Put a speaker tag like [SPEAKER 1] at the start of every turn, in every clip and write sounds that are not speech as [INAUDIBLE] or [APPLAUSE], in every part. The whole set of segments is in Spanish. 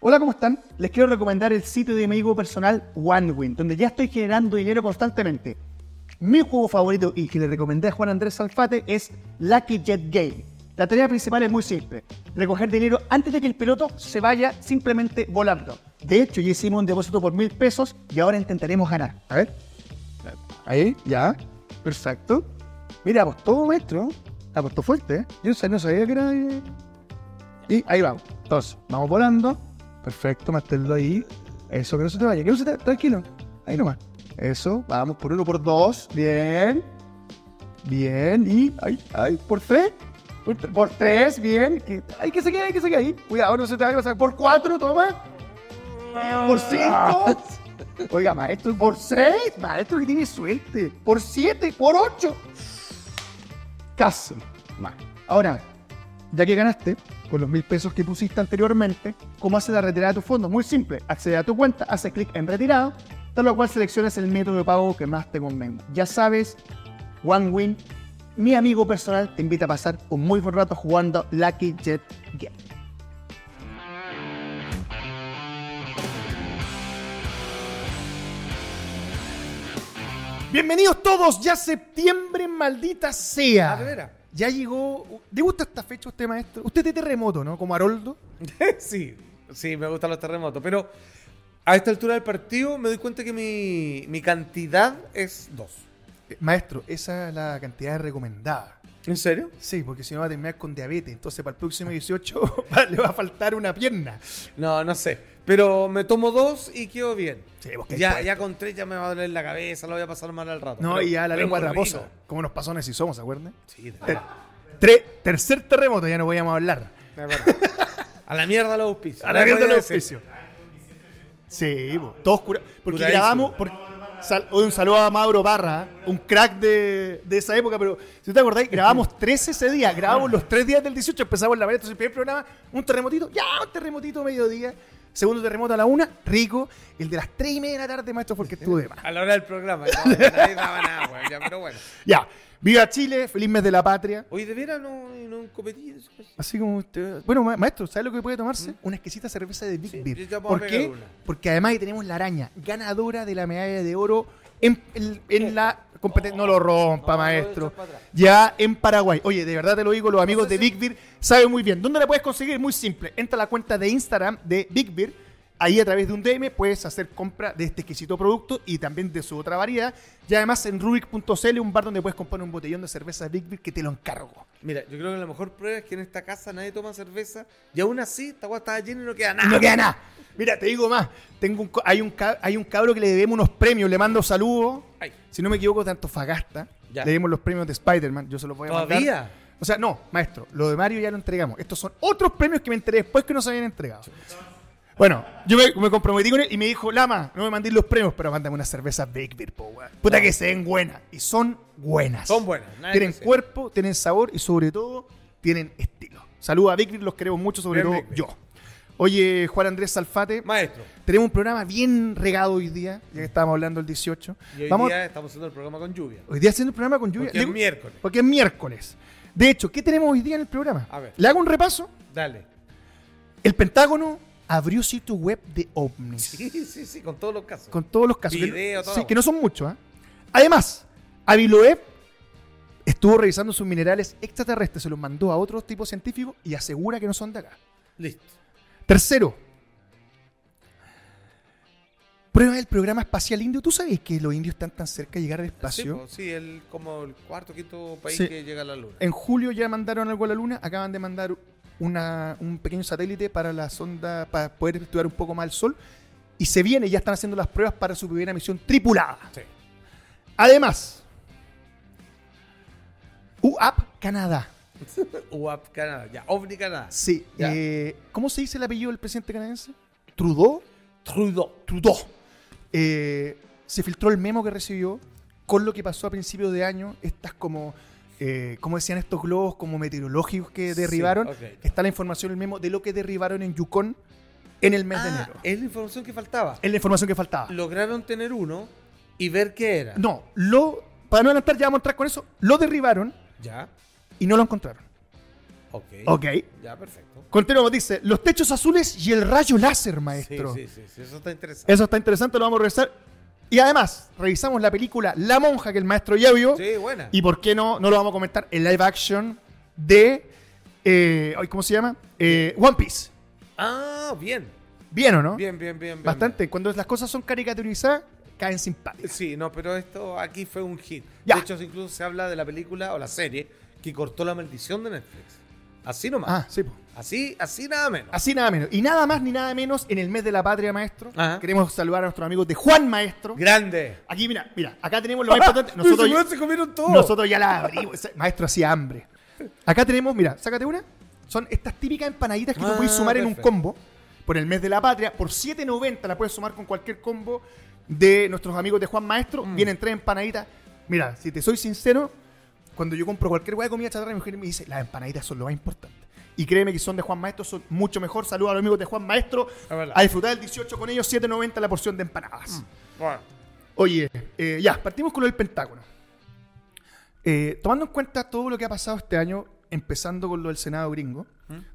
[SPEAKER 1] Hola, ¿cómo están? Les quiero recomendar el sitio de mi amigo personal OneWin, donde ya estoy generando dinero constantemente. Mi juego favorito y que le recomendé a Juan Andrés Salfate es Lucky Jet Game. La tarea principal es muy simple, recoger dinero antes de que el piloto se vaya simplemente volando. De hecho, ya hicimos un depósito por mil pesos y ahora intentaremos ganar. A ver. Ahí, ya. Perfecto. Mira, apostó maestro. Apostó fuerte, ¿eh? Yo no sabía- no sabía que era... eh, y ahí vamos. Entonces, vamos volando. Perfecto, manténlo ahí. Eso, que no se te vaya. Que no se te Tranquilo. Ahí nomás. Eso, vamos por uno, por dos. Bien. Bien. Y ahí, ahí, por tres. Por, tre- por tres, bien. Que, hay que seguir, hay que seguir ahí. Cuidado, no se te vaya a pasar. Por cuatro, toma. Por cinco. Oiga, maestro, por seis. Maestro que tiene suerte. Por siete, por ocho. Caso. Mal. Ahora, ya que ganaste con los mil pesos que pusiste anteriormente, ¿cómo haces la retirada de tus fondos? Muy simple. Accede a tu cuenta, haces clic en retirado, tal lo cual seleccionas el método de pago que más te convenga. Ya sabes, OneWin, mi amigo personal, te invita a pasar un muy buen rato jugando Lucky Jet Game.
[SPEAKER 2] Bienvenidos todos, ya septiembre, maldita sea.
[SPEAKER 3] Ah, de veras.
[SPEAKER 2] Ya llegó. ¿Te gusta esta fecha usted, maestro? Usted de terremoto, ¿no? Como Haroldo.
[SPEAKER 3] sí, sí, me gustan los terremotos. Pero a esta altura del partido me doy cuenta que mi, mi cantidad es 2.
[SPEAKER 2] Eh, Maestro, esa es la cantidad recomendada.
[SPEAKER 3] ¿En serio?
[SPEAKER 2] Sí, porque si no va a terminar con diabetes. Entonces, para el próximo 18 [LAUGHS] va- le va a faltar una pierna.
[SPEAKER 3] No, no sé. Pero me tomo dos y quedo bien.
[SPEAKER 2] Sí, vos quedás
[SPEAKER 3] ya,
[SPEAKER 2] puesto.
[SPEAKER 3] ya con tres ya me va a doler la cabeza, lo voy a pasar mal al rato.
[SPEAKER 2] No,
[SPEAKER 3] Pero-
[SPEAKER 2] y ya la
[SPEAKER 3] pero
[SPEAKER 2] lengua
[SPEAKER 3] muy
[SPEAKER 2] traposa.
[SPEAKER 3] rico.
[SPEAKER 2] Como nos pasó en Si Somos, ¿se acuerdan?
[SPEAKER 3] Sí, de
[SPEAKER 2] Ter-
[SPEAKER 3] verdad,
[SPEAKER 2] tre- tercer terremoto, ya no podíamos hablar. [LAUGHS]
[SPEAKER 3] de verdad. A la mierda los auspicios.
[SPEAKER 2] A la mierda
[SPEAKER 3] Voy
[SPEAKER 2] los
[SPEAKER 3] decir.
[SPEAKER 2] auspicios. Sí, po, todos curados. Porque
[SPEAKER 3] Curadísimo.
[SPEAKER 2] grabamos. por- sal- oye, un saludo a Mauro Barra, un crack de, de esa época, pero si te acordáis, grabamos 13 ese día,
[SPEAKER 3] Ah.
[SPEAKER 2] grabamos los tres días del 18, empezamos la mañana, entonces el primer programa, un terremotito, ya, un terremotito a mediodía, segundo terremoto a la una, rico, el de las 3 y media de la tarde, maestro, porque estuve de más.
[SPEAKER 3] A la hora del programa. No, nadie daba nada, güey, ya, pero bueno.
[SPEAKER 2] Ya, viva Chile, feliz mes de la patria.
[SPEAKER 3] Hoy de veras no, no un copetín.
[SPEAKER 2] Así como usted. Bueno, ma- maestro, ¿sabe lo que puede tomarse? Una exquisita cerveza de Big
[SPEAKER 3] Mm. Sí,
[SPEAKER 2] Beer.
[SPEAKER 3] yo ya puedo
[SPEAKER 2] ¿Por
[SPEAKER 3] pegar
[SPEAKER 2] qué?
[SPEAKER 3] una.
[SPEAKER 2] Porque además ahí tenemos la araña, ganadora de la medalla de oro en, en- en la competencia. No lo rompa,
[SPEAKER 3] no, lo
[SPEAKER 2] maestro.
[SPEAKER 3] voy a echar para atrás.
[SPEAKER 2] Ya en Paraguay. Oye, de verdad te lo digo, los amigos
[SPEAKER 3] sé
[SPEAKER 2] de Big Beer saben muy bien. ¿Dónde la puedes conseguir? Muy simple. Entra a la cuenta de Instagram de Big Beer. Ahí a través de un DM puedes hacer compra de este exquisito producto y también de su otra variedad. Y además en Rubik.cl, un bar donde puedes comprar un botellón de cerveza Big Beer que te lo encargo.
[SPEAKER 3] Mira, yo creo que la mejor prueba es que en esta casa nadie toma cerveza y aún así esta guay estaba llena y no queda nada.
[SPEAKER 2] [LAUGHS] No queda nada. Mira, te digo más. Tengo un, co- hay, un, ca- hay un cabro que le debemos unos premios. Le mando saludos.
[SPEAKER 3] Ay.
[SPEAKER 2] Si no me equivoco, de Antofagasta.
[SPEAKER 3] Ya.
[SPEAKER 2] Le debemos los premios de Spider-Man. Yo se los voy a mandar.
[SPEAKER 3] ¿Todavía?
[SPEAKER 2] O sea, no, maestro. Lo de Mario ya lo entregamos. Estos son otros premios que me enteré después que no se habían entregado. Bueno, yo me, me comprometí con él y me dijo, Lama, no me mandéis los premios, pero mándame una cerveza Big Beer, po, weón. Puta que se den buenas. Y son buenas.
[SPEAKER 3] Son buenas, nadie
[SPEAKER 2] Tienen
[SPEAKER 3] dice.
[SPEAKER 2] cuerpo, tienen sabor y sobre todo tienen estilo. Saludos a Big Beer, los queremos mucho, sobre
[SPEAKER 3] Bien,
[SPEAKER 2] todo
[SPEAKER 3] Big Beer.
[SPEAKER 2] yo. Oye, Juan Andrés Salfate,
[SPEAKER 3] Maestro,
[SPEAKER 2] tenemos un programa bien regado hoy día, ya que estábamos hablando el 18.
[SPEAKER 3] y hoy
[SPEAKER 2] Vamos,
[SPEAKER 3] día estamos haciendo el programa con lluvia.
[SPEAKER 2] hoy día haciendo un programa con lluvia.
[SPEAKER 3] Porque
[SPEAKER 2] Le-
[SPEAKER 3] es miércoles.
[SPEAKER 2] porque es miércoles. De hecho, ¿qué tenemos hoy día en el programa?
[SPEAKER 3] A ver.
[SPEAKER 2] Le hago un repaso.
[SPEAKER 3] Dale. [LAUGHS]
[SPEAKER 2] El Pentágono abrió sitio web de ovnis.
[SPEAKER 3] Sí, sí, sí, con todos los casos.
[SPEAKER 2] Con todos los casos.
[SPEAKER 3] Video,
[SPEAKER 2] que,
[SPEAKER 3] todo.
[SPEAKER 2] sí, que no son muchos. ¿ah? Además, Aviloev estuvo revisando sus minerales extraterrestres, se los mandó a otros tipos científicos y asegura que no son de acá.
[SPEAKER 3] Listo.
[SPEAKER 2] Tercero, prueba del programa espacial indio. ¿Tú sabes que los indios están tan cerca de llegar al
[SPEAKER 3] Sí,
[SPEAKER 2] espacio?
[SPEAKER 3] pues, sí, el, como el cuarto, quinto país
[SPEAKER 2] Sí. Eh.
[SPEAKER 3] que llega a la luna.
[SPEAKER 2] En julio ya mandaron algo a la Luna, acaban de mandar una- un pequeño satélite para la sonda, para poder estudiar un poco más el Sol. Y se viene, ya están haciendo las pruebas para su primera misión tripulada.
[SPEAKER 3] Sí.
[SPEAKER 2] Además, UAP Canadá.
[SPEAKER 3] UAP Canadá, ya, OVNI Canadá.
[SPEAKER 2] Sí.
[SPEAKER 3] Ya.
[SPEAKER 2] eh, ¿Cómo se dice el apellido del presidente canadiense? Trudeau.
[SPEAKER 3] Trudeau.
[SPEAKER 2] Trudeau. Eh, se filtró el memo que recibió con lo que pasó a principios de año. Estas como, eh, como decían estos globos como meteorológicos que
[SPEAKER 3] Sí,
[SPEAKER 2] derribaron.
[SPEAKER 3] ok.
[SPEAKER 2] Está la información, el memo de lo que derribaron en Yukon en el mes de
[SPEAKER 3] Ah,
[SPEAKER 2] enero.
[SPEAKER 3] es la información que faltaba.
[SPEAKER 2] Es la información que faltaba.
[SPEAKER 3] Lograron tener uno y ver qué era.
[SPEAKER 2] No, lo, para no adelantar, ya vamos a entrar con eso. Lo derribaron
[SPEAKER 3] Ya.
[SPEAKER 2] y no lo encontraron.
[SPEAKER 3] Ok.
[SPEAKER 2] Ok.
[SPEAKER 3] Ya, perfecto.
[SPEAKER 2] Continuamos, dice, los techos azules y el rayo láser,
[SPEAKER 3] Sí,
[SPEAKER 2] maestro.
[SPEAKER 3] sí, sí, sí, eso está interesante.
[SPEAKER 2] Eso está interesante, lo vamos a revisar. Y además, revisamos la película La Monja que el maestro ya vio.
[SPEAKER 3] Sí, buena.
[SPEAKER 2] Y por qué no, no lo vamos a comentar en live action de. eh, ay, ¿Cómo se llama? Eh, One Piece.
[SPEAKER 3] Ah, bien.
[SPEAKER 2] ¿Bien o no?
[SPEAKER 3] Bien, bien, bien. bien,
[SPEAKER 2] Bastante. Cuando las cosas son caricaturizadas, caen
[SPEAKER 3] bien.
[SPEAKER 2] simpáticas.
[SPEAKER 3] Sí, no, pero esto aquí fue un hit.
[SPEAKER 2] Ya.
[SPEAKER 3] De hecho, incluso se habla de la película o la serie que cortó la maldición de Netflix. Así nomás.
[SPEAKER 2] Ah, sí. po.
[SPEAKER 3] Así, así nada menos.
[SPEAKER 2] Así nada menos. Y nada más ni nada menos en el mes de la patria, maestro.
[SPEAKER 3] Ajá.
[SPEAKER 2] Queremos saludar a nuestros amigos de Juan Maestro.
[SPEAKER 3] Grande.
[SPEAKER 2] Aquí, mira, mira, acá tenemos lo más importante. Nosotros,
[SPEAKER 3] Seguro se comieron todo.
[SPEAKER 2] Nosotros ya la abrimos. Ese Maestro, hacía hambre. Acá tenemos, mira, sácate una. Son estas típicas empanaditas que tú
[SPEAKER 3] Ah,
[SPEAKER 2] puedes sumar en un
[SPEAKER 3] perfecto.
[SPEAKER 2] combo por el mes de la patria. Por 7.90 la puedes sumar con cualquier combo de nuestros amigos de Juan Maestro.
[SPEAKER 3] Mm.
[SPEAKER 2] Vienen tres empanaditas. Mira, si te soy sincero, cuando yo compro cualquier hueá de comida chatarra, mi mujer me dice, las empanaditas son lo más importante. Y créeme que son de Juan Maestro, son mucho mejor. Saludos a los amigos de Juan Maestro.
[SPEAKER 3] Es verdad.
[SPEAKER 2] A disfrutar del 18 con ellos, 7.90 la porción de empanadas.
[SPEAKER 3] Bueno,
[SPEAKER 2] Oye, eh, ya, partimos con el Pentágono. Eh, tomando en cuenta todo lo que ha pasado este año, empezando con lo del Senado gringo,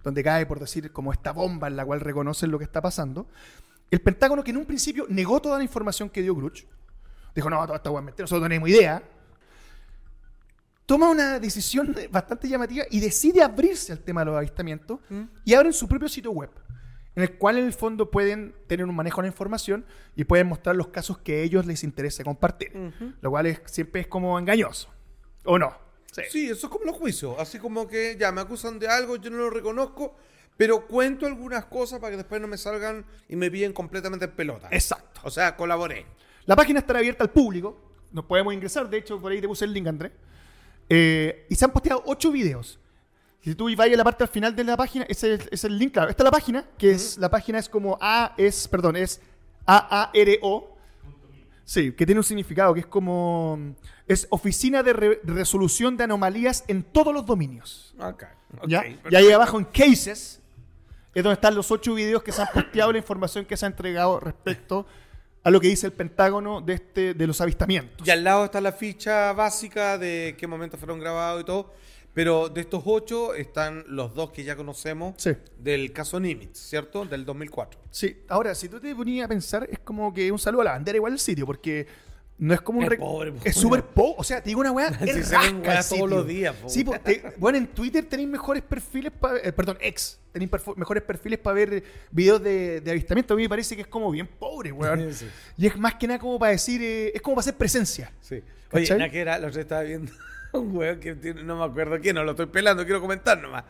[SPEAKER 2] donde cae, por decir, como esta bomba en la cual reconocen lo que está pasando, el Pentágono, que en un principio negó toda la información que dio Gruch, dijo, no, toda esta hueá es mentira, nosotros no tenemos idea, toma una decisión bastante llamativa y decide abrirse al tema de los avistamientos y abren su propio sitio web, en el cual en el fondo pueden tener un manejo de la información y pueden mostrar los casos que a ellos les interese compartir, lo cual es- siempre es como engañoso, ¿o no?
[SPEAKER 3] sí, eso es como los juicios. Así como que ya me acusan de algo, yo no lo reconozco, pero cuento algunas cosas para que después no me salgan y me pillen completamente en pelota.
[SPEAKER 2] Exacto.
[SPEAKER 3] O sea, colaboré.
[SPEAKER 2] La página estará abierta al público. Nos podemos ingresar. De hecho, por ahí te puse el link, Andrés. Eh, y se han posteado ocho videos. Si tú vas a la parte al final de la página, ese es, es el link, claro. Esta es la página, que es, la página es como A, es, perdón, es A-A-R-O. Sí, que tiene un significado, que es como, es Oficina de Re- Resolución de Anomalías en todos los dominios.
[SPEAKER 3] Acá.
[SPEAKER 2] ¿Ya? y ahí abajo en cases es donde están los ocho videos que se han posteado la información que se ha entregado respecto a lo que dice el Pentágono de este de los avistamientos.
[SPEAKER 3] Y al lado está la ficha básica de qué momentos fueron grabados y todo. Pero de estos ocho están los dos que ya conocemos
[SPEAKER 2] Sí.
[SPEAKER 3] del caso Nimitz, ¿cierto? Del 2004.
[SPEAKER 2] Sí, ahora si tú te ponías a pensar es como que un saludo a la bandera igual del sitio porque no es como un
[SPEAKER 3] Es
[SPEAKER 2] rec-
[SPEAKER 3] pobre, po.
[SPEAKER 2] es súper pobre, o sea, te digo una
[SPEAKER 3] [LAUGHS]
[SPEAKER 2] weá,
[SPEAKER 3] Si
[SPEAKER 2] es
[SPEAKER 3] se
[SPEAKER 2] rasca el
[SPEAKER 3] ven weá todos
[SPEAKER 2] sitio.
[SPEAKER 3] los días, po.
[SPEAKER 2] Sí, po, te- bueno, en Twitter tenéis mejores perfiles, pa- eh, perdón, ex, tenéis perfo- mejores perfiles para ver videos de, de avistamiento, a mí me parece que es como bien pobre, weón.
[SPEAKER 3] [LAUGHS] Sí.
[SPEAKER 2] Y es más que nada como para decir, eh, es como para hacer presencia.
[SPEAKER 3] Sí.
[SPEAKER 2] ¿Cachai?
[SPEAKER 3] Oye, la que era, los estaba viendo [LAUGHS] un weón que tiene- no me acuerdo quién, no lo estoy pelando, quiero comentar nomás.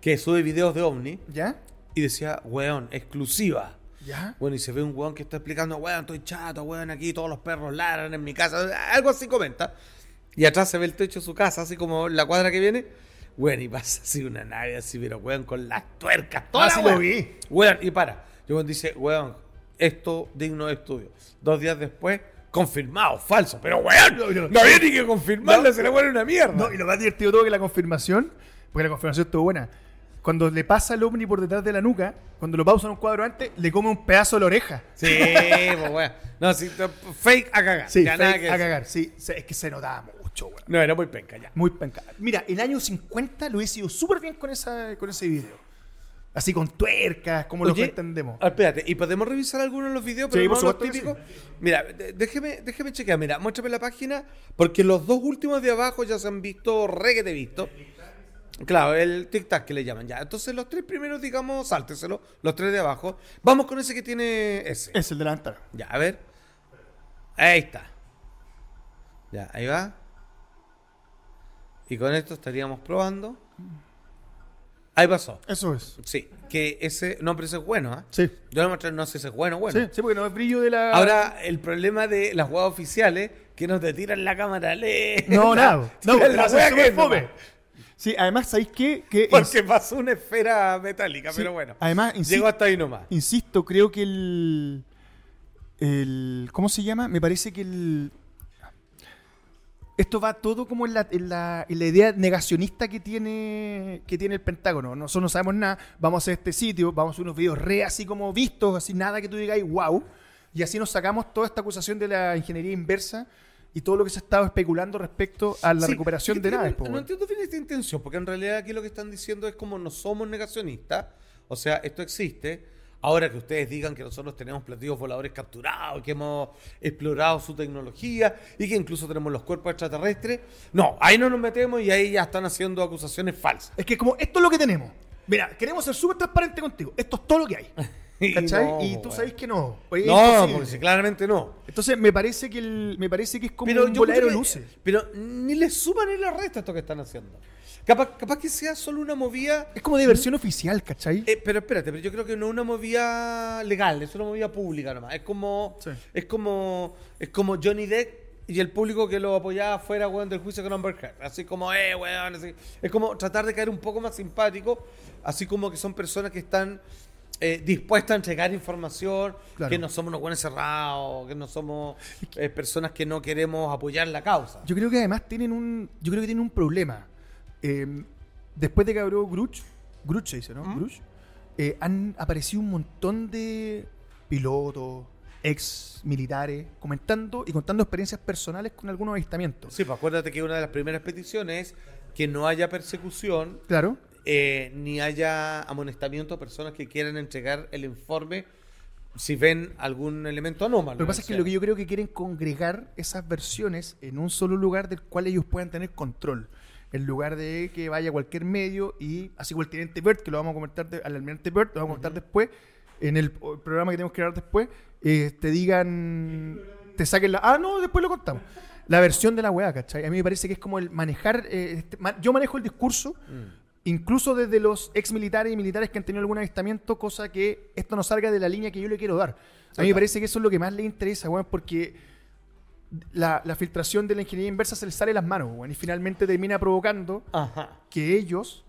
[SPEAKER 3] Que sube videos de ovni
[SPEAKER 2] ¿Ya?
[SPEAKER 3] y decía, weón, exclusiva.
[SPEAKER 2] ¿Ya?
[SPEAKER 3] Bueno, y se ve un weón que está explicando, weón, estoy chato, weón, aquí todos los perros ladran en mi casa, algo así comenta. Y atrás se ve el techo de su casa, así como la cuadra que viene. Weón, y pasa así una nave, así, pero weón, con las tuercas, toda
[SPEAKER 2] Ah,
[SPEAKER 3] la
[SPEAKER 2] sí lo
[SPEAKER 3] weá.
[SPEAKER 2] vi.
[SPEAKER 3] Weón, y para. Y weón dice, weón, esto digno de estudio. Dos días después, confirmado, falso. Pero weón, no, había ni que confirmarlo, se le vuelve una mierda.
[SPEAKER 2] No, y lo más divertido todo que la confirmación, porque la confirmación estuvo buena. Cuando le pasa el ovni por detrás de la nuca, cuando lo pausan un cuadro antes, le come un pedazo de la oreja.
[SPEAKER 3] Sí, pues weón. No, sí, t- fake a cagar.
[SPEAKER 2] Sí,
[SPEAKER 3] Ya
[SPEAKER 2] fake
[SPEAKER 3] nada que
[SPEAKER 2] a
[SPEAKER 3] decir.
[SPEAKER 2] cagar. Sí, se- es que se notaba mucho, weón.
[SPEAKER 3] No, era muy penca ya.
[SPEAKER 2] Muy penca. Mira, el año 50 lo he sido súper bien con, esa, con ese video. Así con tuercas, como lo
[SPEAKER 3] Oye,
[SPEAKER 2] que entendemos.
[SPEAKER 3] ah, Espérate, ¿y podemos revisar algunos de los videos?
[SPEAKER 2] Sí,
[SPEAKER 3] Pero
[SPEAKER 2] por
[SPEAKER 3] no los
[SPEAKER 2] supuesto que
[SPEAKER 3] típicos. Mira, de- déjeme, déjeme chequear. Mira, muéstrame la página, porque los dos últimos de abajo ya se han visto reguete visto. Claro, el tic-tac que le llaman ya. Entonces, los tres primeros, digamos, sálteselo, los tres de abajo. Vamos con ese que tiene ese.
[SPEAKER 2] Es el de la ventana.
[SPEAKER 3] Ya, a ver. Ahí está. Ya, ahí va. Y con esto estaríamos probando. Ahí pasó.
[SPEAKER 2] Eso es.
[SPEAKER 3] Sí, que ese nombre ese es bueno, ¿ah?
[SPEAKER 2] Sí.
[SPEAKER 3] Yo le mostré, no sé si es bueno, bueno.
[SPEAKER 2] Sí, sí, porque no es brillo de la.
[SPEAKER 3] Ahora, el problema de las jugadas oficiales, que nos te tiran la cámara lenta. [LAUGHS]
[SPEAKER 2] No, nada. No,
[SPEAKER 3] Tiran la
[SPEAKER 2] pero
[SPEAKER 3] hueá
[SPEAKER 2] es
[SPEAKER 3] que
[SPEAKER 2] súper
[SPEAKER 3] es
[SPEAKER 2] fome.
[SPEAKER 3] nomás.
[SPEAKER 2] Sí, además, ¿sabéis qué? Que
[SPEAKER 3] Porque pasó una esfera [LAUGHS] metálica,
[SPEAKER 2] Sí, Ah,
[SPEAKER 3] pero bueno.
[SPEAKER 2] además,
[SPEAKER 3] Llegó
[SPEAKER 2] insisto-
[SPEAKER 3] hasta ahí nomás.
[SPEAKER 2] Insisto, creo que el, el- ¿Cómo se llama? Me parece que el. Esto va todo como en la, en la- en la idea negacionista que tiene, que tiene el Pentágono. Nosotros no sabemos nada, vamos a hacer este sitio, vamos a hacer unos videos re así como vistos, así nada que tú digáis, wow. Y así nos sacamos toda esta acusación de la ingeniería inversa y todo lo que se ha estado especulando respecto a la
[SPEAKER 3] Sí,
[SPEAKER 2] recuperación
[SPEAKER 3] es
[SPEAKER 2] de
[SPEAKER 3] que
[SPEAKER 2] naves.
[SPEAKER 3] No,
[SPEAKER 2] po,
[SPEAKER 3] no
[SPEAKER 2] weón.
[SPEAKER 3] entiendo bien esta intención, porque en realidad aquí lo que están diciendo es como no somos negacionistas, o sea, esto existe. Ahora que ustedes digan que nosotros tenemos platillos voladores capturados, que hemos explorado su tecnología y que incluso tenemos los cuerpos extraterrestres, no, ahí no nos metemos y ahí ya están haciendo acusaciones falsas. [LAUGHS]
[SPEAKER 2] Es que como esto es lo que tenemos. Mira, queremos ser súper transparentes contigo. Esto es todo lo que hay.
[SPEAKER 3] [LAUGHS] Y
[SPEAKER 2] ¿Cachai? Y,
[SPEAKER 3] no,
[SPEAKER 2] tú
[SPEAKER 3] weón.
[SPEAKER 2] sabes que no. Oye,
[SPEAKER 3] No,
[SPEAKER 2] imposible.
[SPEAKER 3] porque si claramente no.
[SPEAKER 2] Entonces me parece que el- me parece que es como un
[SPEAKER 3] yo
[SPEAKER 2] voladero
[SPEAKER 3] creo que-
[SPEAKER 2] luces.
[SPEAKER 3] Pero ni le suma ni le resta esto que están haciendo. Capaz, capaz que sea solo una movida
[SPEAKER 2] Es como de versión oficial, ¿cachai?
[SPEAKER 3] Eh, pero espérate, pero yo creo que no es una movida legal, es una movida pública nomás. Es como,
[SPEAKER 2] Sí.
[SPEAKER 3] es como, es como Johnny Depp y el público que lo apoyaba fuera, weón, del juicio con Amber Heard. Así como, eh, weón, así. Es como tratar de caer un poco más simpático, así como que son personas que están eh, dispuestas a entregar información,
[SPEAKER 2] Claro.
[SPEAKER 3] que no somos unos buenos cerrados, que no somos eh, personas que no queremos apoyar la causa.
[SPEAKER 2] Yo creo que además tienen un. Yo creo que tienen un problema. Eh, después de que abrió Gruch, Gruch se dice, ¿no? Gruch, eh, han aparecido un montón de pilotos, ex militares, comentando y contando experiencias personales con algunos avistamientos.
[SPEAKER 3] Sí, pues acuérdate que una de las primeras peticiones es que no haya persecución
[SPEAKER 2] Claro.
[SPEAKER 3] eh, ni haya amonestamiento a personas que quieran entregar el informe si ven algún elemento anómalo.
[SPEAKER 2] Lo que pasa es que
[SPEAKER 3] O sea,
[SPEAKER 2] lo que yo creo que quieren congregar esas versiones en un solo lugar del cual ellos puedan tener control. En lugar de que vaya cualquier medio y, así como el teniente Bert, que lo vamos a comentar, de- al almirante Bert, lo vamos a comentar después, en el, o- el programa que tenemos que grabar después, eh, te digan, te saquen la... Ah, no, después lo contamos. La versión de la weá, ¿cachai? A mí me parece que es como el manejar... eh, este- ma- yo manejo el discurso,
[SPEAKER 3] Mm.
[SPEAKER 2] incluso desde los ex militares y militares que han tenido algún avistamiento, cosa que esto no salga de la línea que yo le quiero dar. A mí me parece que eso es lo que más le interesa, weón, porque la, la filtración de la ingeniería inversa se les sale de las manos, weón, y finalmente termina provocando
[SPEAKER 3] Ajá.
[SPEAKER 2] que ellos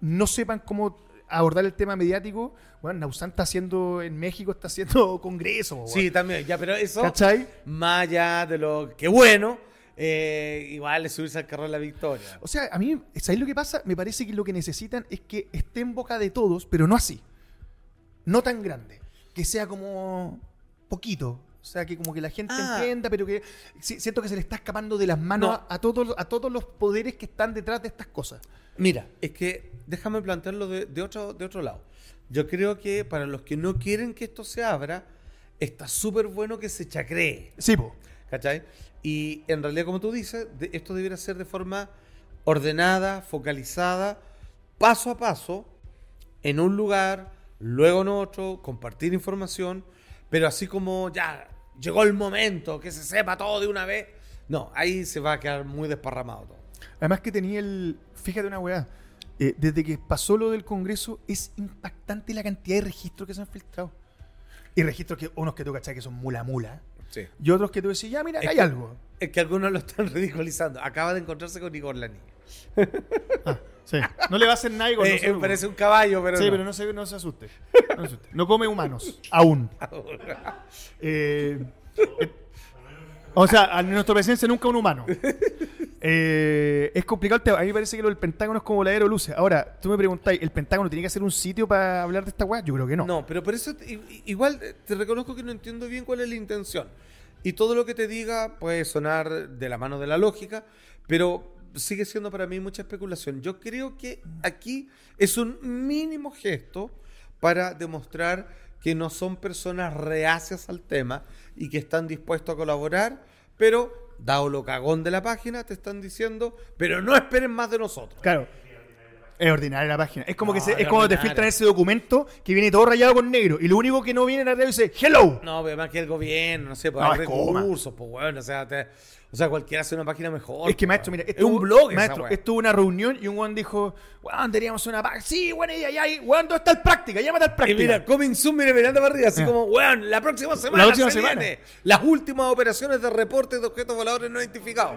[SPEAKER 2] no sepan cómo abordar el tema mediático. Bueno, Nausan está haciendo en México, está haciendo [LAUGHS] congreso, weón.
[SPEAKER 3] Sí, también, ya, pero eso,
[SPEAKER 2] ¿Cachai?
[SPEAKER 3] más allá de lo que bueno, eh, igual es subirse al carro de la victoria.
[SPEAKER 2] O sea, a mí, ¿sabéis lo que pasa? Me parece que lo que necesitan es que esté en boca de todos, pero no así. No tan grande. Que sea como poquito. O sea, que como que la gente
[SPEAKER 3] Ah.
[SPEAKER 2] entienda, pero que si- siento que se le está escapando de las manos
[SPEAKER 3] No.
[SPEAKER 2] a, a todos, a todos los poderes que están detrás de estas cosas.
[SPEAKER 3] Mira, es que déjame plantearlo de, de otro, de otro lado. Yo creo que para los que no quieren que esto se abra, está súper bueno que se chacree.
[SPEAKER 2] Sí, po.
[SPEAKER 3] ¿Cachai? Y en realidad, como tú dices, de- esto debiera ser de forma ordenada, focalizada, paso a paso, en un lugar, luego en otro, compartir información, pero así como ya llegó el momento, que se sepa todo de una vez. No, ahí se va a quedar muy desparramado todo.
[SPEAKER 2] Además que tenía el... Fíjate una weá. eh, desde que pasó lo del Congreso, es impactante la cantidad de registros que se han filtrado. Y registros que unos que tú cachai que son mula mula.
[SPEAKER 3] Sí.
[SPEAKER 2] Y otros que tú decís, ya, mira, acá
[SPEAKER 3] Es
[SPEAKER 2] hay
[SPEAKER 3] que-
[SPEAKER 2] algo.
[SPEAKER 3] Es que algunos lo están [LAUGHS] ridiculizando. Acaba de encontrarse con Igor Lani.
[SPEAKER 2] Sí. No le va a hacer nada igual, no se
[SPEAKER 3] Eh, eh,
[SPEAKER 2] preocupe.
[SPEAKER 3] parece un caballo, pero.
[SPEAKER 2] Sí,
[SPEAKER 3] no.
[SPEAKER 2] pero no se, no se asuste. No, se asuste. No come humanos, aún.
[SPEAKER 3] [LAUGHS]
[SPEAKER 2] Eh, eh, o sea, a nuestra presencia nunca un humano. Eh, es complicado el tema. A mí me parece que lo del Pentágono es como voladero de luces. Ahora, tú me preguntáis, ¿el Pentágono tiene que hacer un sitio para hablar de esta weá? Yo creo que no.
[SPEAKER 3] No, pero por eso i- i- igual eh, te reconozco que no entiendo bien cuál es la intención. Y todo lo que te diga puede sonar de la mano de la lógica, pero sigue siendo para mí mucha especulación. Yo creo que aquí es un mínimo gesto para demostrar que no son personas reacias al tema y que están dispuestos a colaborar, pero dado lo cagón de la página, te están diciendo, pero no esperen más de nosotros.
[SPEAKER 2] Claro. Es ordinaria la página. Es como
[SPEAKER 3] No,
[SPEAKER 2] que se-
[SPEAKER 3] es
[SPEAKER 2] es cuando te
[SPEAKER 3] ordinaria.
[SPEAKER 2] filtran ese documento que viene todo rayado con negro. Y lo único que no viene en arriba dice, hello.
[SPEAKER 3] No, pero más que el gobierno, no sé, pues
[SPEAKER 2] No,
[SPEAKER 3] hay
[SPEAKER 2] es coma.
[SPEAKER 3] recursos, pues bueno, o sea, te- o sea, cualquiera hace una página mejor.
[SPEAKER 2] Es que
[SPEAKER 3] pues,
[SPEAKER 2] maestro,
[SPEAKER 3] weón.
[SPEAKER 2] mira,
[SPEAKER 3] es
[SPEAKER 2] estuvo-
[SPEAKER 3] un blog,
[SPEAKER 2] maestro, estuvo una reunión y un weón dijo, weón, deberíamos hacer una página. Sí, buena idea, ya, y, weón, ¿dónde está el práctica? Llámate al
[SPEAKER 3] Y
[SPEAKER 2] práctica.
[SPEAKER 3] mira, coming soon, mira, mirando para arriba, así
[SPEAKER 2] Ya.
[SPEAKER 3] como, weón, la próxima semana,
[SPEAKER 2] Ah. próxima
[SPEAKER 3] se
[SPEAKER 2] semana.
[SPEAKER 3] viene las últimas operaciones de reporte de objetos voladores no identificados.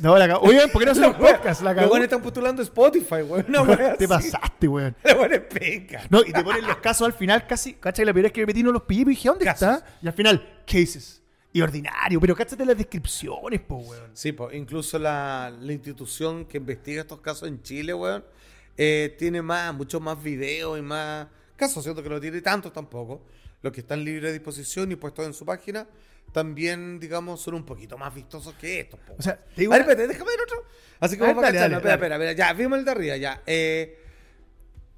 [SPEAKER 2] No, la cagó. Oye, ¿por qué no hacen un [LAUGHS]
[SPEAKER 3] Weón,
[SPEAKER 2] podcast? La
[SPEAKER 3] Los
[SPEAKER 2] cagó.
[SPEAKER 3] weones están postulando Spotify, weón. No, weón,
[SPEAKER 2] Te pasaste, weón.
[SPEAKER 3] [LAUGHS] La weón es penca.
[SPEAKER 2] No, y te ponen los casos al final casi, ¿cachai? La primera es que me metí no los pillé, pero dije, ¿dónde
[SPEAKER 3] Casos.
[SPEAKER 2] está? Y al final, cases. Y ordinario, pero cáchate las descripciones, po, weón.
[SPEAKER 3] Sí, pues incluso la, la institución que investiga estos casos en Chile, weón, eh, tiene más, muchos más videos y más casos, siento que no tiene tantos tampoco. los que están libres de disposición y puestos en su página, también, digamos, son un poquito más vistosos que estos. po.
[SPEAKER 2] O sea, te digo
[SPEAKER 3] A ver,
[SPEAKER 2] una-
[SPEAKER 3] espérate, déjame ver otro. Así que
[SPEAKER 2] A ver,
[SPEAKER 3] vamos a
[SPEAKER 2] dale,
[SPEAKER 3] cacharlo.
[SPEAKER 2] dale,
[SPEAKER 3] Espera, espera, espera. Ya, vimos el de arriba, ya. Eh,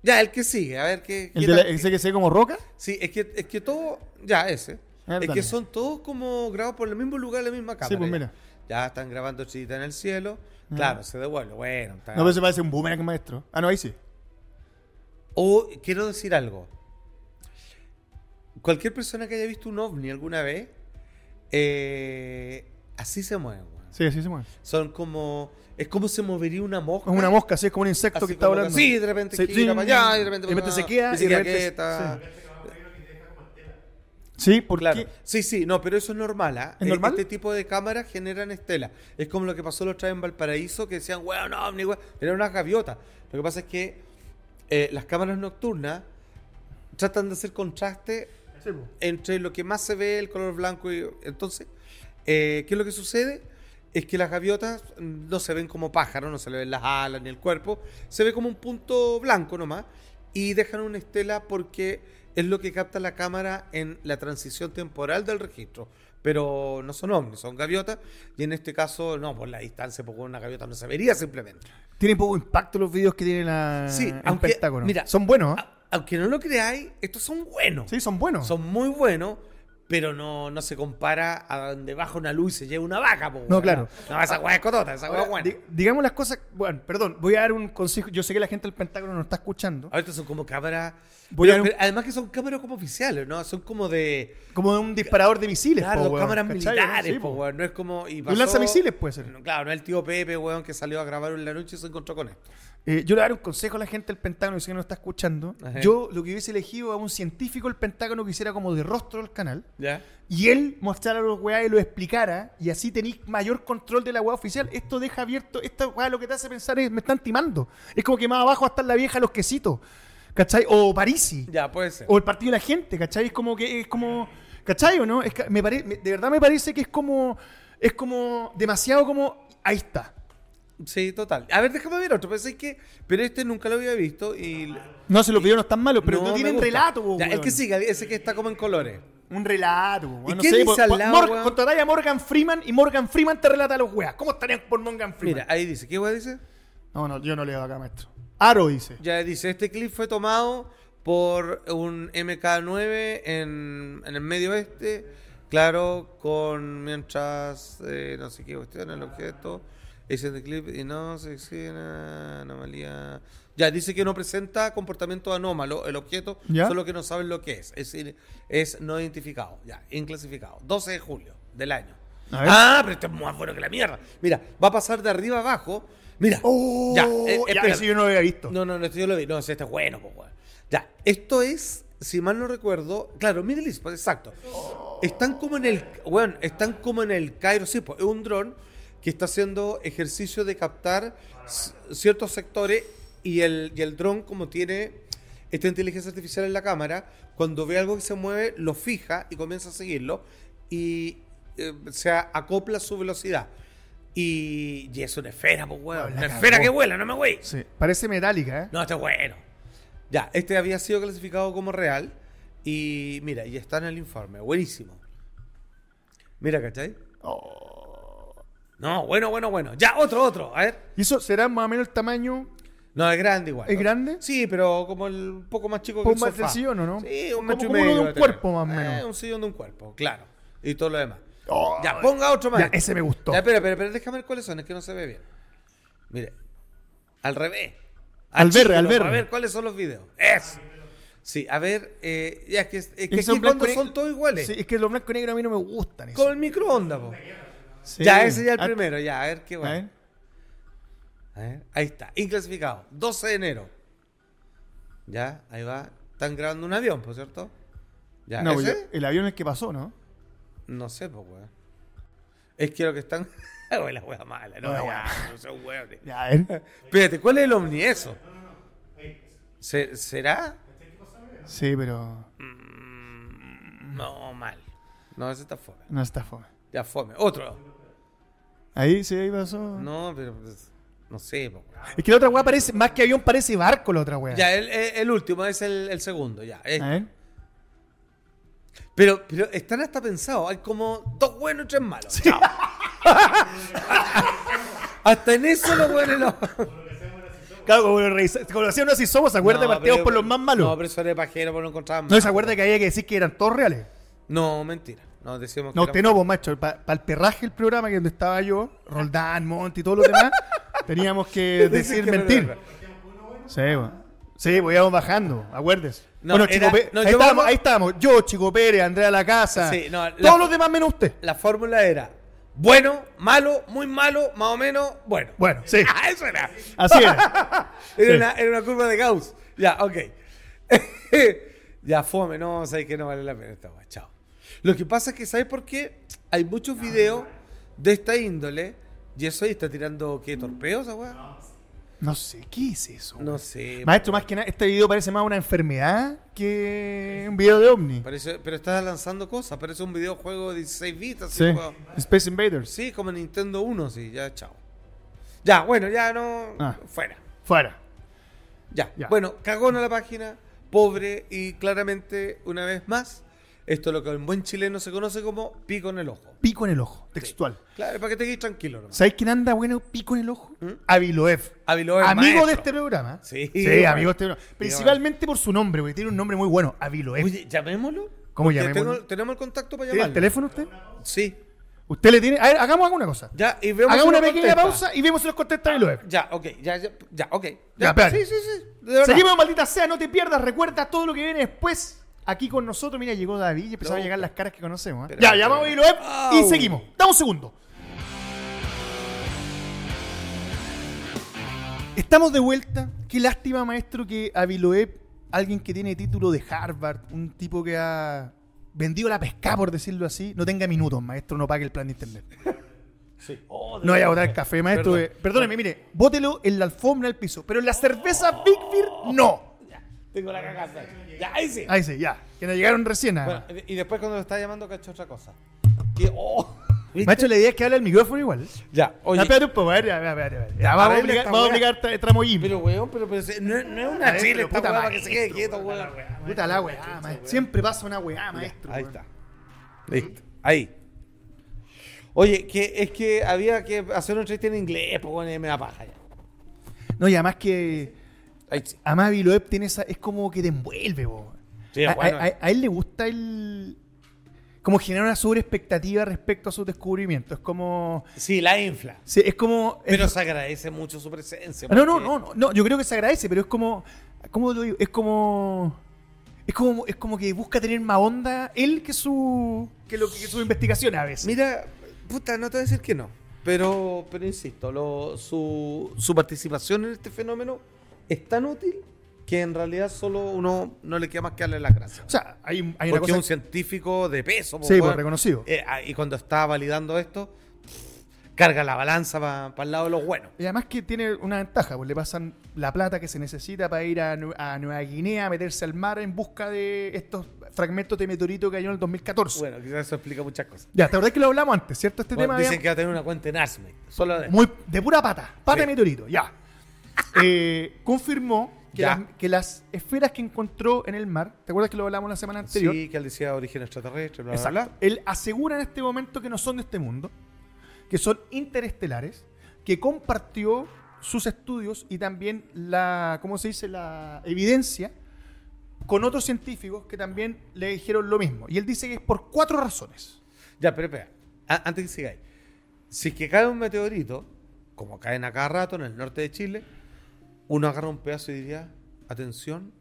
[SPEAKER 3] ya, el que sigue, a ver
[SPEAKER 2] el
[SPEAKER 3] qué. qué
[SPEAKER 2] de la-
[SPEAKER 3] tal-
[SPEAKER 2] ese que se ve como roca.
[SPEAKER 3] Sí, es que, es que todo. Ya, ese.
[SPEAKER 2] A ver,
[SPEAKER 3] es
[SPEAKER 2] dale.
[SPEAKER 3] que son todos como grabados por el mismo lugar, la misma cámara.
[SPEAKER 2] pues,
[SPEAKER 3] ya.
[SPEAKER 2] mira. Ah.
[SPEAKER 3] Ya están grabando chita en el cielo. Claro, se devuelve. Bueno, está.
[SPEAKER 2] No, pues, pero se parece un boomerang maestro. Ah, no, ahí sí.
[SPEAKER 3] O quiero decir algo. Cualquier persona que haya visto un ovni alguna vez, eh, así se mueven. weón.
[SPEAKER 2] Sí, sí se mueve.
[SPEAKER 3] Son como. Es como se movería una
[SPEAKER 2] Es
[SPEAKER 3] mosca.
[SPEAKER 2] una mosca, sí, es como un insecto
[SPEAKER 3] Así
[SPEAKER 2] que está
[SPEAKER 3] como que
[SPEAKER 2] volando.
[SPEAKER 3] así, de repente
[SPEAKER 2] Sí,
[SPEAKER 3] gira
[SPEAKER 2] sí.
[SPEAKER 3] para allá, y de repente,
[SPEAKER 2] De repente
[SPEAKER 3] para-
[SPEAKER 2] se queda
[SPEAKER 3] y
[SPEAKER 2] y
[SPEAKER 3] se
[SPEAKER 2] de repente-
[SPEAKER 3] quieta.
[SPEAKER 2] Sí, porque
[SPEAKER 3] Claro. Sí, sí, no, pero eso es normal, ¿ah?
[SPEAKER 2] ¿Es
[SPEAKER 3] E-
[SPEAKER 2] normal?
[SPEAKER 3] Este tipo de cámaras generan estelas. Es como lo que pasó los traen en Valparaíso, que decían, weón, ovni, weón. Era una gaviota. Lo que pasa es que eh, las cámaras nocturnas tratan de hacer contraste entre lo que más se ve, el color blanco. Y, entonces, eh, ¿qué es lo que sucede? Es que las gaviotas no se ven como pájaros, no se le ven las alas ni el cuerpo, se ve como un punto blanco nomás y dejan una estela porque es lo que capta la cámara en la transición temporal del registro. Pero no son ovnis, son gaviotas y en este caso, no, por la distancia, porque una gaviota no se vería simplemente.
[SPEAKER 2] tiene poco impacto los videos que tiene la
[SPEAKER 3] Sí,
[SPEAKER 2] el
[SPEAKER 3] aunque-
[SPEAKER 2] Pentágono.
[SPEAKER 3] mira,
[SPEAKER 2] son buenos, ¿eh?
[SPEAKER 3] A- Aunque no lo creáis, estos son buenos.
[SPEAKER 2] Sí, son buenos.
[SPEAKER 3] Son muy buenos, pero no, no se compara a donde baja una luz y se lleva una vaca. po,
[SPEAKER 2] No,
[SPEAKER 3] weón.
[SPEAKER 2] claro.
[SPEAKER 3] No, esa weá es cotota, esa weá
[SPEAKER 2] Ahora,
[SPEAKER 3] es buena.
[SPEAKER 2] di- digamos las cosas, bueno, perdón, voy a dar un consejo, yo sé que la gente del Pentágono no está escuchando,
[SPEAKER 3] Ahorita son como cámaras.
[SPEAKER 2] Voy
[SPEAKER 3] pero-
[SPEAKER 2] a-
[SPEAKER 3] pero además que son cámaras como oficiales, ¿no? Son como de.
[SPEAKER 2] como de un disparador de misiles,
[SPEAKER 3] Claro,
[SPEAKER 2] po,
[SPEAKER 3] son
[SPEAKER 2] weón,
[SPEAKER 3] cámaras
[SPEAKER 2] ¿cachai?
[SPEAKER 3] militares,
[SPEAKER 2] Sí,
[SPEAKER 3] po,
[SPEAKER 2] po.
[SPEAKER 3] weón. No es como. Y
[SPEAKER 2] Un lanzamisiles puede ser.
[SPEAKER 3] No, Claro, no es el tío Pepe, weón, que salió a grabar en la noche y se encontró con esto.
[SPEAKER 2] Eh, yo le daré un consejo a la gente del Pentágono, yo sé que no está escuchando.
[SPEAKER 3] Ajá.
[SPEAKER 2] Yo lo que hubiese elegido a un científico del Pentágono que hiciera como de rostro del canal
[SPEAKER 3] ¿Ya?
[SPEAKER 2] y él mostrara los weá y lo explicara y así tenéis mayor control de la weá oficial. Esto deja abierto, esta weá lo que te hace pensar es me están timando. Es como que más abajo está la vieja Los Quesitos, ¿cachai? O Parisi.
[SPEAKER 3] Ya, puede ser.
[SPEAKER 2] O el partido de la gente, ¿cachai? Es como que es como. ¿Cachai o no? Es que me pare- me- de verdad me parece que es como. Es como. Demasiado como. Ahí está.
[SPEAKER 3] Sí, total. A ver, déjame ver otro. Pensé que. Pero este nunca lo había visto y.
[SPEAKER 2] No, se los videos no están malos, pero no,
[SPEAKER 3] me
[SPEAKER 2] tienen
[SPEAKER 3] gusta.
[SPEAKER 2] relato, po,
[SPEAKER 3] Ya, El
[SPEAKER 2] weón.
[SPEAKER 3] que sigue, ese que está como en colores.
[SPEAKER 2] Un relato, po,
[SPEAKER 3] ¿Y
[SPEAKER 2] weón. No
[SPEAKER 3] qué
[SPEAKER 2] sé,
[SPEAKER 3] dice
[SPEAKER 2] po-
[SPEAKER 3] al
[SPEAKER 2] po-
[SPEAKER 3] lado,
[SPEAKER 2] Mor-
[SPEAKER 3] weón?
[SPEAKER 2] contratáis a Morgan Freeman y Morgan Freeman te relata los weas. ¿Cómo estarían por Morgan Freeman?
[SPEAKER 3] Mira, ahí dice. ¿Qué weá dice?
[SPEAKER 2] No, no, yo no leo acá, maestro. Aro dice.
[SPEAKER 3] Ya dice, este clip fue tomado por un MK9 en, en el medio oeste, claro, con mientras eh, no sé qué cuestión, el objeto, es el clip y no se exhibe una anomalía. Ya dice que no presenta comportamiento anómalo el objeto,
[SPEAKER 2] Ya.
[SPEAKER 3] solo que no saben lo que es, es decir, es no identificado, ya, inclasificado. 12 de julio del año.
[SPEAKER 2] A ver.
[SPEAKER 3] Ah, pero esto es más bueno que la mierda. Mira, va a pasar de arriba abajo. Mira,
[SPEAKER 2] Oh,
[SPEAKER 3] ya,
[SPEAKER 2] ya,
[SPEAKER 3] eh, espérate.
[SPEAKER 2] ese yo no lo había visto.
[SPEAKER 3] No, no, no, esto yo lo vi. No, este es bueno, pues, weón. Ya, esto es, si mal no recuerdo, claro, Middle East, pues, exacto.
[SPEAKER 2] Oh.
[SPEAKER 3] Están como en el, weón, están como en el Cairo, sí, pues, es un dron que está haciendo ejercicio de captar c- ciertos sectores y el, y el dron como tiene esta inteligencia artificial en la cámara, cuando ve algo que se mueve, lo fija y comienza a seguirlo y eh, se acopla a su velocidad. Y, y es una esfera, pues, weón.
[SPEAKER 2] Weón, la
[SPEAKER 3] Una esfera
[SPEAKER 2] cagó.
[SPEAKER 3] que vuela, no me güey.
[SPEAKER 2] Sí, parece metálica, ¿eh?
[SPEAKER 3] No, está bueno. Ya, este había sido clasificado como real. Y mira, ya está en el informe. Buenísimo. Mira, ¿cachai?
[SPEAKER 2] Oh.
[SPEAKER 3] No, bueno, bueno, bueno. Ya, otro, otro. A ver.
[SPEAKER 2] ¿Y eso será más o menos el tamaño?
[SPEAKER 3] No, es grande igual.
[SPEAKER 2] ¿Es grande?
[SPEAKER 3] Sí, pero como el un poco más chico que
[SPEAKER 2] ¿Un
[SPEAKER 3] el
[SPEAKER 2] más
[SPEAKER 3] sofá.
[SPEAKER 2] del sillón o no?
[SPEAKER 3] Sí, un
[SPEAKER 2] Como-
[SPEAKER 3] metro y
[SPEAKER 2] como uno
[SPEAKER 3] medio.
[SPEAKER 2] de un
[SPEAKER 3] debe tener.
[SPEAKER 2] cuerpo, más o menos.
[SPEAKER 3] Eh, un sillón de un cuerpo, claro. Y todo lo demás.
[SPEAKER 2] Oh.
[SPEAKER 3] ya, ponga otro más.
[SPEAKER 2] Ya, ese me gustó.
[SPEAKER 3] Ya, espera, espera, espera, déjame ver cuáles son, es que no se ve bien. Mire, al revés.
[SPEAKER 2] Al
[SPEAKER 3] Achíquelo,
[SPEAKER 2] verde, al verde.
[SPEAKER 3] A ver cuáles son los videos. Eso. Sí, a ver, eh, ya es que, es que
[SPEAKER 2] Es que blanco
[SPEAKER 3] aquí cuando
[SPEAKER 2] y-
[SPEAKER 3] son todos iguales.
[SPEAKER 2] Sí, es que los blanco y negro a mí no me gustan. eso.
[SPEAKER 3] Con el microondas, po.
[SPEAKER 2] Sí.
[SPEAKER 3] Ya, ese ya el
[SPEAKER 2] Ah,
[SPEAKER 3] primero, ya, a ver qué
[SPEAKER 2] a
[SPEAKER 3] bueno.
[SPEAKER 2] ver.
[SPEAKER 3] A ver, ahí está, inclasificado, 12 de enero. Ya, ahí va. Están grabando un avión, por cierto. Ya,
[SPEAKER 2] No,
[SPEAKER 3] ¿ese?
[SPEAKER 2] yo- el avión es que pasó, ¿no?
[SPEAKER 3] No sé, pues, weón. Es que lo que están. [LAUGHS] Weón, la wea mala, no,
[SPEAKER 2] Bueno,
[SPEAKER 3] ya, no son weones.
[SPEAKER 2] Ya, a ver.
[SPEAKER 3] Espérate, ¿cuál es el ovni eso? ¿Se- ¿Será?
[SPEAKER 2] Sí, pero Mm,
[SPEAKER 3] No, mal. No, ese está fome.
[SPEAKER 2] no está fome.
[SPEAKER 3] Ya fome. Otro.
[SPEAKER 2] Ahí sí, ahí pasó.
[SPEAKER 3] No, pero. pues, No sé, po, weón.
[SPEAKER 2] Es que la otra weá parece, más que avión, parece barco la otra weá.
[SPEAKER 3] Ya, el, el- el último es el, el segundo, ya.
[SPEAKER 2] A
[SPEAKER 3] Este.
[SPEAKER 2] ver.
[SPEAKER 3] eh. Pero, pero están hasta pensados. Hay como dos buenos y tres malos. Chao. [LAUGHS] hasta en eso los buenos y los-
[SPEAKER 2] Claro, como lo, revisa- como lo hacían así somos, se acuerda de
[SPEAKER 3] No,
[SPEAKER 2] partidos
[SPEAKER 3] pero-
[SPEAKER 2] por los más malos.
[SPEAKER 3] No, pero eso era pajero porque no encontraban
[SPEAKER 2] No
[SPEAKER 3] más.
[SPEAKER 2] se acuerda que había que decir que eran todos reales.
[SPEAKER 3] No, mentira. No, decíamos
[SPEAKER 2] No,
[SPEAKER 3] que
[SPEAKER 2] usted no, vos, macho. Para el perraje del programa que donde estaba yo, Roldán, Monti y todos los
[SPEAKER 3] [LAUGHS]
[SPEAKER 2] demás, teníamos que decir
[SPEAKER 3] que no era
[SPEAKER 2] mentir.
[SPEAKER 3] verdad.
[SPEAKER 2] Sí, pues. Sí, pues íbamos bajando, acuérdese.
[SPEAKER 3] No,
[SPEAKER 2] bueno, Chico
[SPEAKER 3] era-
[SPEAKER 2] Pérez-
[SPEAKER 3] no,
[SPEAKER 2] ahí,
[SPEAKER 3] yo
[SPEAKER 2] estábamos,
[SPEAKER 3] vamos-
[SPEAKER 2] ahí estábamos. Yo, Chico Pérez, Andrea La Casa.
[SPEAKER 3] Sí, no, la-
[SPEAKER 2] todos los demás menos usted.
[SPEAKER 3] La fórmula era bueno, malo, muy malo, más o menos, bueno.
[SPEAKER 2] Bueno, sí.
[SPEAKER 3] [LAUGHS] Ah, eso era.
[SPEAKER 2] Así era.
[SPEAKER 3] Era,
[SPEAKER 2] Sí.
[SPEAKER 3] una, era una curva de Gauss. Ya, ok. [LAUGHS] ya, fome, no, sabes que no vale la pena esta weá, chao. Lo que pasa es que, ¿sabes por qué? Hay muchos videos de esta índole. Y eso ahí está tirando, ¿qué? ¿Torpeos, esa weá?
[SPEAKER 2] No sé, ¿qué es eso?
[SPEAKER 3] No sé.
[SPEAKER 2] Maestro, más que nada, este video parece más una enfermedad que un video de ovni.
[SPEAKER 3] Parece, pero estás lanzando cosas, parece un videojuego de 16 bits. así,
[SPEAKER 2] Sí.
[SPEAKER 3] weón.
[SPEAKER 2] Space Invaders.
[SPEAKER 3] Sí, como Nintendo 1, sí, ya, chao. Ya, bueno, ya no.
[SPEAKER 2] Ah.
[SPEAKER 3] Fuera.
[SPEAKER 2] Fuera.
[SPEAKER 3] Ya.
[SPEAKER 2] Ya.
[SPEAKER 3] Bueno, cagón a la página, pobre y claramente, una vez más, esto es lo que en buen chileno se conoce como pico en el ojo.
[SPEAKER 2] Pico en el ojo, textual.
[SPEAKER 3] Claro, para que te quedes tranquilo nomás.
[SPEAKER 2] ¿Sabes quién anda bueno pico en el ojo?
[SPEAKER 3] ¿Mm?
[SPEAKER 2] Aviloev.
[SPEAKER 3] Aviloev,
[SPEAKER 2] Amigo
[SPEAKER 3] maestro.
[SPEAKER 2] de este programa.
[SPEAKER 3] Sí,
[SPEAKER 2] sí
[SPEAKER 3] bueno.
[SPEAKER 2] amigo de este programa. Principalmente por su nombre, porque tiene un nombre muy bueno. Aviloev.
[SPEAKER 3] Oye, llamémoslo.
[SPEAKER 2] este- ¿Cómo
[SPEAKER 3] Porque
[SPEAKER 2] llamémoslo?
[SPEAKER 3] tengo- tenemos el contacto para
[SPEAKER 2] ¿Tiene el
[SPEAKER 3] llamarlo.
[SPEAKER 2] teléfono usted?
[SPEAKER 3] Sí.
[SPEAKER 2] Usted le tiene. A ver, hagamos alguna cosa.
[SPEAKER 3] Ya, y vemos.
[SPEAKER 2] Hagamos
[SPEAKER 3] si
[SPEAKER 2] una
[SPEAKER 3] nos
[SPEAKER 2] pequeña
[SPEAKER 3] contesta.
[SPEAKER 2] pausa y vemos si nos contesta Aviloev.
[SPEAKER 3] Ya, ok, ya, ya, ya, ok.
[SPEAKER 2] Ya, espérate.
[SPEAKER 3] sí, sí, sí. de verdad.
[SPEAKER 2] Seguimos, maldita sea, no te pierdas. Recuerda todo lo que viene después. Aquí con nosotros, mira, llegó David y empezaron a
[SPEAKER 3] Loco.
[SPEAKER 2] llegar las caras que conocemos. ¿eh?
[SPEAKER 3] Pero-
[SPEAKER 2] Ya, llamamos a Aviloev y
[SPEAKER 3] Au.
[SPEAKER 2] seguimos. Da un segundo. Estamos de vuelta. Qué lástima, maestro, que Aviloev, alguien que tiene título de Harvard, un tipo que ha vendido la pesca, por decirlo así, no tenga minutos, maestro, no pague el plan de internet.
[SPEAKER 3] Sí. Oh, de-
[SPEAKER 2] No vaya a botar el café, maestro.
[SPEAKER 3] Perdón.
[SPEAKER 2] eh. Perdóneme, mire, bótelo en la alfombra del piso, pero en la cerveza Big Beer, no.
[SPEAKER 3] Tengo la cagada. Ya, ahí sí.
[SPEAKER 2] Ahí sí, ya. Que nos llegaron recién.
[SPEAKER 3] Bueno,
[SPEAKER 2] además.
[SPEAKER 3] y y después cuando lo está llamando, cacho otra cosa. Que, oh. ¿viste?
[SPEAKER 2] Macho, la idea es que hable al micrófono igual.
[SPEAKER 3] Ya, oye.
[SPEAKER 2] Ya, espérate un poco, a ver, ya, ya, ya, ya. Ya, vamos a
[SPEAKER 3] Arregla
[SPEAKER 2] obligar,
[SPEAKER 3] esta
[SPEAKER 2] vamos a
[SPEAKER 3] weá.
[SPEAKER 2] obligar tra- tramoyismo.
[SPEAKER 3] Pero, weón, pero, pero se- no, no es una
[SPEAKER 2] Maestro,
[SPEAKER 3] chile esta
[SPEAKER 2] puta
[SPEAKER 3] weá para
[SPEAKER 2] madre.
[SPEAKER 3] que se quede quieto, weón.
[SPEAKER 2] Puta la weá, maestro. Siempre pasa una weá, maestro.
[SPEAKER 3] Ahí
[SPEAKER 2] weón.
[SPEAKER 3] está. Listo. Ahí. Oye, que es que había que hacer una entrevista en inglés, pues, weón, y me da paja ya.
[SPEAKER 2] No, y además que.
[SPEAKER 3] Ahí sí.
[SPEAKER 2] Además, Viloep tiene esa. Es como que te envuelve, po.
[SPEAKER 3] Sí,
[SPEAKER 2] a,
[SPEAKER 3] bueno.
[SPEAKER 2] a- a- a él le gusta el. Como generar una sobreexpectativa respecto a sus descubrimientos. Es como.
[SPEAKER 3] Sí, la infla.
[SPEAKER 2] sí, es como. es-
[SPEAKER 3] Pero se agradece mucho su presencia.
[SPEAKER 2] Ah, No, no,
[SPEAKER 3] porque-
[SPEAKER 2] no, no, no, yo creo que se agradece, pero es como. ¿Cómo lo digo? Es como. Es como, es como que busca tener más onda él que su. que lo que su investigación a veces.
[SPEAKER 3] Mira, puta, no te voy a decir que no. Pero, pero insisto, lo- su, su participación en este fenómeno es tan útil que en realidad solo uno no le queda más que darle las gracias.
[SPEAKER 2] O sea, hay, hay una
[SPEAKER 3] Porque
[SPEAKER 2] cosa.
[SPEAKER 3] es un científico de peso. po,
[SPEAKER 2] Sí, pues,
[SPEAKER 3] weón.
[SPEAKER 2] reconocido.
[SPEAKER 3] Eh, ah, y cuando está validando esto, pff, carga la balanza para el lado de los buenos.
[SPEAKER 2] Y además que tiene una ventaja, pues le pasan la plata que se necesita para ir a, Nue- a Nueva Guinea a meterse al mar en busca de estos fragmentos de meteorito que cayó en el 2014.
[SPEAKER 3] Bueno, quizás eso explica muchas cosas.
[SPEAKER 2] Ya, te acordás que lo hablamos antes, ¿cierto? Este
[SPEAKER 3] Bueno,
[SPEAKER 2] tema
[SPEAKER 3] dicen
[SPEAKER 2] habíamos-
[SPEAKER 3] que va a tener una cuenta en Arsme. Solo de-
[SPEAKER 2] Muy, de pura pata, pata
[SPEAKER 3] Sí.
[SPEAKER 2] de meteorito,
[SPEAKER 3] [LAUGHS]
[SPEAKER 2] ya. Eh, confirmó que,
[SPEAKER 3] Ya.
[SPEAKER 2] Las, que las esferas que encontró en el mar, ¿te acuerdas que lo hablamos la semana anterior?
[SPEAKER 3] Sí, que él decía origen extraterrestre, bla, bla,
[SPEAKER 2] Exacto.
[SPEAKER 3] bla.
[SPEAKER 2] Él asegura en este momento que no son de este mundo, que son interestelares, que compartió sus estudios y también la, ¿cómo se dice? La evidencia con otros científicos que también le dijeron lo mismo. Y él dice que es por cuatro razones.
[SPEAKER 3] Ya, pero espera. A- antes que sigáis. Si es que cae un meteorito, como caen a cada rato en el norte de Chile, uno agarra un pedazo y diría, atención,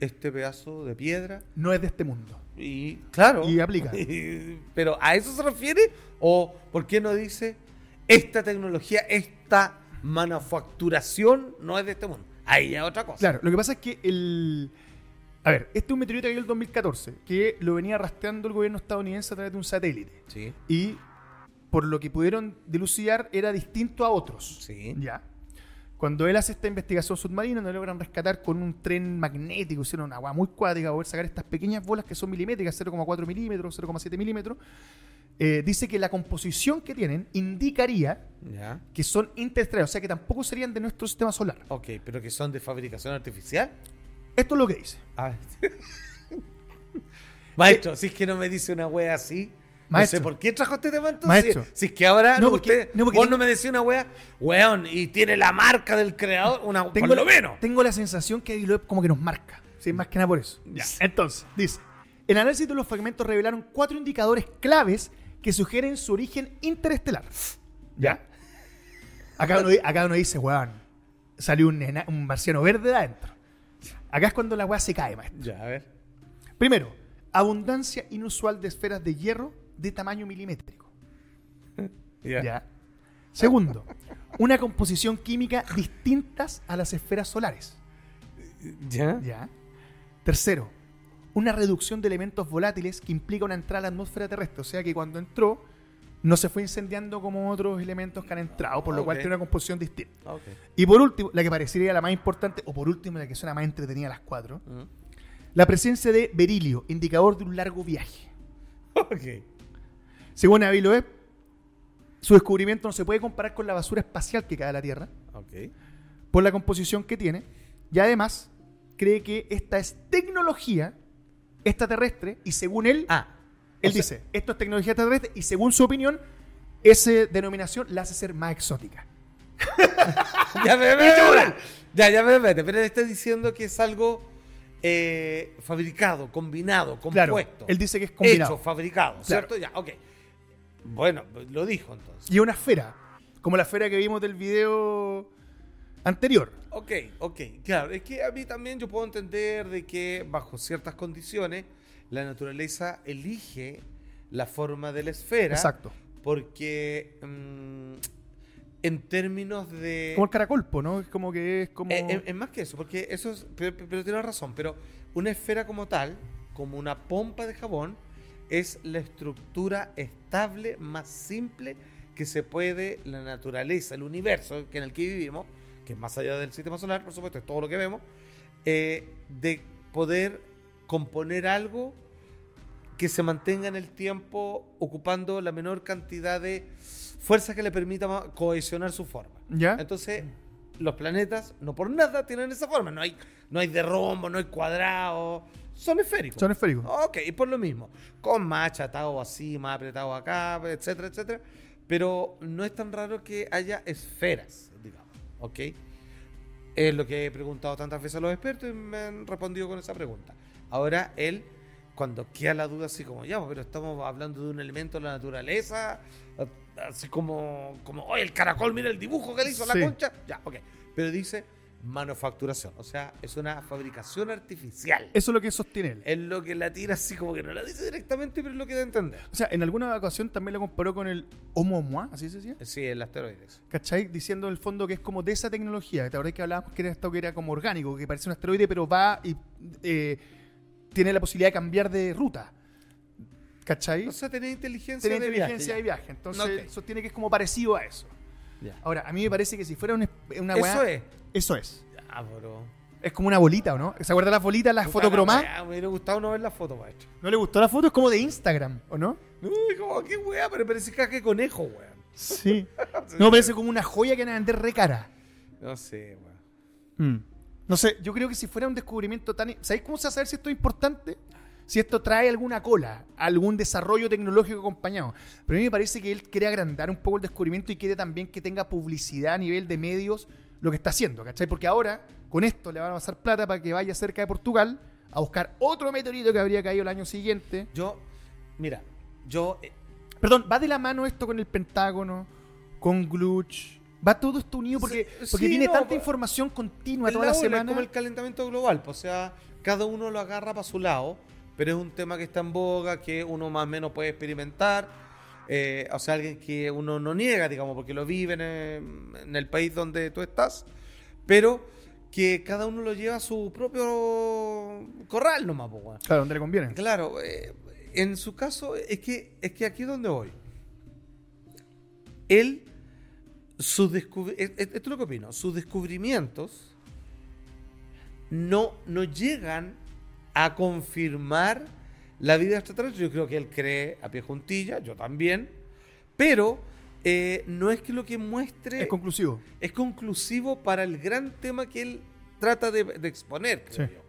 [SPEAKER 3] este pedazo de piedra.
[SPEAKER 2] No es de este mundo.
[SPEAKER 3] Y claro.
[SPEAKER 2] Y aplica.
[SPEAKER 3] [LAUGHS] Pero ¿a eso se refiere? ¿O por qué no dice esta tecnología, esta manufacturación no es de este mundo? Ahí ya es otra cosa.
[SPEAKER 2] Claro, lo que pasa es que el... A ver, este es un meteorito que cayó en el 2014, que lo venía rastreando el gobierno estadounidense a través de un satélite.
[SPEAKER 3] Sí.
[SPEAKER 2] Y por lo que pudieron dilucidar, era distinto a otros.
[SPEAKER 3] Sí.
[SPEAKER 2] Ya. Cuando él hace esta investigación submarina, no logran rescatar con un tren magnético, hicieron agua muy cuática para poder sacar estas pequeñas bolas que son milimétricas, 0,4 milímetros, 0,7 milímetros. Eh, dice que la composición que tienen indicaría
[SPEAKER 3] Ya.
[SPEAKER 2] que son interestelares, o sea que tampoco serían de nuestro sistema solar.
[SPEAKER 3] Ok, pero que
[SPEAKER 2] Ah.
[SPEAKER 3] son de fabricación artificial.
[SPEAKER 2] Esto es lo que dice.
[SPEAKER 3] Ah, [LAUGHS] Maestro, si es que no me dice una wea así.
[SPEAKER 2] Maestro.
[SPEAKER 3] No sé por qué trajo este tema entonces.
[SPEAKER 2] Maestro.
[SPEAKER 3] Si es que ahora
[SPEAKER 2] No,
[SPEAKER 3] no,
[SPEAKER 2] porque-
[SPEAKER 3] usted,
[SPEAKER 2] no, porque
[SPEAKER 3] vos
[SPEAKER 2] tengo-
[SPEAKER 3] no me decís una wea, weón, y tiene la marca del creador, una,
[SPEAKER 2] Tengo,
[SPEAKER 3] por lo
[SPEAKER 2] la-
[SPEAKER 3] menos.
[SPEAKER 2] tengo la sensación que Aguiló como que nos marca. Sí, más que nada por eso.
[SPEAKER 3] Ya.
[SPEAKER 2] Entonces, dice: El análisis de los fragmentos revelaron cuatro indicadores claves que sugieren su origen interestelar.
[SPEAKER 3] ¿Ya?
[SPEAKER 2] Acá uno, di- acá uno dice, weón, salió un, nena- un marciano verde de adentro. Acá es cuando la weá se cae, maestro.
[SPEAKER 3] Ya, a ver.
[SPEAKER 2] Primero, abundancia inusual de esferas de hierro de tamaño milimétrico.
[SPEAKER 3] Ya.
[SPEAKER 2] Ya. Segundo, una composición química distintas a las esferas solares.
[SPEAKER 3] ¿Ya?
[SPEAKER 2] Ya. Tercero, una reducción de elementos volátiles que implica una entrada a la atmósfera terrestre. O sea que cuando entró, no se fue incendiando como otros elementos que han entrado, por lo cual
[SPEAKER 3] Ok.
[SPEAKER 2] tiene una composición distinta.
[SPEAKER 3] Ok.
[SPEAKER 2] Y por último, la que parecería la más importante, o por último, la que suena más entretenida a las cuatro,
[SPEAKER 3] Mm.
[SPEAKER 2] la presencia de berilio, indicador de un largo viaje.
[SPEAKER 3] [LAUGHS] Ok.
[SPEAKER 2] Según Aviloeb, su descubrimiento no se puede comparar con la basura espacial que cae a la Tierra,
[SPEAKER 3] Ok.
[SPEAKER 2] por la composición que tiene, y además cree que esta es tecnología extraterrestre, y según él,
[SPEAKER 3] Ah.
[SPEAKER 2] él
[SPEAKER 3] o sea-
[SPEAKER 2] dice, esto es tecnología extraterrestre, y según su opinión, esa denominación la hace ser más exótica.
[SPEAKER 3] [LAUGHS] Ya, me, me- ya, ya, me, me- pero él está diciendo que es algo eh, fabricado, combinado,
[SPEAKER 2] Claro,
[SPEAKER 3] compuesto.
[SPEAKER 2] él dice que es combinado.
[SPEAKER 3] Hecho, fabricado, ¿cierto? Ya, ok. Bueno, lo dijo entonces.
[SPEAKER 2] Y una esfera, como la esfera que vimos del video anterior.
[SPEAKER 3] Ok, ok, claro. Es que a mí también yo puedo entender de que bajo ciertas condiciones la naturaleza elige la forma de la esfera.
[SPEAKER 2] Exacto.
[SPEAKER 3] Porque mm, en términos de...
[SPEAKER 2] Como el caracol, ¿no? Es como que es como...
[SPEAKER 3] Eh, eh, es más que eso, porque eso es, pero, pero- pero tienes razón, pero una esfera como tal, como una pompa de jabón, es la estructura estable más simple que se puede la naturaleza, el universo que en el que vivimos, que es más allá del sistema solar, por supuesto, es todo lo que vemos, eh, de poder componer algo que se mantenga en el tiempo ocupando la menor cantidad de fuerza que le permita ma- cohesionar su forma.
[SPEAKER 2] ¿Ya?
[SPEAKER 3] Entonces, los planetas no por nada tienen esa forma. No hay, no hay de rombo, no hay cuadrado. Son esféricos.
[SPEAKER 2] Son esféricos.
[SPEAKER 3] Ok, y por lo mismo. Con más achatado así, más apretado acá, etcétera, etcétera. Pero no es tan raro que haya esferas, digamos. ¿Ok? Es lo que he preguntado tantas veces a los expertos y me han respondido con esa pregunta. Ahora él, cuando queda la duda así como, ya, pero estamos hablando de un elemento de la naturaleza, a- así como, como oye, el caracol, mira el dibujo que le hizo
[SPEAKER 2] Sí.
[SPEAKER 3] la concha. Ya, ok. Pero dice manufacturación, o sea, es una fabricación artificial.
[SPEAKER 2] Eso es lo que sostiene él.
[SPEAKER 3] Es lo que la tira así como que no la dice directamente, pero es lo que da a entender.
[SPEAKER 2] O sea, en alguna ocasión también lo comparó con el Homo Moi, así se decía.
[SPEAKER 3] Sí, el asteroides.
[SPEAKER 2] ¿Cachai? Diciendo en el fondo que es como de esa tecnología. ¿Te acordás que hablábamos que era esto que era como orgánico, que parece un asteroide, pero va y eh, tiene la posibilidad de cambiar de ruta? ¿Cachai?
[SPEAKER 3] O sea, tener inteligencia
[SPEAKER 2] tiene
[SPEAKER 3] de
[SPEAKER 2] inteligencia
[SPEAKER 3] viaje,
[SPEAKER 2] de
[SPEAKER 3] ya.
[SPEAKER 2] viaje. Entonces,
[SPEAKER 3] Ok.
[SPEAKER 2] sostiene que es como parecido a eso.
[SPEAKER 3] Ya.
[SPEAKER 2] Ahora, a mí me parece que si fuera una, una
[SPEAKER 3] Eso
[SPEAKER 2] weá-
[SPEAKER 3] es.
[SPEAKER 2] Eso es.
[SPEAKER 3] Ah, bro.
[SPEAKER 2] Es como una bolita, ¿o no? ¿Se acuerdan las bolitas, las
[SPEAKER 3] Puta
[SPEAKER 2] fotocromadas?
[SPEAKER 3] la weá, Me hubiera gustado no ver la foto, maestro.
[SPEAKER 2] ¿No le gustó la foto? Es como de Instagram, ¿o no?
[SPEAKER 3] Uy, como, qué weá, pero parece caja de conejo, weón.
[SPEAKER 2] Sí. No, parece como una joya que van a vender re cara.
[SPEAKER 3] No sé, weón. Mm.
[SPEAKER 2] No sé, yo creo que si fuera un descubrimiento tan... ¿Sabéis cómo se va a saber si esto es importante? Si esto trae alguna cola, algún desarrollo tecnológico acompañado. Pero a mí me parece que él quiere agrandar un poco el descubrimiento y quiere también que tenga publicidad a nivel de medios lo que está haciendo, ¿cachai? Porque ahora, con esto, le van a pasar plata para que vaya cerca de Portugal a buscar otro meteorito que habría caído el año siguiente.
[SPEAKER 3] Yo, mira, yo, eh,
[SPEAKER 2] Perdón, va de la mano esto con el Pentágono, con Gluch. Va todo esto unido porque,
[SPEAKER 3] Sí,
[SPEAKER 2] porque
[SPEAKER 3] sí,
[SPEAKER 2] tiene
[SPEAKER 3] no,
[SPEAKER 2] tanta
[SPEAKER 3] pa-
[SPEAKER 2] información continua
[SPEAKER 3] es
[SPEAKER 2] toda
[SPEAKER 3] la
[SPEAKER 2] la
[SPEAKER 3] ola, es
[SPEAKER 2] semana.
[SPEAKER 3] como el calentamiento global, pues, o sea, cada uno lo agarra para su lado, pero es un tema que está en boga, que uno más o menos puede experimentar, eh, o sea, alguien que uno no niega, digamos, porque lo vive en, eh, en el país donde tú estás, pero que cada uno lo lleva a su propio corral nomás, pues, weón.
[SPEAKER 2] Claro, donde le conviene.
[SPEAKER 3] Claro, eh, en su caso, es que, es que aquí es donde voy. Él, sus descubri- eh, eh, esto es lo que opino, sus descubrimientos no, no llegan a confirmar la vida extraterrestre. Yo creo que él cree a pie juntilla, yo también, pero eh, no es que lo que muestre
[SPEAKER 2] Es conclusivo.
[SPEAKER 3] es conclusivo para el gran tema que él trata de, de exponer, creo
[SPEAKER 2] Sí.
[SPEAKER 3] yo.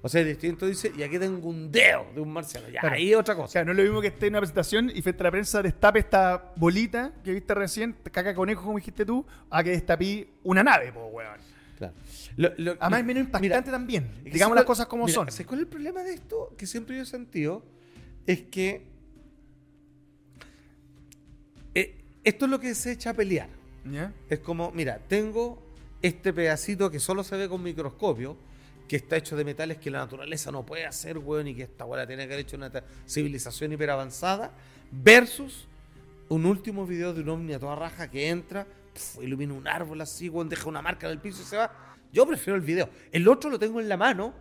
[SPEAKER 3] O O sea, distinto dice, y aquí tengo un dedo de un marciano. Ya,
[SPEAKER 2] Claro.
[SPEAKER 3] ahí otra
[SPEAKER 2] O
[SPEAKER 3] cosa.
[SPEAKER 2] sea, no es lo mismo que esté en una presentación y frente a la prensa destape esta bolita que viste recién, caca conejo, como dijiste tú, a que destapí una nave, po, weón.
[SPEAKER 3] Claro. Lo- lo-
[SPEAKER 2] Además, es menos impactante
[SPEAKER 3] mira,
[SPEAKER 2] también.
[SPEAKER 3] Es que
[SPEAKER 2] Digamos
[SPEAKER 3] ¿sabes
[SPEAKER 2] las
[SPEAKER 3] cuál-
[SPEAKER 2] cosas como
[SPEAKER 3] mira,
[SPEAKER 2] son.
[SPEAKER 3] ¿sabes cuál es el problema de esto? Que siempre yo he sentido es que eh, esto es lo que se echa a pelear.
[SPEAKER 2] ¿Ya?
[SPEAKER 3] Es como, mira, tengo este pedacito que solo se ve con microscopio, que está hecho de metales que la naturaleza no puede hacer, weón, y que esta weá la tiene que haber hecho una ta- civilización hiperavanzada, versus un último video de un ovni a toda raja que entra, pf, ilumina un árbol así, weón, deja una marca en el piso y se va. Yo prefiero el video. El otro lo tengo en la mano,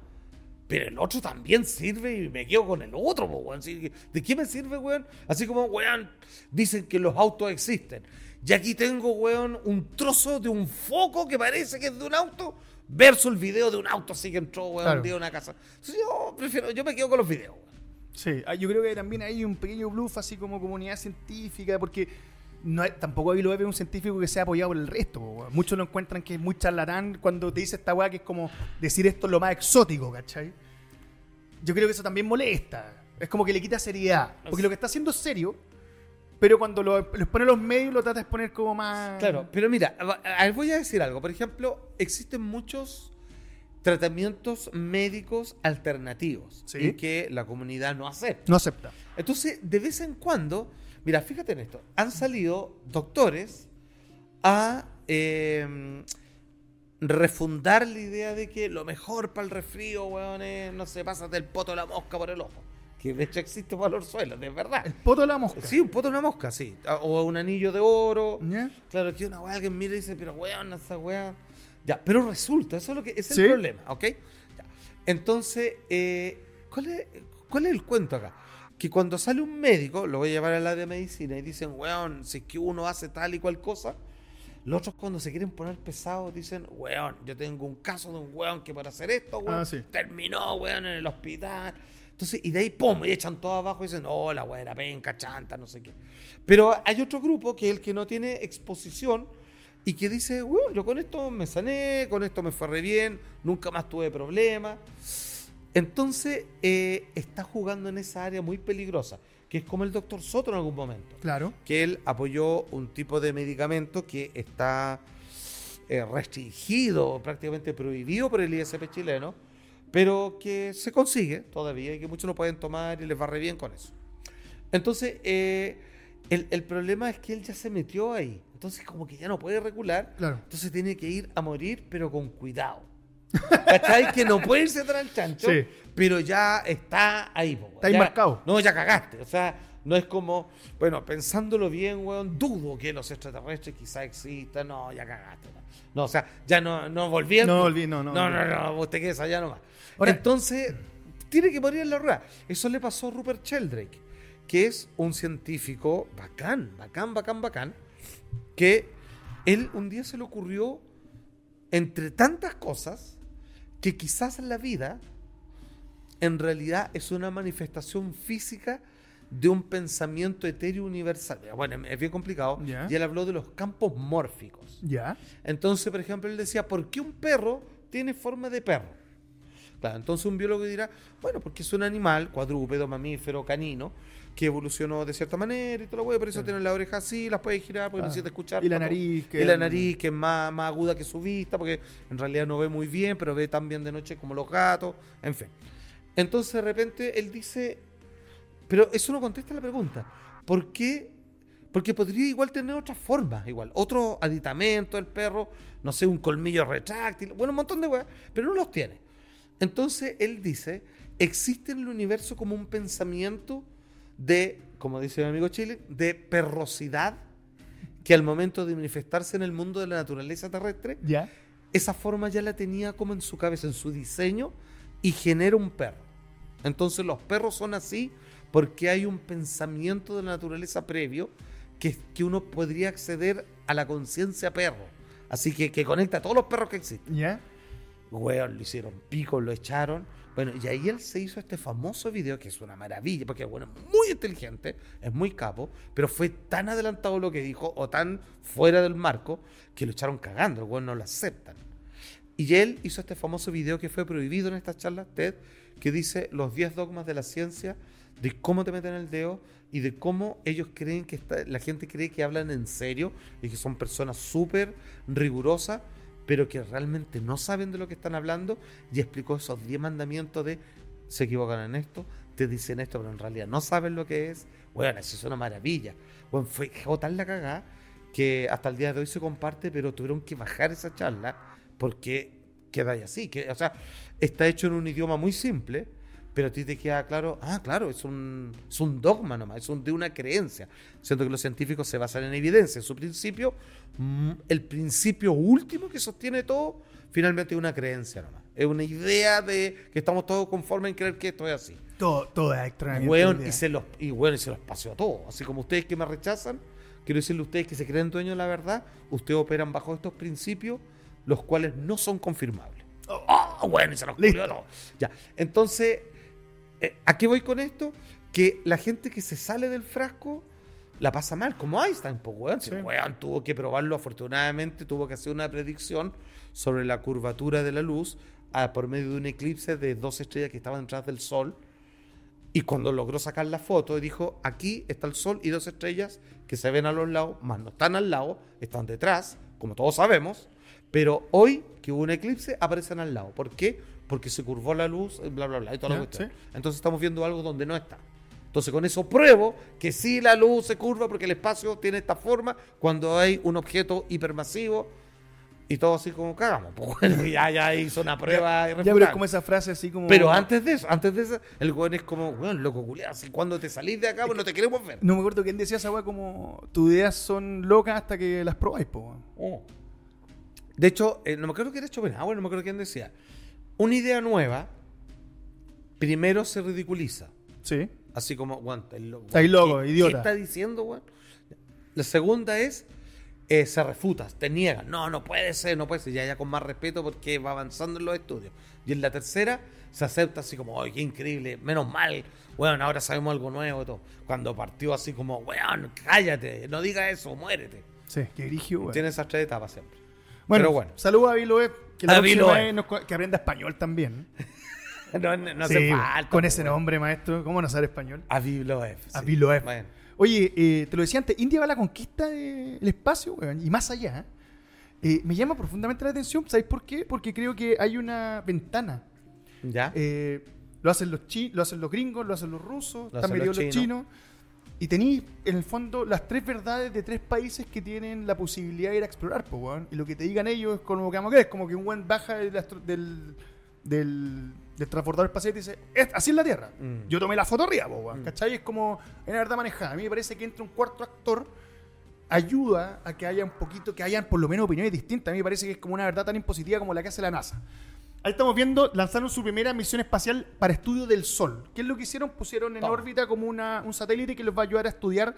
[SPEAKER 3] pero el otro también sirve y me quedo con el otro, po, weón. Así que, ¿De qué me sirve, weón? Así como, weón, dicen que los autos existen. Y aquí tengo, weón, un trozo de un foco que parece que es de un auto versus el video de un auto así que entró, weón,
[SPEAKER 2] Claro.
[SPEAKER 3] de una casa. Entonces yo prefiero, yo me quedo con los videos, weón.
[SPEAKER 2] Sí, ah, yo creo que también hay un pequeño bluff así como comunidad científica, porque no hay- tampoco ahí lo ve un científico que sea apoyado por el resto. po, weón. Muchos lo encuentran que es muy charlatán cuando te dice esta weá que es como decir esto es lo más exótico, ¿cachai? Yo creo que eso también molesta. Es como que le quita seriedad. Porque lo que está haciendo es serio, pero cuando lo, lo expone a los medios lo trata de exponer como más.
[SPEAKER 3] Claro, pero mira, a- a- voy a decir algo. Por ejemplo, existen muchos tratamientos médicos alternativos
[SPEAKER 2] Sí.
[SPEAKER 3] y que la comunidad no acepta.
[SPEAKER 2] No acepta.
[SPEAKER 3] Entonces, de vez en cuando, mira, fíjate en esto, han salido doctores a eh, refundar la idea de que lo mejor para el resfrío, weón, es, no sé, pásate el poto de la mosca por el ojo. Que de hecho existe valor suelo, de verdad.
[SPEAKER 2] El poto de la mosca.
[SPEAKER 3] Sí, un poto de una mosca, sí. O un anillo de oro.
[SPEAKER 2] ¿Ya?
[SPEAKER 3] Claro, que una weá que mira y dice, pero weón, esa weá. Ya, pero resulta, eso es lo que es el
[SPEAKER 2] Sí.
[SPEAKER 3] problema, ¿ok? Ya. Entonces, eh, ¿cuál, es, ¿cuál es el cuento acá? Que cuando sale un médico, lo voy a llevar al área de medicina y dicen, weón, si es que uno hace tal y cual cosa, los otros cuando se quieren poner pesados dicen, weón, yo tengo un caso de un weón que para hacer esto, weón,
[SPEAKER 2] Ah, sí.
[SPEAKER 3] terminó, weón, en el hospital. Entonces, y de ahí, pum, y echan todo abajo y dicen, oh, la weón era penca, chanta, no sé qué. Pero hay otro grupo que es el que no tiene exposición y que dice, weón, yo con esto me sané, con esto me fue re bien, nunca más tuve problemas. Entonces, eh, está jugando en esa área muy peligrosa, que es como el doctor Soto en algún momento
[SPEAKER 2] Claro.
[SPEAKER 3] que él apoyó un tipo de medicamento que está eh, restringido, prácticamente prohibido por el ISP chileno, pero que se consigue todavía y que muchos lo pueden tomar y les va re bien con eso. Entonces, eh, el, el problema es que él ya se metió ahí, entonces como que ya no puede regular,
[SPEAKER 2] Claro.
[SPEAKER 3] entonces tiene que ir a morir, pero con cuidado. ¿Cachai? Que no puede irse tan al chancho,
[SPEAKER 2] [LAUGHS] Sí.
[SPEAKER 3] pero ya está ahí. po,
[SPEAKER 2] Está ahí
[SPEAKER 3] ya-
[SPEAKER 2] marcado.
[SPEAKER 3] no, ya cagaste. O sea, no es como, bueno, pensándolo bien, weón, dudo que los extraterrestres quizá existan. No, ya cagaste. weón. No, o sea, ya no, no volví. a-
[SPEAKER 2] No volví, no, no.
[SPEAKER 3] No, no, no, vos te quedas allá nomás.
[SPEAKER 2] Ahora-
[SPEAKER 3] Entonces, tiene que morir en la rueda. Eso le pasó a Rupert Sheldrake, que es un científico bacán, bacán, bacán, bacán, que él un día se le ocurrió, entre tantas cosas, que quizás la vida en realidad es una manifestación física de un pensamiento etéreo universal. Bueno, es bien complicado.
[SPEAKER 2] Ya.
[SPEAKER 3] Y él habló de los campos mórficos.
[SPEAKER 2] ¿Ya?
[SPEAKER 3] Entonces, por ejemplo, él decía, ¿por qué un perro tiene forma de perro? Claro, entonces un biólogo dirá, bueno, porque es un animal, cuadrúpedo, mamífero, canino, que evolucionó de cierta manera y todo lo hueá, por eso tiene la oreja así, las puede girar, porque
[SPEAKER 2] Ah.
[SPEAKER 3] necesita escuchar.
[SPEAKER 2] Y la
[SPEAKER 3] pa' todo.
[SPEAKER 2] nariz que-
[SPEAKER 3] Y la nariz, que es más, más aguda que su vista, porque en realidad no ve muy bien, pero ve tan bien de noche como los gatos, en fin. Entonces, de repente, él dice, pero eso no contesta la pregunta. ¿Por qué? Porque podría igual tener otras formas, igual. Otro aditamento el perro, no sé, un colmillo retráctil, bueno, un montón de weas, pero no los tiene. Entonces él dice, existe en el universo como un pensamiento de, como dice mi amigo Chile, de perrosidad que al momento de manifestarse en el mundo de la naturaleza terrestre,
[SPEAKER 2] ¿Ya?
[SPEAKER 3] esa forma ya la tenía como en su cabeza, en su diseño, y genera un perro. Entonces los perros son así porque hay un pensamiento de la naturaleza previo que, que uno podría acceder a la conciencia perro. Así que, que conecta a todos los perros que existen.
[SPEAKER 2] ¿Ya?
[SPEAKER 3] Weón, lo hicieron pico, lo echaron. Bueno, y ahí él se hizo este famoso video que es una maravilla, porque bueno, es muy inteligente, es muy capo, pero fue tan adelantado lo que dijo o tan fuera del marco que lo echaron cagando, el weón no lo aceptan. Y él hizo este famoso video que fue prohibido en estas charlas TED, que dice los 10 dogmas de la ciencia, de cómo te meten el dedo y de cómo ellos creen que está- la gente cree que hablan en serio y que son personas súper rigurosas, pero que realmente no saben de lo que están hablando. Y explicó esos 10 mandamientos de se equivocan en esto, te dicen esto, pero en realidad no saben lo que es. Bueno, eso es una maravilla. Bueno, fue quedó tan la cagada que hasta el día de hoy se comparte, pero tuvieron que bajar esa charla porque queda ahí así. Que, o sea, está hecho en un idioma muy simple, pero a ti te queda claro, ah, claro, es un, es un dogma nomás, es un, de una creencia. Siento que los científicos se basan en evidencia, en su principio, mm, el principio último que sostiene todo, finalmente es una creencia nomás. Es una idea de que estamos todos conformes en creer que esto es así.
[SPEAKER 2] Todo, todo es extrañamiento
[SPEAKER 3] Weón,
[SPEAKER 2] de
[SPEAKER 3] y
[SPEAKER 2] idea.
[SPEAKER 3] se los, y weón, y se los paseo a todos. Así como ustedes que me rechazan, quiero decirle a ustedes que se creen dueños de la verdad, ustedes operan bajo estos principios, los cuales no son confirmables. ¡Oh, oh, weón! Y se los culió a todos. Ya. Entonces, eh, ¿a qué voy con esto? Que la gente que se sale del frasco la pasa mal, como Einstein, pues, weón. Si,
[SPEAKER 2] Sí.
[SPEAKER 3] weón, tuvo que probarlo, afortunadamente tuvo que hacer una predicción sobre la curvatura de la luz ah, por medio de un eclipse de dos estrellas que estaban detrás del sol. Y cuando logró sacar la foto, dijo, aquí está el sol y dos estrellas que se ven a los lados, más no están al lado, están detrás, como todos sabemos, pero hoy que hubo un eclipse, aparecen al lado. ¿Por qué? Porque se curvó la luz, eh, bla, bla, bla, y toda la
[SPEAKER 2] Ya,
[SPEAKER 3] cuestión.
[SPEAKER 2] sí.
[SPEAKER 3] Entonces estamos viendo algo donde no está. Entonces con eso pruebo que sí la luz se curva porque el espacio tiene esta forma cuando hay un objeto hipermasivo y todo así como cagamos. [LAUGHS] Pues, ya, ya hizo una
[SPEAKER 2] Ya,
[SPEAKER 3] prueba.
[SPEAKER 2] pero es
[SPEAKER 3] irrefutable.
[SPEAKER 2] como esa frase así como.
[SPEAKER 3] Pero antes de eso, antes de eso, el weón es como, weón, loco culiado, si cuando te salís de acá, pues no te queremos ver.
[SPEAKER 2] No me acuerdo quién decía esa weá como. Tus ideas son locas hasta que las probáis, po, weón.
[SPEAKER 3] Oh. De hecho, eh, no me acuerdo quién era Schopenhauer, no me acuerdo quién decía. Una idea nueva, primero se ridiculiza.
[SPEAKER 2] Sí.
[SPEAKER 3] Así como, weón, estáis loco.
[SPEAKER 2] Estáis
[SPEAKER 3] weón,
[SPEAKER 2] loco,
[SPEAKER 3] ¿qué-
[SPEAKER 2] idiota.
[SPEAKER 3] ¿Qué está diciendo, weón? La segunda es, eh, se refutas, te niegan. No, no puede ser, no puede ser. Ya, ya con más respeto porque va avanzando en los estudios. Y en la tercera, se acepta así como, ¡ay, qué increíble! Menos mal, weón, ahora sabemos algo nuevo y todo. Cuando partió así como, weón, cállate, no digas eso, muérete.
[SPEAKER 2] Sí. Qué brígido, weón.
[SPEAKER 3] Tiene esas tres etapas siempre. [LAUGHS]
[SPEAKER 2] Bueno,
[SPEAKER 3] Pero bueno.
[SPEAKER 2] saludos a Viloet. Que la
[SPEAKER 3] A
[SPEAKER 2] próxima
[SPEAKER 3] Viloet.
[SPEAKER 2] vez nos cu- que aprenda español también.
[SPEAKER 3] No, no- no
[SPEAKER 2] Sí,
[SPEAKER 3] hace falta.
[SPEAKER 2] Con
[SPEAKER 3] po,
[SPEAKER 2] ese
[SPEAKER 3] weón.
[SPEAKER 2] nombre, maestro. ¿Cómo no saber español?
[SPEAKER 3] A Bibloef.
[SPEAKER 2] A
[SPEAKER 3] sí.
[SPEAKER 2] Viloet.
[SPEAKER 3] Bueno.
[SPEAKER 2] Oye, eh, te lo decía antes, India va a la conquista del espacio, weón, y más allá. Eh, me llama profundamente la atención, ¿sabéis por qué? Porque creo que hay una ventana.
[SPEAKER 3] ¿Ya?
[SPEAKER 2] Eh, lo, hacen los chi lo hacen los gringos, lo hacen los rusos,
[SPEAKER 3] Lo
[SPEAKER 2] están
[SPEAKER 3] hacen los
[SPEAKER 2] metidos los chinos.
[SPEAKER 3] chinos.
[SPEAKER 2] Y tenéis, en el fondo, las tres verdades de tres países que tienen la posibilidad de ir a explorar, po, weón. Y lo que te digan ellos es como que vamos a creer, es como que un buen baja del, astro- del, del, del transportador espacial y te dice, "Es- así es la Tierra.
[SPEAKER 3] Mm.
[SPEAKER 2] Yo tomé la foto arriba, po, weón.
[SPEAKER 3] Mm.
[SPEAKER 2] ¿Cachai? Es como, en la verdad manejada. A mí me parece que entra un cuarto actor ayuda a que haya un poquito, que hayan por lo menos opiniones distintas. A mí me parece que es como una verdad tan impositiva como la que hace la NASA. Ahí estamos viendo, lanzaron su primera misión espacial para estudio del Sol. ¿Qué es lo que hicieron? Pusieron en
[SPEAKER 3] Toma.
[SPEAKER 2] órbita como una- un satélite que los va a ayudar a estudiar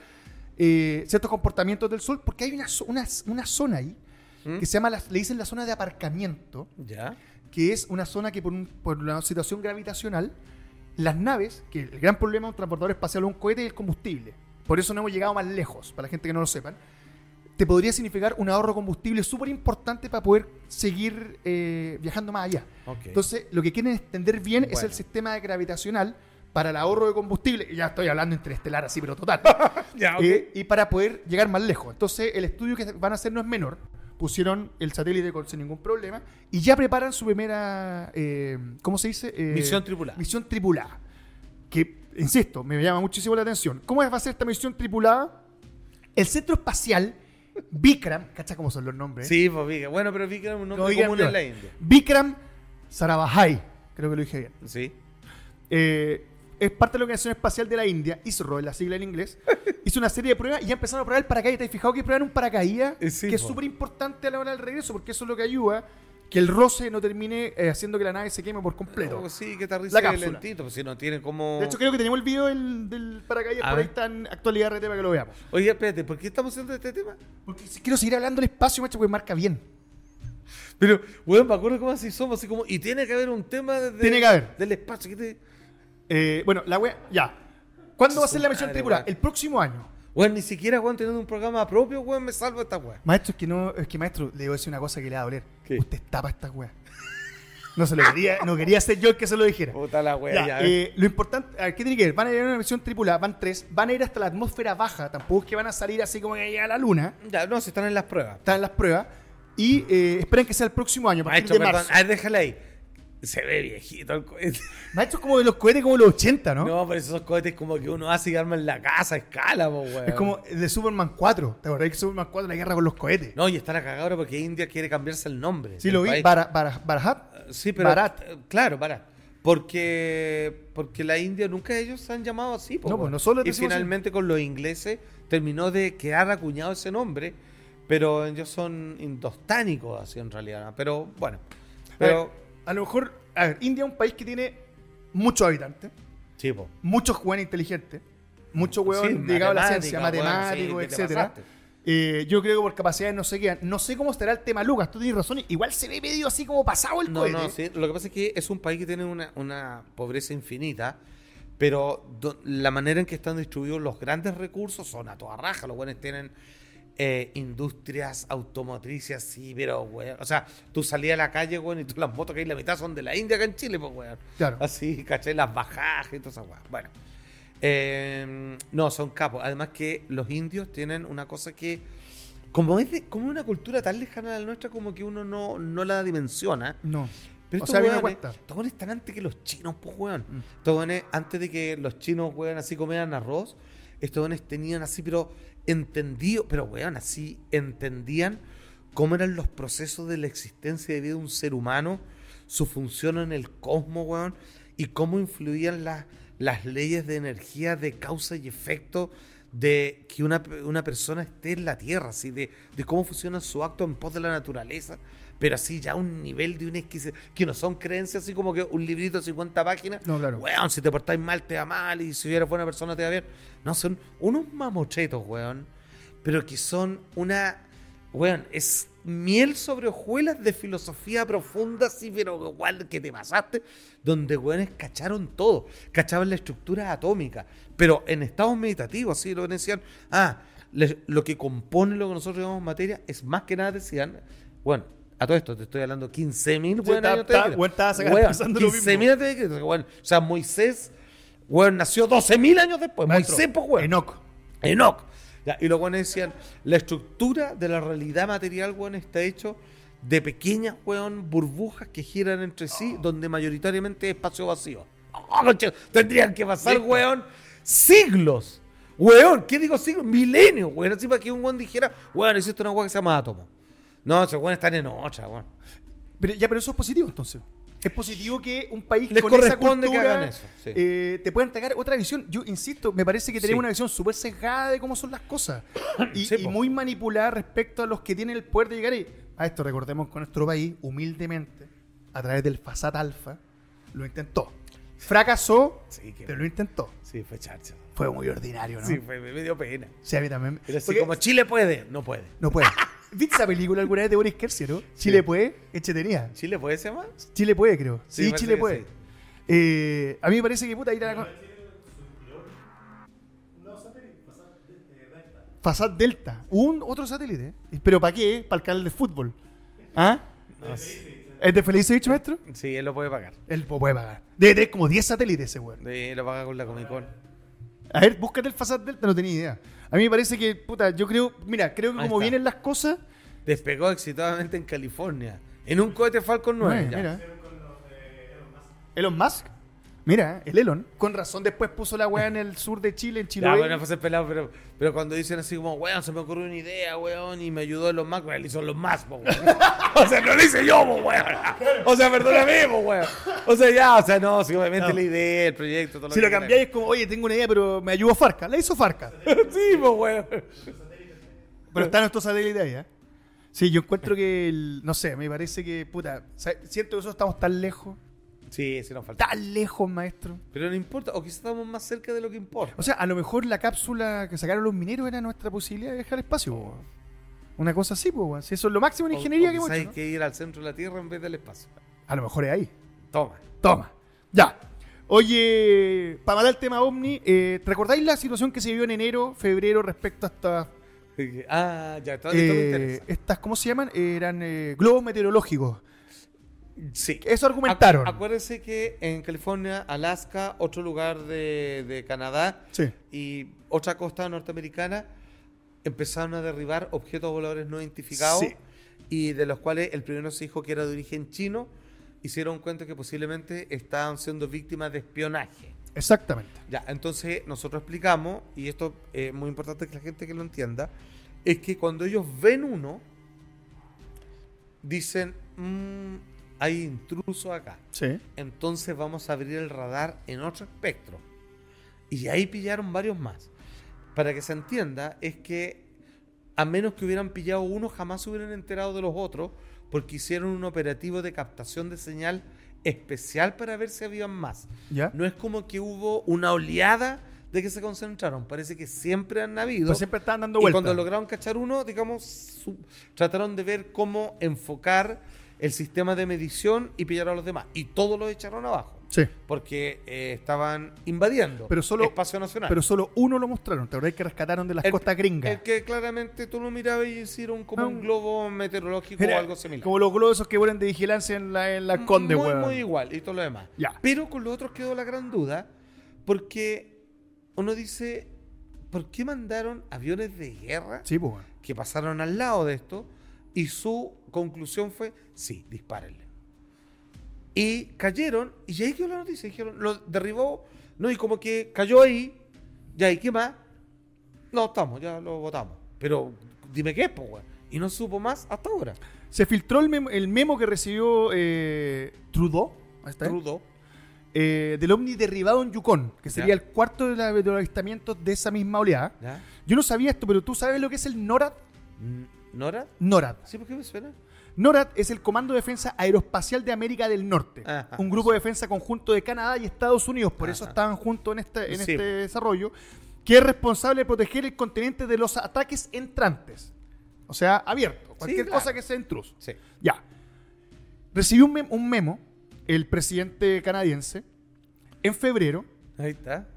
[SPEAKER 2] eh, ciertos comportamientos del Sol, porque hay una, zo- una, una zona ahí
[SPEAKER 3] ¿Mm?
[SPEAKER 2] que se llama, la- le dicen la zona de aparcamiento,
[SPEAKER 3] ¿Ya?
[SPEAKER 2] que es una zona que por, un- por una situación gravitacional, las naves, que el gran problema de un transportador espacial o un cohete es el combustible. Por eso no hemos llegado más lejos, para la gente que no lo sepan. Te podría significar un ahorro de combustible súper importante para poder seguir eh, viajando más allá.
[SPEAKER 3] Ok.
[SPEAKER 2] Entonces, lo que quieren entender bien es
[SPEAKER 3] Bueno.
[SPEAKER 2] el sistema gravitacional para el ahorro de combustible. Y Ya estoy hablando interestelar así, pero
[SPEAKER 3] [LAUGHS]
[SPEAKER 2] total.
[SPEAKER 3] [LAUGHS] Ya, Ah, ok.
[SPEAKER 2] Eh, y para poder llegar más lejos. Entonces, el estudio que van a hacer no es menor. Pusieron el satélite con- sin ningún problema y ya preparan su primera, eh, ¿cómo se dice? Eh,
[SPEAKER 3] Misión tripulada.
[SPEAKER 2] Misión tripulada. Que, insisto, me llama muchísimo la atención. ¿Cómo va a ser esta misión tripulada? El Centro Espacial Vikram, ¿cachai cómo son los nombres?
[SPEAKER 3] Sí, pues Vikram. Bueno, pero Vikram es un
[SPEAKER 2] Como
[SPEAKER 3] nombre
[SPEAKER 2] digan,
[SPEAKER 3] común en la India.
[SPEAKER 2] Vikram Sarabhai, creo que lo dije bien.
[SPEAKER 3] Sí.
[SPEAKER 2] Eh, es parte de la Organización Espacial de la India, ISRO, en la sigla en
[SPEAKER 3] [LAUGHS]
[SPEAKER 2] inglés, hizo una serie de pruebas y ya empezaron a probar el paracaídas. ¿Te has fijado que prueban un paracaídas?
[SPEAKER 3] Eh, sí,
[SPEAKER 2] que es
[SPEAKER 3] po.
[SPEAKER 2] súper importante a la hora del regreso, porque eso es lo que ayuda que el roce no termine eh, haciendo que la nave se queme por completo.
[SPEAKER 3] Oh, sí, que está
[SPEAKER 2] La
[SPEAKER 3] risa
[SPEAKER 2] cápsula.
[SPEAKER 3] lentito, pues si no tiene como...
[SPEAKER 2] De hecho, creo que tenemos el video del, del paracaídas
[SPEAKER 3] A
[SPEAKER 2] por
[SPEAKER 3] ver.
[SPEAKER 2] ahí está en actualidad RT para que lo veamos.
[SPEAKER 3] Oye, espérate, ¿por qué estamos haciendo este tema?
[SPEAKER 2] Porque si quiero seguir hablando del espacio, macho, porque marca bien.
[SPEAKER 3] Pero, weón, me acuerdo cómo así somos, así como... Y tiene que haber un tema desde-
[SPEAKER 2] Tiene que haber.
[SPEAKER 3] del espacio. que te-
[SPEAKER 2] Eh, bueno, la wea, ya. ¿Cuándo va a ser la misión
[SPEAKER 3] Madre,
[SPEAKER 2] tripulada?
[SPEAKER 3] weón.
[SPEAKER 2] El próximo año.
[SPEAKER 3] Weón, ni siquiera, weón, teniendo un programa propio, weón, me salvo esta weá.
[SPEAKER 2] Maestro, es que no, es que maestro, le voy a decir una cosa que le va a doler.
[SPEAKER 3] ¿Qué?
[SPEAKER 2] Usted tapa esta weá. No se lo quería, no quería ser yo el que se lo dijera.
[SPEAKER 3] Puta la weá,
[SPEAKER 2] Ya,
[SPEAKER 3] ya.
[SPEAKER 2] eh, lo importante, a ver, ¿qué tiene que ver? Van a ir a una misión tripulada, van tres, van a ir hasta la atmósfera baja, tampoco es que van a salir así como que a la luna,
[SPEAKER 3] Ya, no, si están en las pruebas.
[SPEAKER 2] están en las pruebas, y eh, esperan que sea el próximo año, a partir
[SPEAKER 3] Maestro,
[SPEAKER 2] de
[SPEAKER 3] perdón,
[SPEAKER 2] marzo.
[SPEAKER 3] a ver, déjale ahí. Se ve viejito el cohete.
[SPEAKER 2] Maestro es como de los cohetes como de los 80, ¿no?
[SPEAKER 3] No, pero esos cohetes como que uno hace y arma en la casa, escala, po, weón.
[SPEAKER 2] Es como el de Superman 4, ¿te acordás que Superman 4 la guerra con los cohetes?
[SPEAKER 3] No, y está la cagada ahora porque India quiere cambiarse el nombre.
[SPEAKER 2] Sí,
[SPEAKER 3] del
[SPEAKER 2] lo vi,
[SPEAKER 3] país. Ah,
[SPEAKER 2] Bara- Bara- Barahat.
[SPEAKER 3] Sí, pero.
[SPEAKER 2] Barat.
[SPEAKER 3] eh, Claro, Barat. Porque, porque la India nunca ellos se han llamado así. po,
[SPEAKER 2] No, pues
[SPEAKER 3] weón.
[SPEAKER 2] nosotros
[SPEAKER 3] Y
[SPEAKER 2] decimos así.
[SPEAKER 3] finalmente con los ingleses terminó de quedar acuñado ese nombre. Pero ellos son indostánicos, así en realidad. ¿no? Pero bueno.
[SPEAKER 2] A,
[SPEAKER 3] Pero.
[SPEAKER 2] ver, a lo mejor, a ver, India es un país que tiene muchos habitantes,
[SPEAKER 3] Sí, po.
[SPEAKER 2] muchos jóvenes inteligentes, muchos
[SPEAKER 3] Sí,
[SPEAKER 2] hueones ligados a la ciencia,
[SPEAKER 3] matemática, weón,
[SPEAKER 2] matemáticos,
[SPEAKER 3] sí, ¿qué te
[SPEAKER 2] etcétera.
[SPEAKER 3] pasaste?
[SPEAKER 2] Eh, yo creo que por capacidades no sé qué, no sé cómo estará el tema Lucas, tú tienes razón, igual se ve medio así como pasado [LAUGHS] el
[SPEAKER 3] No,
[SPEAKER 2] cohete.
[SPEAKER 3] no, sí. Lo que pasa es que es un país que tiene una, una pobreza infinita, pero do- la manera en que están distribuidos los grandes recursos son a toda raja. Los buenos tienen eh, industrias automotrices, sí, pero, weón. O sea, tú salías a la calle, weón, y tú las motos que hay en la mitad son de la India acá en Chile, pues, weón.
[SPEAKER 2] Claro.
[SPEAKER 3] Así, caché, las bajajes y todas esas weas. Bueno. Eh, no, son capos. Además que los indios tienen una cosa que, como es de- como una cultura tan lejana a la nuestra, como que uno no, no la dimensiona.
[SPEAKER 2] No.
[SPEAKER 3] Pero
[SPEAKER 2] O
[SPEAKER 3] estos
[SPEAKER 2] sea, a mí me
[SPEAKER 3] hueones,
[SPEAKER 2] cuesta. Mm.
[SPEAKER 3] estos hueones están antes que los chinos, pues, weón. Estos hueones, antes de que los chinos, weón, así comieran arroz, estos hueones tenían así, pero entendido, pero, weón, así entendían cómo eran los procesos de la existencia de vida de un ser humano, su función en el cosmos, weón, y cómo influían las, las leyes de energía de causa y efecto de que una, una persona esté en la Tierra, así, de, de cómo funciona su acto en pos de la naturaleza, pero así ya a un nivel de una exquisitez, que no son creencias así como que un librito de 50 páginas,
[SPEAKER 2] No, claro.
[SPEAKER 3] weón, si te portáis mal te va mal y si eres buena persona te va bien, no, son unos mamochetos, weón, pero que son una, weón, es miel sobre hojuelas de filosofía profunda, así, pero igual que te pasaste, donde weones cacharon todo, cachaban la estructura atómica, pero en estados meditativos, así, lo decían, ah, le- lo que compone lo que nosotros llamamos materia es más que nada, decían, bueno, a todo esto te estoy hablando 15.000
[SPEAKER 2] Sí,
[SPEAKER 3] weón,
[SPEAKER 2] ta-
[SPEAKER 3] años
[SPEAKER 2] ta-
[SPEAKER 3] de
[SPEAKER 2] weón, estaba sacando- [LAUGHS] pensando lo mismo.
[SPEAKER 3] 15.000 antes de Cristo, weón. o sea, Moisés, weón, nació 12.000 años después,
[SPEAKER 2] Maestro,
[SPEAKER 3] Moisés, pues, weón.
[SPEAKER 2] Enoch.
[SPEAKER 3] Enoch. Ya, y los weones decían, la estructura de la realidad material, weón, está hecho de pequeñas, weón, burbujas que giran entre sí,
[SPEAKER 2] Ah.
[SPEAKER 3] donde mayoritariamente es espacio vacío. Oh, conche- tendrían que pasar, weón, siglos. Weón, ¿qué digo siglos? Milenios, weón. Así para que un weón dijera, weón, existe una weón que se llama átomo. No, esos weones están en otra, weón.
[SPEAKER 2] Pero, ya, pero eso es positivo entonces. Es positivo que un país
[SPEAKER 3] Les
[SPEAKER 2] con
[SPEAKER 3] corresponde
[SPEAKER 2] esa
[SPEAKER 3] que
[SPEAKER 2] cultura
[SPEAKER 3] hagan eso, sí.
[SPEAKER 2] eh, te pueda entregar otra visión. Yo insisto, me parece que tenemos
[SPEAKER 3] Sí.
[SPEAKER 2] una visión súper sesgada de cómo son las cosas. Y,
[SPEAKER 3] Sí,
[SPEAKER 2] y
[SPEAKER 3] po.
[SPEAKER 2] muy manipulada respecto a los que tienen el poder de llegar ahí. A esto recordemos que nuestro país, humildemente, a través del Fasat Alfa, lo intentó. Fracasó,
[SPEAKER 3] Sí, que-
[SPEAKER 2] pero lo intentó.
[SPEAKER 3] Sí, fue charcha.
[SPEAKER 2] Fue muy ordinario, ¿no?
[SPEAKER 3] Sí, fue- me dio pena.
[SPEAKER 2] Sí, a mí también.
[SPEAKER 3] Pero así
[SPEAKER 2] Porque-
[SPEAKER 3] como Chile puede, no puede.
[SPEAKER 2] No puede. ¿Viste esa película alguna vez de Boris Kersia, no? Chile puede, entretenida.
[SPEAKER 3] ¿Chile puede se llama?
[SPEAKER 2] Chile puede, creo.
[SPEAKER 3] Sí,
[SPEAKER 2] Sí,
[SPEAKER 3] parece
[SPEAKER 2] Chile
[SPEAKER 3] que
[SPEAKER 2] puede.
[SPEAKER 3] sí.
[SPEAKER 2] Eh, a mí me parece que puta ir a la. con- Fasat Delta. Un otro satélite. ¿Pero para qué? Para el canal de fútbol. ¿Ah?
[SPEAKER 3] No sé.
[SPEAKER 2] ¿Es de Felicevich, maestro?
[SPEAKER 3] Sí, él lo puede pagar.
[SPEAKER 2] Él po- puede pagar. Debe tener como 10 satélites ese weón.
[SPEAKER 3] Sí, lo paga con la Comic Con.
[SPEAKER 2] A ver, búscate el Fasat Delta, no tenía idea. A mí me parece que, puta, yo creo. Mira, creo que
[SPEAKER 3] Ahí
[SPEAKER 2] como
[SPEAKER 3] está.
[SPEAKER 2] vienen las cosas.
[SPEAKER 3] Despegó exitosamente en California. En un cohete Falcon 9.
[SPEAKER 2] Bueno,
[SPEAKER 3] ya.
[SPEAKER 2] mira. Elon Musk. Mira, el Elon. Con razón después puso la weá en el sur de Chile, en Chile.
[SPEAKER 3] Ya, bueno, fue ser pelado, pero, pero cuando dicen así como, weón, se me ocurrió una idea, weón, y me ayudó los más, weón, le hizo los más, po, weón. [LAUGHS] O sea, no lo hice yo, po, weón. O sea, perdóname, po, weón. O sea, ya, o sea, no, sí, obviamente la idea, el proyecto, todo
[SPEAKER 2] Si
[SPEAKER 3] que
[SPEAKER 2] lo
[SPEAKER 3] quieran.
[SPEAKER 2] cambiáis es como, oye, tengo una idea, pero me ayudó Farca. La hizo Farca.
[SPEAKER 3] [LAUGHS] sí, po, weón.
[SPEAKER 2] Pero está nuestro satélite ahí, ¿eh? Sí, yo encuentro que, el- no sé, me parece que, puta, o sea, siento que nosotros estamos tan lejos,
[SPEAKER 3] Sí, sí nos falta.
[SPEAKER 2] tan lejos, maestro.
[SPEAKER 3] Pero no importa, o quizás estamos más cerca de lo que importa.
[SPEAKER 2] O sea, a lo mejor la cápsula que sacaron los mineros era nuestra posibilidad de viajar al espacio, po, weón. Una cosa así, pues, Si eso es lo máximo en ingeniería
[SPEAKER 3] O- o
[SPEAKER 2] que hemos
[SPEAKER 3] quizás
[SPEAKER 2] hecho,
[SPEAKER 3] hay que ir al centro de la Tierra en vez del espacio.
[SPEAKER 2] ¿no? A lo mejor es ahí.
[SPEAKER 3] Toma.
[SPEAKER 2] Toma. Ya. Oye, para matar el tema Omni, eh, ¿te ¿recordáis la situación que se vio en enero, febrero respecto a estas,
[SPEAKER 3] Ah, ya, esto, esto me
[SPEAKER 2] eh,
[SPEAKER 3] interesa.
[SPEAKER 2] estas ¿cómo se llaman? Eran eh, globos meteorológicos.
[SPEAKER 3] Sí.
[SPEAKER 2] Eso argumentaron.
[SPEAKER 3] Acu- acuérdense que en California, Alaska, otro lugar de, de Canadá
[SPEAKER 2] Sí.
[SPEAKER 3] y otra costa norteamericana empezaron a derribar objetos voladores no identificados
[SPEAKER 2] Sí.
[SPEAKER 3] y de los cuales el primero se dijo que era de origen chino. Hicieron cuenta que posiblemente estaban siendo víctimas de espionaje.
[SPEAKER 2] Exactamente.
[SPEAKER 3] Ya, entonces nosotros explicamos, y esto es muy importante que la gente que lo entienda, es que cuando ellos ven uno, dicen, "Mm, hay intruso acá.
[SPEAKER 2] Sí.
[SPEAKER 3] Entonces vamos a abrir el radar en otro espectro. Y ahí pillaron varios más. Para que se entienda, es que a menos que hubieran pillado uno, jamás se hubieran enterado de los otros, porque hicieron un operativo de captación de señal especial para ver si habían más.
[SPEAKER 2] ¿Ya?
[SPEAKER 3] No es como que hubo una oleada de que se concentraron. Parece que siempre han habido.
[SPEAKER 2] Pues siempre estaban dando
[SPEAKER 3] y
[SPEAKER 2] vueltas.
[SPEAKER 3] cuando lograron cachar uno, digamos, su- trataron de ver cómo enfocar el sistema de medición y pillar a los demás. Y todos los echaron abajo.
[SPEAKER 2] Sí.
[SPEAKER 3] Porque eh, estaban invadiendo
[SPEAKER 2] Pero solo-
[SPEAKER 3] espacio nacional.
[SPEAKER 2] Pero solo uno lo mostraron. Te acordás que rescataron de las
[SPEAKER 3] El-
[SPEAKER 2] costas gringas.
[SPEAKER 3] El que claramente tú lo mirabas y hicieron como
[SPEAKER 2] Ah,
[SPEAKER 3] un
[SPEAKER 2] un-
[SPEAKER 3] globo meteorológico
[SPEAKER 2] Era
[SPEAKER 3] o algo similar.
[SPEAKER 2] Como los globos esos que vuelan de vigilancia en la, en la Conde,
[SPEAKER 3] muy,
[SPEAKER 2] weón.
[SPEAKER 3] muy igual y todo lo demás.
[SPEAKER 2] Ya.
[SPEAKER 3] Pero con los otros quedó la gran duda, porque uno dice, ¿por qué mandaron aviones de guerra
[SPEAKER 2] Sí, pues, weón.
[SPEAKER 3] que pasaron al lado de esto? Y su conclusión fue, sí, dispárenle. Y cayeron, y ahí quedó la noticia, dijeron, lo derribó, no, y como que cayó ahí, ya, ¿y qué más? No, estamos, ya lo votamos. Pero dime qué, pues, weón. Y no supo más hasta ahora.
[SPEAKER 2] Se filtró el memo, el memo que recibió eh, Trudeau, ahí está,
[SPEAKER 3] Trudeau.
[SPEAKER 2] eh, del ovni derribado en Yukon, que sería
[SPEAKER 3] Ya.
[SPEAKER 2] el cuarto de, la- de los avistamientos de esa misma oleada.
[SPEAKER 3] ¿Ya?
[SPEAKER 2] Yo no sabía esto, pero ¿tú sabes lo que es el NORAD?
[SPEAKER 3] Mm, ¿Nora?
[SPEAKER 2] NORAD.
[SPEAKER 3] Sí, porque me suena.
[SPEAKER 2] NORAD es el Comando de Defensa Aeroespacial de América del Norte,
[SPEAKER 3] Ajá.
[SPEAKER 2] un grupo de defensa conjunto de Canadá y Estados Unidos, por eso
[SPEAKER 3] Ajá.
[SPEAKER 2] estaban juntos en este, en
[SPEAKER 3] Sí.
[SPEAKER 2] este desarrollo, que es responsable de proteger el continente de los ataques entrantes, o sea, abierto, cualquier
[SPEAKER 3] claro.
[SPEAKER 2] cosa que sea intruso.
[SPEAKER 3] Sí.
[SPEAKER 2] Ya. Recibió un, mem- un memo, el presidente canadiense, en febrero,
[SPEAKER 3] Ahí está.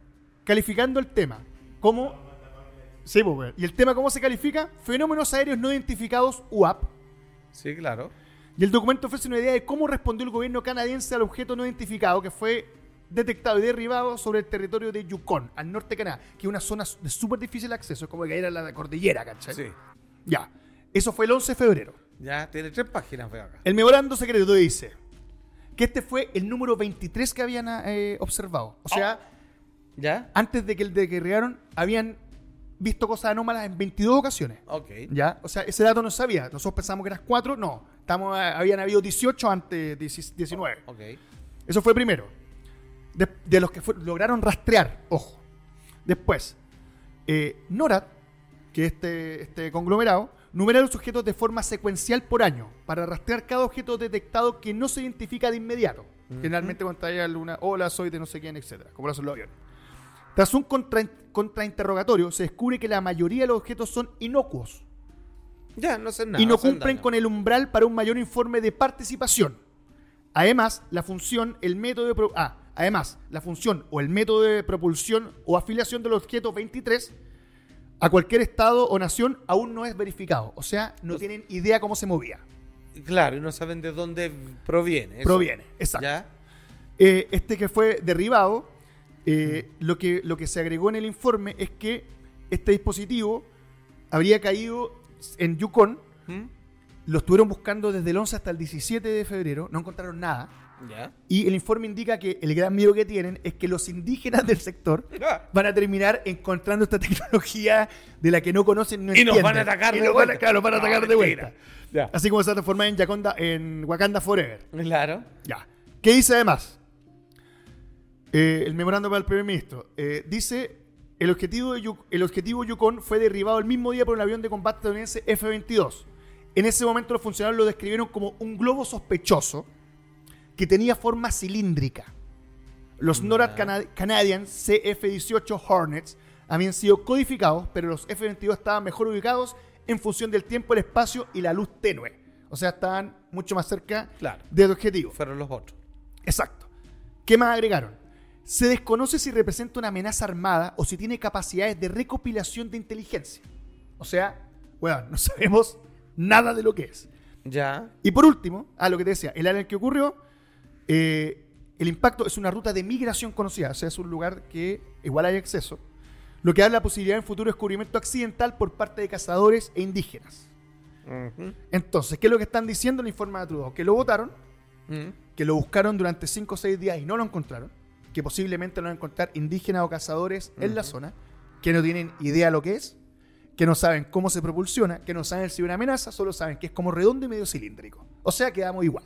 [SPEAKER 2] calificando el tema como... Sí, pues, weón. ¿Y el tema cómo se califica? Fenómenos aéreos no identificados, UAP.
[SPEAKER 3] Sí, claro.
[SPEAKER 2] Y el documento ofrece una idea de cómo respondió el gobierno canadiense al objeto no identificado que fue detectado y derribado sobre el territorio de Yukon, al norte de Canadá, que es una zona de súper difícil acceso, es como que era la cordillera, ¿cachai?
[SPEAKER 3] Sí.
[SPEAKER 2] Ya. Eso fue el 11 de febrero.
[SPEAKER 3] Ya tiene tres páginas, veo acá.
[SPEAKER 2] El memorando secreto dice que este fue el número 23 que habían eh, observado. O sea,
[SPEAKER 3] ¿Ya?
[SPEAKER 2] antes de que el de que regaron, habían visto cosas anómalas en 22 ocasiones.
[SPEAKER 3] Ok.
[SPEAKER 2] ¿Ya? O sea, ese dato no sabía. Nosotros pensamos que eran 4, no. Estamos, eh, habían habido 18 antes 10 19.
[SPEAKER 3] Ok.
[SPEAKER 2] Eso fue primero. De, de los que fue- lograron rastrear, ojo. Después, eh, NORAD, que es este, este conglomerado, numera los sujetos de forma secuencial por año para rastrear cada objeto detectado que no se identifica de inmediato. Generalmente cuando hay alguna, hola, soy de no sé quién, etcétera, como lo hacen los aviones. Tras un contra- contrainterrogatorio, se descubre que la mayoría de los objetos son inocuos
[SPEAKER 3] Ya, no hacen nada.
[SPEAKER 2] y no
[SPEAKER 3] hacen
[SPEAKER 2] cumplen
[SPEAKER 3] daño.
[SPEAKER 2] con el umbral para un mayor informe de participación. Además, la función, el método de pro- ah, además, la función o el método de propulsión o afiliación del objeto 23 a cualquier estado o nación aún no es verificado, o sea, no tienen idea cómo se movía.
[SPEAKER 3] Claro, y no saben de dónde proviene. eso.
[SPEAKER 2] Proviene, exacto.
[SPEAKER 3] ¿Ya?
[SPEAKER 2] Eh, este que fue derribado, eh, lo, que, lo que se agregó en el informe es que este dispositivo habría caído en Yukon.
[SPEAKER 3] ¿Mm?
[SPEAKER 2] Lo estuvieron buscando desde el 11 hasta el 17 de febrero, no encontraron nada.
[SPEAKER 3] ¿Ya?
[SPEAKER 2] Y el informe indica que el gran miedo que tienen es que los indígenas del sector
[SPEAKER 3] Ah.
[SPEAKER 2] van a terminar encontrando esta [LAUGHS] tecnología de la que no conocen no
[SPEAKER 3] Y nos
[SPEAKER 2] entienden.
[SPEAKER 3] van a atacar
[SPEAKER 2] Y
[SPEAKER 3] de
[SPEAKER 2] nos van a-
[SPEAKER 3] vuelta.
[SPEAKER 2] claro, van a
[SPEAKER 3] No,
[SPEAKER 2] atacar de
[SPEAKER 3] mentira.
[SPEAKER 2] vuelta.
[SPEAKER 3] Ya.
[SPEAKER 2] Así como se va a transformar en, Yaconda- en Wakanda Forever.
[SPEAKER 3] Claro.
[SPEAKER 2] Ya. ¿Qué dice además? Eh, el memorando para el primer ministro. Eh, dice, el objetivo, de Yuk- el objetivo Yukon fue derribado el mismo día por un avión de combate estadounidense F-22. En ese momento los funcionarios lo describieron como un globo sospechoso que tenía forma cilíndrica. Los NORAD Cana- Canadian CF-18 Hornets habían sido codificados, pero los F-22 estaban mejor ubicados en función del tiempo, el espacio y la luz tenue. O sea, estaban mucho más cerca
[SPEAKER 3] Claro.
[SPEAKER 2] del objetivo.
[SPEAKER 3] Fueron los otros.
[SPEAKER 2] Exacto. ¿Qué más agregaron? se desconoce si representa una amenaza armada o si tiene capacidades de recopilación de inteligencia. O sea, weón, no sabemos nada de lo que es.
[SPEAKER 3] Ya.
[SPEAKER 2] Y por último, a lo que te decía, el área en el que ocurrió, eh, el impacto es una ruta de migración conocida, o sea, es un lugar que igual hay acceso, lo que da la posibilidad de un futuro descubrimiento accidental por parte de cazadores e indígenas.
[SPEAKER 3] Ujú.
[SPEAKER 2] Entonces, ¿qué es lo que están diciendo en el informe de Trudeau? Que lo votaron,
[SPEAKER 3] Mm.
[SPEAKER 2] que lo buscaron durante 5 o 6 días y no lo encontraron, que posiblemente lo van a encontrar indígenas o cazadores en la zona, que no tienen idea lo que es, que no saben cómo se propulsiona, que no saben si es una amenaza, solo saben que es como redondo y medio cilíndrico. O sea, quedamos igual.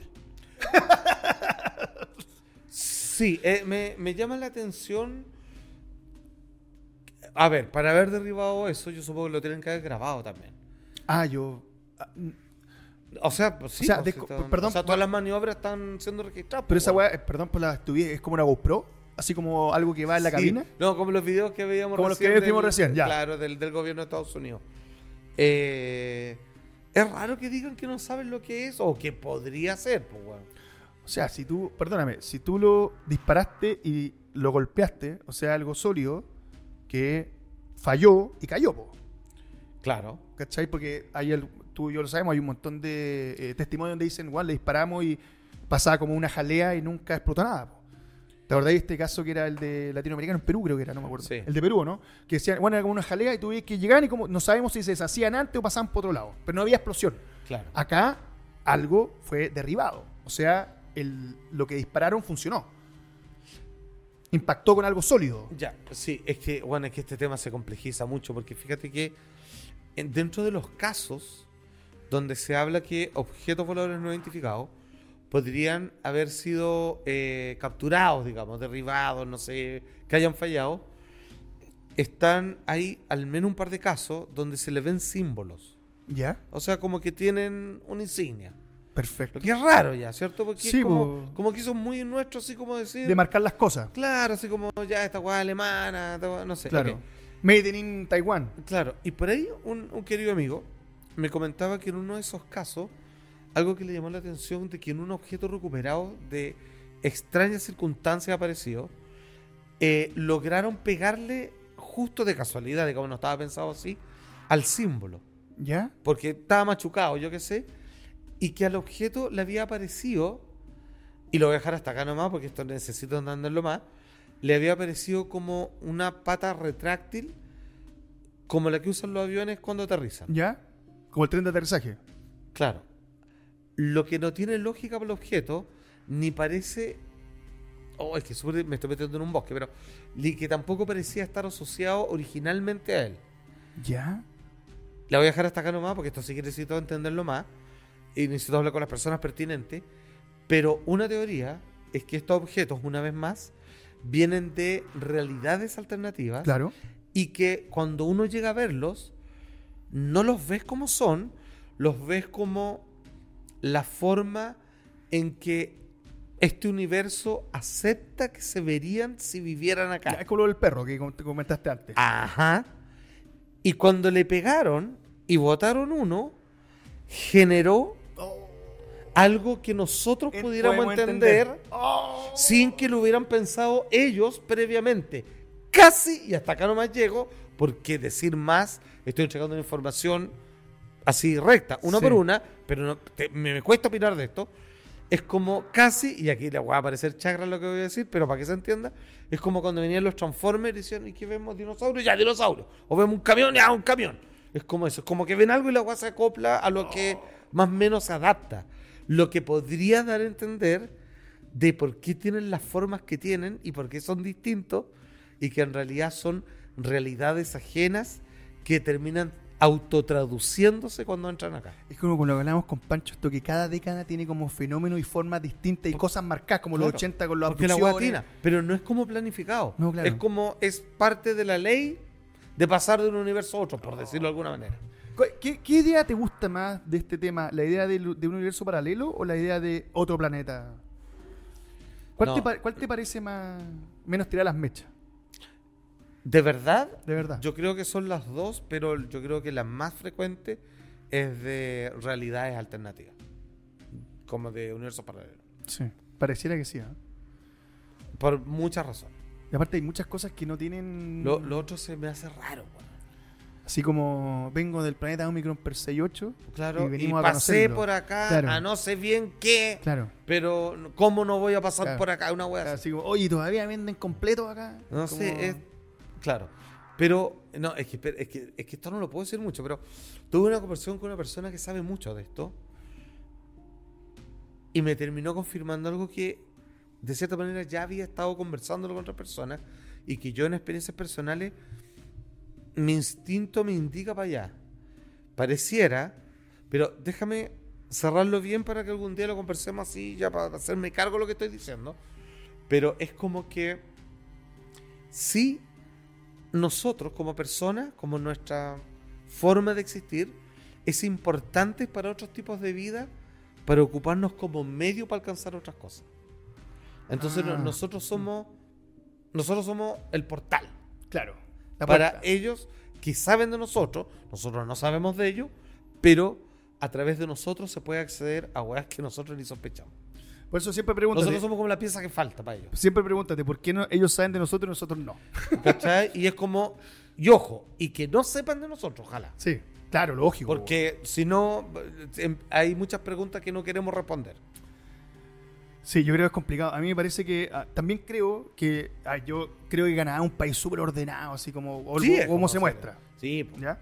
[SPEAKER 3] Sí, eh, me, me llama la atención. A ver, para haber derribado eso, yo supongo que lo tienen que haber grabado también.
[SPEAKER 2] Ah, yo.
[SPEAKER 3] O sea, pues sí,
[SPEAKER 2] O sea,
[SPEAKER 3] pues,
[SPEAKER 2] de-
[SPEAKER 3] sí, están-
[SPEAKER 2] perdón,
[SPEAKER 3] o sea,
[SPEAKER 2] por-
[SPEAKER 3] todas las maniobras están siendo registradas.
[SPEAKER 2] Pero
[SPEAKER 3] pues,
[SPEAKER 2] esa
[SPEAKER 3] weón.
[SPEAKER 2] weá, eh, perdón por la estupidez, es como una GoPro, así como algo que va en la
[SPEAKER 3] Sí.
[SPEAKER 2] cabina.
[SPEAKER 3] No, como los videos que veíamos
[SPEAKER 2] Como los que vimos recién, ya.
[SPEAKER 3] Claro, del, del gobierno de Estados Unidos. Eh, es raro que digan que no saben lo que es o que podría ser, pues, weón.
[SPEAKER 2] O sea, si tú, perdóname, si tú lo disparaste y lo golpeaste, o sea, algo sólido, que falló y cayó, po,
[SPEAKER 3] Claro.
[SPEAKER 2] ¿cachai? Porque hay el, tú y yo lo sabemos, hay un montón de eh, testimonios donde dicen, guau, le disparamos y pasaba como una jalea y nunca explotó nada, po. ¿Te acordás de este caso que era el de latinoamericano en Perú, creo que era, no me acuerdo?
[SPEAKER 3] Sí.
[SPEAKER 2] El de Perú, ¿no? Que decían, bueno, era como una jalea y tuve que llegar y como no sabemos si se deshacían antes o pasaban por otro lado, pero no había explosión.
[SPEAKER 3] Claro.
[SPEAKER 2] Acá algo fue derribado. O sea, el- lo que dispararon funcionó. Impactó con algo sólido.
[SPEAKER 3] Ya, sí, es que, bueno, es que este tema se complejiza mucho porque fíjate que en- dentro de los casos donde se habla que objetos voladores no identificados podrían haber sido eh, capturados, digamos, derribados, no sé, que hayan fallado, están ahí al menos un par de casos donde se le ven símbolos.
[SPEAKER 2] ¿Ya?
[SPEAKER 3] O sea, como que tienen una insignia.
[SPEAKER 2] Perfecto.
[SPEAKER 3] Lo que es raro ya, ¿cierto? Porque es
[SPEAKER 2] Sí,
[SPEAKER 3] como,
[SPEAKER 2] po.
[SPEAKER 3] como que eso es muy nuestro, así como decir...
[SPEAKER 2] De marcar las cosas.
[SPEAKER 3] Claro, así como ya esta weá alemana, esta weá- no sé.
[SPEAKER 2] Claro.
[SPEAKER 3] ok.
[SPEAKER 2] Made in Taiwan.
[SPEAKER 3] Claro, y por ahí un, un querido amigo me comentaba que en uno de esos casos, algo que le llamó la atención de que en un objeto recuperado de extrañas circunstancias aparecido, eh, lograron pegarle justo de casualidad, de como no estaba pensado así, al símbolo,
[SPEAKER 2] ¿Ya?
[SPEAKER 3] porque estaba machucado, yo qué sé, y que al objeto le había aparecido, y lo voy a dejar hasta acá nomás porque esto necesito andarlo más, le había aparecido como una pata retráctil, como la que usan los aviones cuando aterrizan.
[SPEAKER 2] ¿Ya? Como el tren de aterrizaje.
[SPEAKER 3] Claro. Lo que no tiene lógica para el objeto, ni parece. Oh, es que súper- me estoy metiendo en un bosque, pero. Ni que tampoco parecía estar asociado originalmente a él.
[SPEAKER 2] ¿Ya?
[SPEAKER 3] La voy a dejar hasta acá nomás, porque esto sí que necesito entenderlo más. Y necesito hablar con las personas pertinentes. Pero una teoría es que estos objetos, una vez más, vienen de realidades alternativas.
[SPEAKER 2] Claro.
[SPEAKER 3] Y que cuando uno llega a verlos, no los ves como son, los ves como la forma en que este universo acepta que se verían si vivieran acá.
[SPEAKER 2] Ya, es como lo del perro que com- te comentaste antes.
[SPEAKER 3] Ajá. Y cuando le pegaron y votaron uno, generó algo que nosotros
[SPEAKER 2] Eh,
[SPEAKER 3] pudiéramos
[SPEAKER 2] podemos
[SPEAKER 3] entender,
[SPEAKER 2] entender.
[SPEAKER 3] sin que lo hubieran pensado ellos previamente. Casi, y hasta acá nomás llego, porque decir más, estoy entregando una información así recta, una
[SPEAKER 2] Sí.
[SPEAKER 3] por una, pero no- te- me, me cuesta opinar de esto. Es como casi, y aquí le va a parecer chacra lo que voy a decir, pero para que se entienda, es como cuando venían los Transformers y decían, ¿y qué vemos? Dinosaurios, ya, dinosaurios. O vemos un camión, ya, un camión. Es como eso, es como que ven algo y la agua se acopla a lo que más o menos se adapta. Lo que podría dar a entender de por qué tienen las formas que tienen y por qué son distintos y que en realidad son realidades ajenas que terminan autotraduciéndose cuando entran acá.
[SPEAKER 2] Es como cuando hablamos con Pancho, esto que cada década tiene como fenómenos y formas distintas y cosas marcadas, como los
[SPEAKER 3] Claro.
[SPEAKER 2] 80 con los
[SPEAKER 3] Porque la guatina, pero no es como planificado.
[SPEAKER 2] No, claro.
[SPEAKER 3] Es como es parte de la ley de pasar de un universo a otro, por decirlo de alguna manera.
[SPEAKER 2] ¿Qué, qué idea te gusta más de este tema? ¿La idea del- de, un universo paralelo o la idea de otro planeta? ¿Cuál,
[SPEAKER 3] No.
[SPEAKER 2] te, pa- cuál te parece más menos tirar las mechas?
[SPEAKER 3] De verdad,
[SPEAKER 2] De verdad.
[SPEAKER 3] yo creo que son las dos, pero yo creo que la más frecuente es de realidades alternativas, como de universos paralelos,
[SPEAKER 2] sí. Pareciera que sí. ¿eh?
[SPEAKER 3] por muchas razones.
[SPEAKER 2] Y aparte hay muchas cosas que no tienen...
[SPEAKER 3] Lo, lo otro se me hace raro, weón.
[SPEAKER 2] Así como vengo del planeta Omicron per 68.
[SPEAKER 3] Claro, y,
[SPEAKER 2] venimos a
[SPEAKER 3] pasé
[SPEAKER 2] conocerlo.
[SPEAKER 3] por acá
[SPEAKER 2] Claro.
[SPEAKER 3] a no sé bien qué,
[SPEAKER 2] Claro.
[SPEAKER 3] pero no- ¿cómo no voy a pasar
[SPEAKER 2] Claro.
[SPEAKER 3] por acá? Una wea así.
[SPEAKER 2] Así como, oye, ¿todavía venden completo acá? Como-
[SPEAKER 3] No sé, es. Claro. Pero, no, es que, es, que, es que esto no lo puedo decir mucho, pero tuve una conversación con una persona que sabe mucho de esto y me terminó confirmando algo que, de cierta manera, ya había estado conversándolo con otras personas y que yo en experiencias personales, mi instinto me indica para allá. Pareciera, pero déjame cerrarlo bien para que algún día lo conversemos así, ya para hacerme cargo de lo que estoy diciendo. Pero es como que si nosotros como personas, como nuestra forma de existir, es importante para otros tipos de vida, para ocuparnos como medio para alcanzar otras cosas. Entonces no-
[SPEAKER 2] Ah.
[SPEAKER 3] nosotros somos, nosotros somos el portal
[SPEAKER 2] Claro. La
[SPEAKER 3] para
[SPEAKER 2] puerta.
[SPEAKER 3] ellos que saben de nosotros, nosotros no sabemos de ellos, pero a través de nosotros se puede acceder a weas que nosotros ni sospechamos.
[SPEAKER 2] Por eso siempre pregúntate.
[SPEAKER 3] Nosotros somos como la pieza que falta para ellos.
[SPEAKER 2] Siempre pregúntate, ¿por qué no- ellos saben de nosotros y nosotros no?
[SPEAKER 3] ¿Cachai? Y es como, y ojo, y que no sepan de nosotros, ojalá.
[SPEAKER 2] Sí, claro, lógico.
[SPEAKER 3] Porque si no, em, hay muchas preguntas que no queremos responder.
[SPEAKER 2] Sí, yo creo que es complicado. A mí me parece que ah, también creo que ah, yo creo que Canadá es un país súper ordenado, así como o-
[SPEAKER 3] Sí,
[SPEAKER 2] o-
[SPEAKER 3] es
[SPEAKER 2] como se
[SPEAKER 3] como
[SPEAKER 2] muestra.
[SPEAKER 3] Sí, po.
[SPEAKER 2] ¿ya?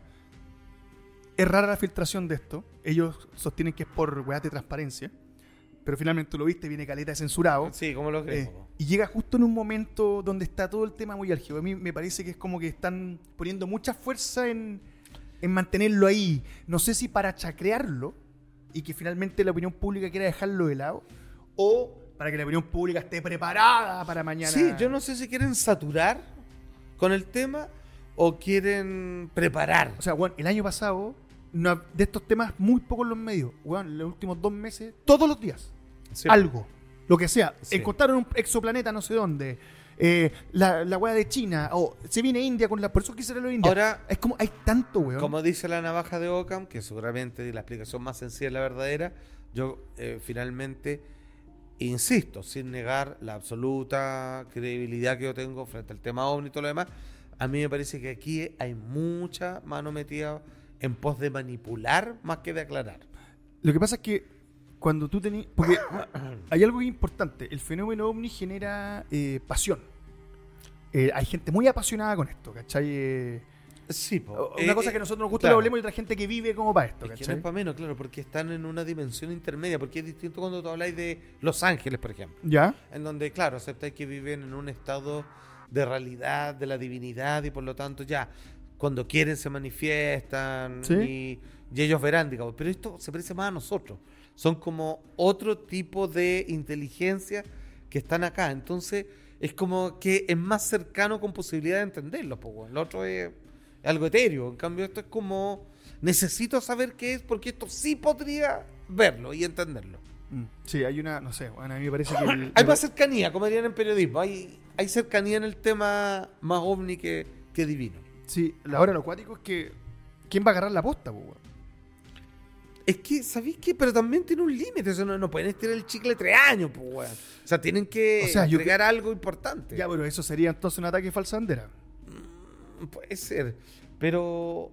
[SPEAKER 2] Es rara la filtración de esto. Ellos sostienen que es por weas de transparencia. Pero finalmente tú lo viste, viene caleta de censurado.
[SPEAKER 3] sí, como lo
[SPEAKER 2] Eh,
[SPEAKER 3] creemos. po.
[SPEAKER 2] y llega justo en un momento donde está todo el tema muy álgido. A mí me parece que es como que están poniendo mucha fuerza en, en mantenerlo ahí. No sé si para chacrearlo y que finalmente la opinión pública quiera dejarlo de lado o para que la opinión pública esté preparada para mañana.
[SPEAKER 3] Sí, yo no sé si quieren saturar con el tema o quieren preparar.
[SPEAKER 2] O sea, bueno, el año pasado, no hab- de estos temas, muy pocos en los medios. Bueno, los últimos dos meses, todos los días.
[SPEAKER 3] Sí.
[SPEAKER 2] algo, lo que sea.
[SPEAKER 3] Sí.
[SPEAKER 2] Encontraron un exoplaneta no sé dónde. eh, la, la weá de China, o se viene India con la. Por eso quisiera lo de India.
[SPEAKER 3] Ahora-
[SPEAKER 2] es como, hay tanto, weón.
[SPEAKER 3] Como dice la navaja de Ockham, que seguramente la explicación más sencilla es la verdadera, yo eh, finalmente insisto, sin negar la absoluta credibilidad que yo tengo frente al tema OVNI y todo lo demás, a mí me parece que aquí hay mucha mano metida en pos de manipular más que de aclarar.
[SPEAKER 2] Lo que pasa es que cuando tú tenés. Porque hay algo que es importante. El fenómeno ovni genera eh, pasión. Eh, hay gente muy apasionada con esto, ¿cachai? Eh,
[SPEAKER 3] Sí, po.
[SPEAKER 2] una
[SPEAKER 3] Eh,
[SPEAKER 2] cosa que a
[SPEAKER 3] eh,
[SPEAKER 2] nosotros nos gusta
[SPEAKER 3] claro.
[SPEAKER 2] lo hablemos y otra gente que vive como para esto,
[SPEAKER 3] Es que no
[SPEAKER 2] ¿cachai?
[SPEAKER 3] es para menos, claro, porque están en una dimensión intermedia, porque es distinto cuando tú habláis de Los Ángeles, por ejemplo.
[SPEAKER 2] ¿Ya?
[SPEAKER 3] en donde, claro, aceptáis que viven en un estado de realidad, de la divinidad, y por lo tanto ya, cuando quieren se manifiestan
[SPEAKER 2] Sí.
[SPEAKER 3] y, y ellos verán, digamos. Pero esto se parece más a nosotros. Son como otro tipo de inteligencia que están acá. Entonces, es como que es más cercano con posibilidad de entenderlo. po, weón. Lo otro es algo etéreo. En cambio, esto es como, necesito saber qué es porque esto sí podría verlo y entenderlo.
[SPEAKER 2] Mm, Sí, hay una. No sé, bueno, a mí me
[SPEAKER 3] [COUGHS]
[SPEAKER 2] parece que. el-
[SPEAKER 3] Hay más cercanía, como dirían en periodismo. Hay, hay cercanía en el tema más ovni que, que divino.
[SPEAKER 2] Sí, la hora lo acuático es que. ¿Quién va a agarrar la posta, po, weón?
[SPEAKER 3] Es que, ¿sabéis qué? Pero también tiene un límite. O sea, no, no pueden estirar el chicle tres años, pues, weón. O sea, tienen que
[SPEAKER 2] O sea, yo
[SPEAKER 3] entregar algo importante.
[SPEAKER 2] Ya, pero eso sería entonces un ataque falsa bandera.
[SPEAKER 3] Puede ser. Pero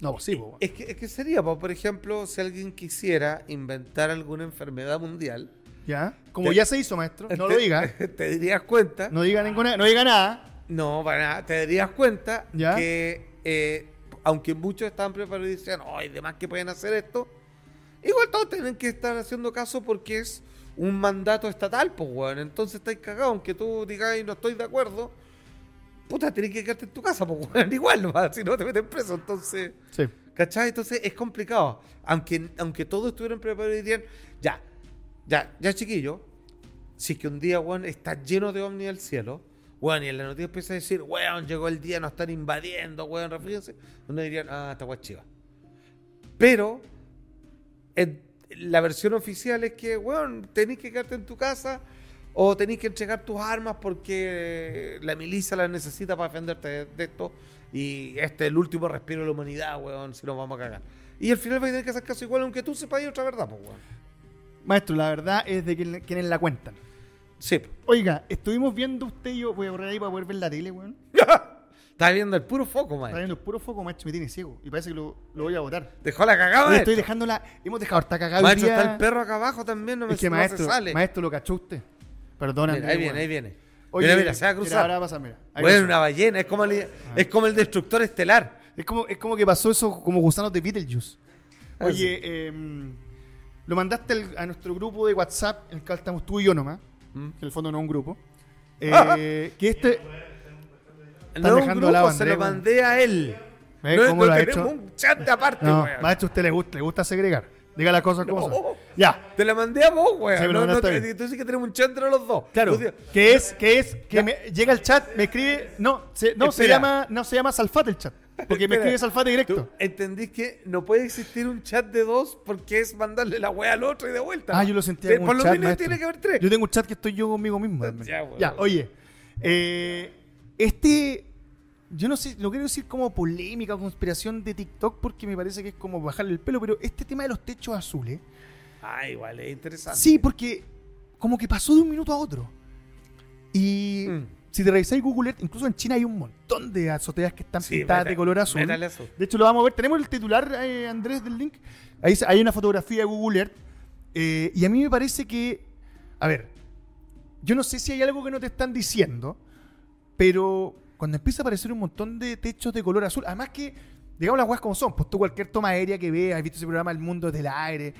[SPEAKER 2] No, pues sí, po, weón.
[SPEAKER 3] es que, es que sería, po, por ejemplo, si alguien quisiera inventar alguna enfermedad mundial.
[SPEAKER 2] ¿Ya? Como
[SPEAKER 3] eh, Te-
[SPEAKER 2] ya se hizo, maestro, no lo
[SPEAKER 3] [LAUGHS] te-
[SPEAKER 2] diga.
[SPEAKER 3] Te dirías cuenta.
[SPEAKER 2] No diga ninguna, no diga nada.
[SPEAKER 3] No, para nada. Te darías cuenta
[SPEAKER 2] ¿Ya?
[SPEAKER 3] que, eh, aunque muchos estaban preparados y decían, ¡ay, demás que pueden hacer esto! Igual todos tienen que estar haciendo caso porque es un mandato estatal, pues, weón. Entonces estáis cagados, aunque tú digas, "Ay, no estoy de acuerdo. Puta, tenés que quedarte en tu casa, pues, weón. [LAUGHS] Igual, nomás, si no te meten preso. Entonces,
[SPEAKER 2] Sí.
[SPEAKER 3] ¿cachai? Entonces es complicado. Aunque, aunque todos estuvieran preparados y dirían, ya, ya, ya, chiquillo, si es que un día, weón, está lleno de ovnis el cielo, weón, y en la noticia empieza a decir, weón, llegó el día, nos están invadiendo, weón, refríjense, uno dirían, ah, esta weá es chiva. Pero, en- la versión oficial es que, weón, tenés que quedarte en tu casa o tenés que entregar tus armas porque la milicia las necesita para defenderte de, de esto y este es el último respiro de la humanidad, weón, si nos vamos a cagar. Y al final vas a tener que hacer caso igual, aunque tú sepas otra verdad, pues, weón.
[SPEAKER 2] Maestro, la verdad es de quien- quienes la cuentan.
[SPEAKER 3] [LAUGHS] Sí.
[SPEAKER 2] Oiga, estuvimos viendo usted y yo. Voy a borrar ahí para poder ver la tele, weón.
[SPEAKER 3] Estás viendo el puro foco,
[SPEAKER 2] Está
[SPEAKER 3] man.
[SPEAKER 2] viendo el puro foco, macho. Me tiene ciego. Y parece que lo, lo voy a votar.
[SPEAKER 3] Dejó la cagada,
[SPEAKER 2] Oye,
[SPEAKER 3] maestro.
[SPEAKER 2] estoy dejando la. Hemos dejado. Está cagado.
[SPEAKER 3] Maestro,
[SPEAKER 2] día.
[SPEAKER 3] está el perro acá abajo también, no me
[SPEAKER 2] Es que
[SPEAKER 3] no
[SPEAKER 2] maestro,
[SPEAKER 3] se sale.
[SPEAKER 2] maestro lo cachó usted. Perdóname.
[SPEAKER 3] Mira, ahí viene, ahí viene. mira, mira, se va a cruzar.
[SPEAKER 2] ahora pasa, mira. Ahí
[SPEAKER 3] bueno,
[SPEAKER 2] pasa.
[SPEAKER 3] una ballena, es como,
[SPEAKER 2] Ah.
[SPEAKER 3] el, es como el destructor estelar.
[SPEAKER 2] Es como, es como que pasó eso como gusanos de Beetlejuice.
[SPEAKER 3] Ah,
[SPEAKER 2] Oye,
[SPEAKER 3] sí.
[SPEAKER 2] em, lo mandaste al- a nuestro grupo de WhatsApp, en el cual estamos tú y yo nomás,
[SPEAKER 3] Mm.
[SPEAKER 2] que en el fondo no es un
[SPEAKER 3] [LAUGHS]
[SPEAKER 2] grupo. Eh, que este.
[SPEAKER 3] No un
[SPEAKER 2] dejando
[SPEAKER 3] grupo,
[SPEAKER 2] la
[SPEAKER 3] se
[SPEAKER 2] bandera,
[SPEAKER 3] lo
[SPEAKER 2] weón.
[SPEAKER 3] mandé a él.
[SPEAKER 2] ¿Ves
[SPEAKER 3] No,
[SPEAKER 2] cómo
[SPEAKER 3] no
[SPEAKER 2] lo ha
[SPEAKER 3] tenemos
[SPEAKER 2] hecho?
[SPEAKER 3] un chat de aparte,
[SPEAKER 2] No,
[SPEAKER 3] weón.
[SPEAKER 2] maestro, a usted le gusta, le gusta segregar. Diga las cosas como
[SPEAKER 3] No.
[SPEAKER 2] son. Ya.
[SPEAKER 3] Te la mandé a vos, weón.
[SPEAKER 2] Sí, pero
[SPEAKER 3] no,
[SPEAKER 2] no
[SPEAKER 3] no
[SPEAKER 2] está
[SPEAKER 3] te-
[SPEAKER 2] bien.
[SPEAKER 3] tú dices que tenemos un chat entre los dos.
[SPEAKER 2] Claro.
[SPEAKER 3] Tú dices-
[SPEAKER 2] Que es, que es, que me, llega el chat, me escribe. No, se, no, se
[SPEAKER 3] Espera.
[SPEAKER 2] llama, no se llama Salfate el chat. Porque me
[SPEAKER 3] Espera,
[SPEAKER 2] escribe Salfate directo.
[SPEAKER 3] Tú entendís que no puede existir un chat de dos porque es mandarle la weá al otro y de vuelta.
[SPEAKER 2] Ah, yo lo sentía
[SPEAKER 3] Te-
[SPEAKER 2] como
[SPEAKER 3] Por
[SPEAKER 2] un
[SPEAKER 3] lo
[SPEAKER 2] chat,
[SPEAKER 3] menos
[SPEAKER 2] maestro.
[SPEAKER 3] tiene que haber tres.
[SPEAKER 2] Yo tengo un chat que estoy yo conmigo mismo. también.
[SPEAKER 3] Ya, weón.
[SPEAKER 2] Ya, oye. eh, este. Yo no sé, lo quiero decir como polémica o conspiración de TikTok porque me parece que es como bajarle el pelo, pero este tema de los techos azules.
[SPEAKER 3] Ah, igual, es interesante.
[SPEAKER 2] Sí, pues, porque como que pasó de un minuto a otro. Y
[SPEAKER 3] Mm.
[SPEAKER 2] si te revisáis Google Earth, incluso en China hay un montón de azoteas que están
[SPEAKER 3] Sí,
[SPEAKER 2] pintadas
[SPEAKER 3] meta-
[SPEAKER 2] de color azul.
[SPEAKER 3] métale azul.
[SPEAKER 2] De hecho, lo vamos a ver. Tenemos el titular, eh, Andrés, del link. Ahí se- hay una fotografía de Google Earth. Eh, y a mí me parece que. A ver, yo no sé si hay algo que no te están diciendo, pero cuando empieza a aparecer un montón de techos de color azul, además que, digamos las guas como son, pues tú cualquier toma aérea que veas, has visto ese programa El Mundo desde el Aire,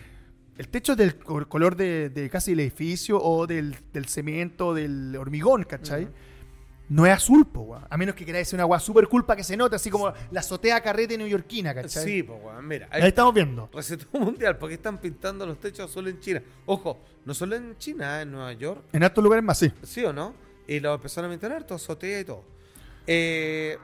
[SPEAKER 2] el techo es del co- color de, de casi el edificio o del, del cemento, del hormigón, ¿cachai? No es azul, po, guau. A menos que queráis hacer una guas super culpa que se nota, así como la azotea carrete neoyorquina, ¿cachai?
[SPEAKER 3] Sí, pues, weón, mira.
[SPEAKER 2] Ahí
[SPEAKER 3] ahí-
[SPEAKER 2] estamos viendo.
[SPEAKER 3] Recetó [LAUGHS] mundial, porque están pintando los techos solo en China? Ojo, no solo en China, en Nueva York,
[SPEAKER 2] En estos lugares más, sí.
[SPEAKER 3] ¿sí o no? Y lo empezaron a pintar harto, azotea y todo. Eh,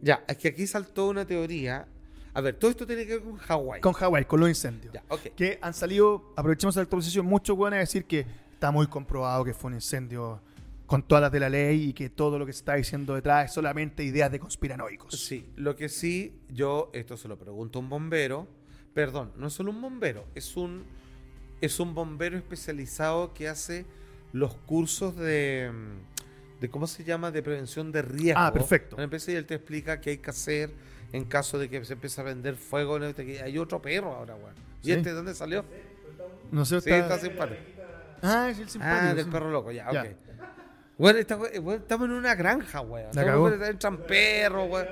[SPEAKER 3] ya, es que aquí saltó una teoría. A ver, todo esto tiene que ver con Hawái.
[SPEAKER 2] Con Hawái, con los incendios.
[SPEAKER 3] Ya, ok.
[SPEAKER 2] Que han salido, aprovechemos la actualización, muchos van a decir que está muy comprobado que fue un incendio con todas las de la ley y que todo lo que se está diciendo detrás es solamente ideas de conspiranoicos.
[SPEAKER 3] Sí, lo que sí, yo esto se lo pregunto a un bombero. Perdón, no es solo un bombero, es un es un bombero especializado que hace los cursos de mm, de cómo se llama de prevención de riesgo.
[SPEAKER 2] Ah, perfecto.
[SPEAKER 3] Una especie- y él te explica qué hay que hacer en caso de que se empiece a vender fuego. ¿no? Que Hay otro perro ahora, weón. ¿Y
[SPEAKER 2] Sí.
[SPEAKER 3] este de dónde salió?
[SPEAKER 2] No sé,
[SPEAKER 3] Sí, está simpático.
[SPEAKER 2] Ah, es el simpático.
[SPEAKER 3] Ah, del
[SPEAKER 2] sí.
[SPEAKER 3] perro loco, ya,
[SPEAKER 2] Ya.
[SPEAKER 3] ok. Bueno, esta we- bueno, estamos en una granja, weón.
[SPEAKER 2] La
[SPEAKER 3] Estamos-
[SPEAKER 2] cagó.
[SPEAKER 3] Entran perros, weón.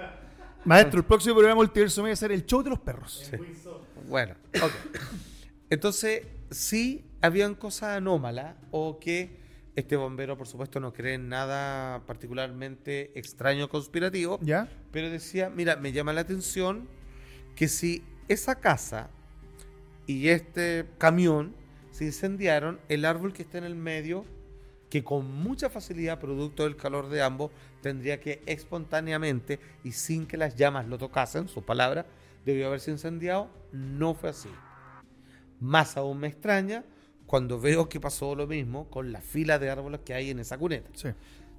[SPEAKER 2] Maestro, el próximo programa Multiverso va a ser el show de los perros.
[SPEAKER 3] Bueno, ok. Entonces, sí habían cosas anómalas o que este bombero, por supuesto, no cree en nada particularmente extraño o conspirativo,
[SPEAKER 2] ¿Ya?
[SPEAKER 3] pero decía, mira, me llama la atención que si esa casa y este camión se incendiaron, el árbol que está en el medio, que con mucha facilidad, producto del calor de ambos, tendría que espontáneamente y sin que las llamas lo tocasen, sus palabras, debió haberse incendiado, no fue así. Más aún me extraña cuando veo que pasó lo mismo con la fila de árboles que hay en esa cuneta.
[SPEAKER 2] Sí.